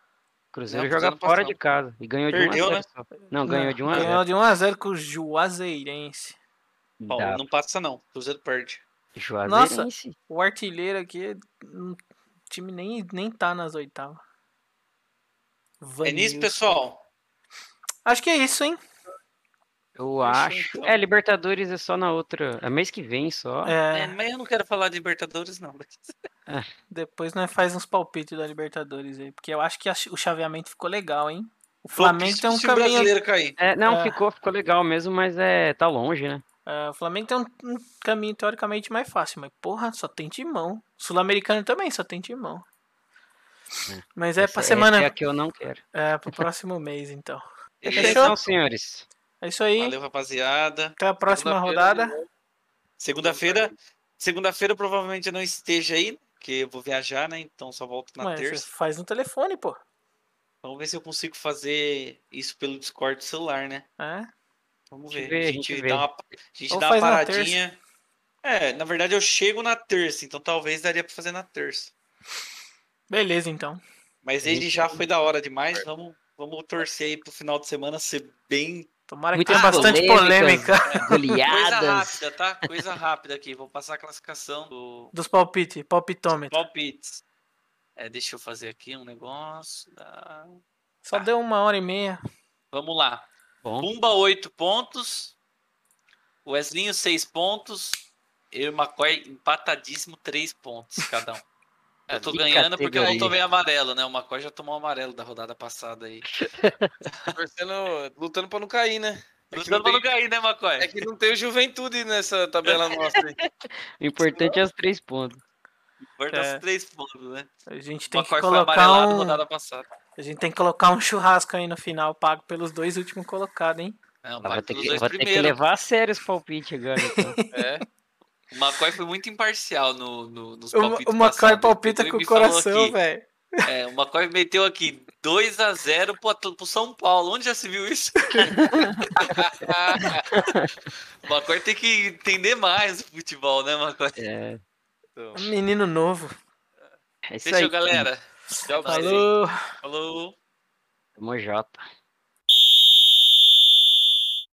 S4: Cruzeiro
S3: Não,
S4: joga
S3: Cruzeiro não
S4: fora
S3: passa,
S4: de casa e ganhou de
S3: Perdeu,
S4: 1 a 0
S3: né?
S4: só. Não, ganhou de 1 a 0.
S1: Ganhou de 1 a 0 com o Juazeirense.
S3: Paulo,
S4: Da
S3: não passa não. Cruzeiro perde. É
S4: Juazeirense.
S1: O artilheiro aqui, hum, o time nem, nem tá nas oitavas.
S3: É nisso,
S1: Vanilson.
S3: pessoal.
S1: Acho que é isso, hein?
S4: Eu
S3: Fechou,
S4: acho.
S3: então.
S4: É, Libertadores é só na outra. É mês que vem só.
S1: É,
S3: É, mas eu não quero falar de Libertadores, não.
S1: Depois nós faz uns palpites da Libertadores aí. Porque eu acho que a- o chaveamento ficou legal, hein? O Flamengo tem um
S3: se o
S1: caminho.
S3: brasileiro cair.
S4: É, não,
S1: É.
S4: ficou, ficou legal mesmo, mas é tá longe, né?
S1: é, o Flamengo tem um, um caminho teoricamente mais fácil, mas porra, só tem timão. Sul-Americano também só tem timão. Mas é
S4: Essa-
S1: pra
S4: essa
S1: semana.
S4: É a que eu não quero.
S1: É, pro próximo mês, então.
S4: Então, senhores,
S1: É isso aí.
S3: Valeu, rapaziada.
S1: Até a próxima
S2: Segunda-feira de
S1: rodada.
S3: Segunda-feira, segunda-feira provavelmente eu não esteja aí, porque eu vou viajar, né? Então só volto na
S1: Ué, você
S3: terça.
S1: faz no telefone, pô.
S3: Vamos ver se eu consigo fazer isso pelo Discord do celular, né?
S1: É.
S3: Vamos
S4: A gente
S3: ver.
S4: vê,
S3: a gente,
S4: a gente vê.
S3: dá uma, a gente
S1: Ou
S3: dá uma
S1: faz na
S3: paradinha. É, na verdade eu chego na terça, então talvez daria pra fazer na terça.
S1: Beleza, então.
S3: Mas
S4: A
S3: ele
S4: gente-
S3: já foi da hora demais, vamos, vamos torcer aí pro final de semana ser bem.
S1: Tomara que
S4: Muitas
S1: tenha bastante
S4: polêmicas.
S1: polêmica
S3: Coisa
S4: goleadas.
S3: rápida, tá? Coisa rápida aqui. Vou passar a classificação do
S1: dos palpites, palpitômetro.
S3: palpites. É, deixa eu fazer aqui um negócio. da-
S1: Só deu uma hora e meia.
S3: Vamos lá.
S4: Bom.
S3: Pumba, 8 pontos. Weslinho, 6 pontos. Eu e o McCoy empatadíssimo, 3 pontos cada um.
S1: É
S3: Eu tô
S4: Que
S3: ganhando porque eu não
S4: categoria.
S3: tomei amarelo, né? O McCoy já tomou amarelo da rodada passada aí.
S2: Torcendo- lutando pra não cair, né? É que, não
S3: Lutando pra
S2: tem,
S3: não cair, né, McCoy?
S2: é que não tem o juventude nessa tabela nossa. aí.
S4: O importante é os três pontos.
S3: Importa
S1: É.
S3: os 3 pontos, né?
S1: A gente
S3: O
S1: tem que
S3: McCoy foi
S1: colocar
S3: amarelado na
S1: um,
S3: rodada passada.
S1: a gente tem que colocar um churrasco aí no final pago pelos dois últimos colocados, hein?
S3: Não,
S4: Mas
S3: paga
S4: vou ter
S3: pelos
S4: que,
S3: dois
S4: vou ter que
S3: primeiros.
S4: levar a sério os palpites agora. Então.
S2: É.
S3: O McCoy foi muito imparcial no, no, nos palpites
S1: O Macaio
S3: passados.
S1: palpita
S3: Ele
S1: com o
S3: me falou
S1: coração,
S3: aqui,
S1: velho.
S3: É, o McCoy meteu aqui 2x0 pro, Atl- pro São Paulo. Onde já se viu isso? o McCoy tem que entender mais o futebol, né, McCoy?
S4: É,
S2: Então,
S1: Um Menino novo.
S4: é isso aí.
S3: Fechou, galera.
S2: tchau, pra vocês.
S1: Falou.
S3: Falou.
S4: Tamo Jota.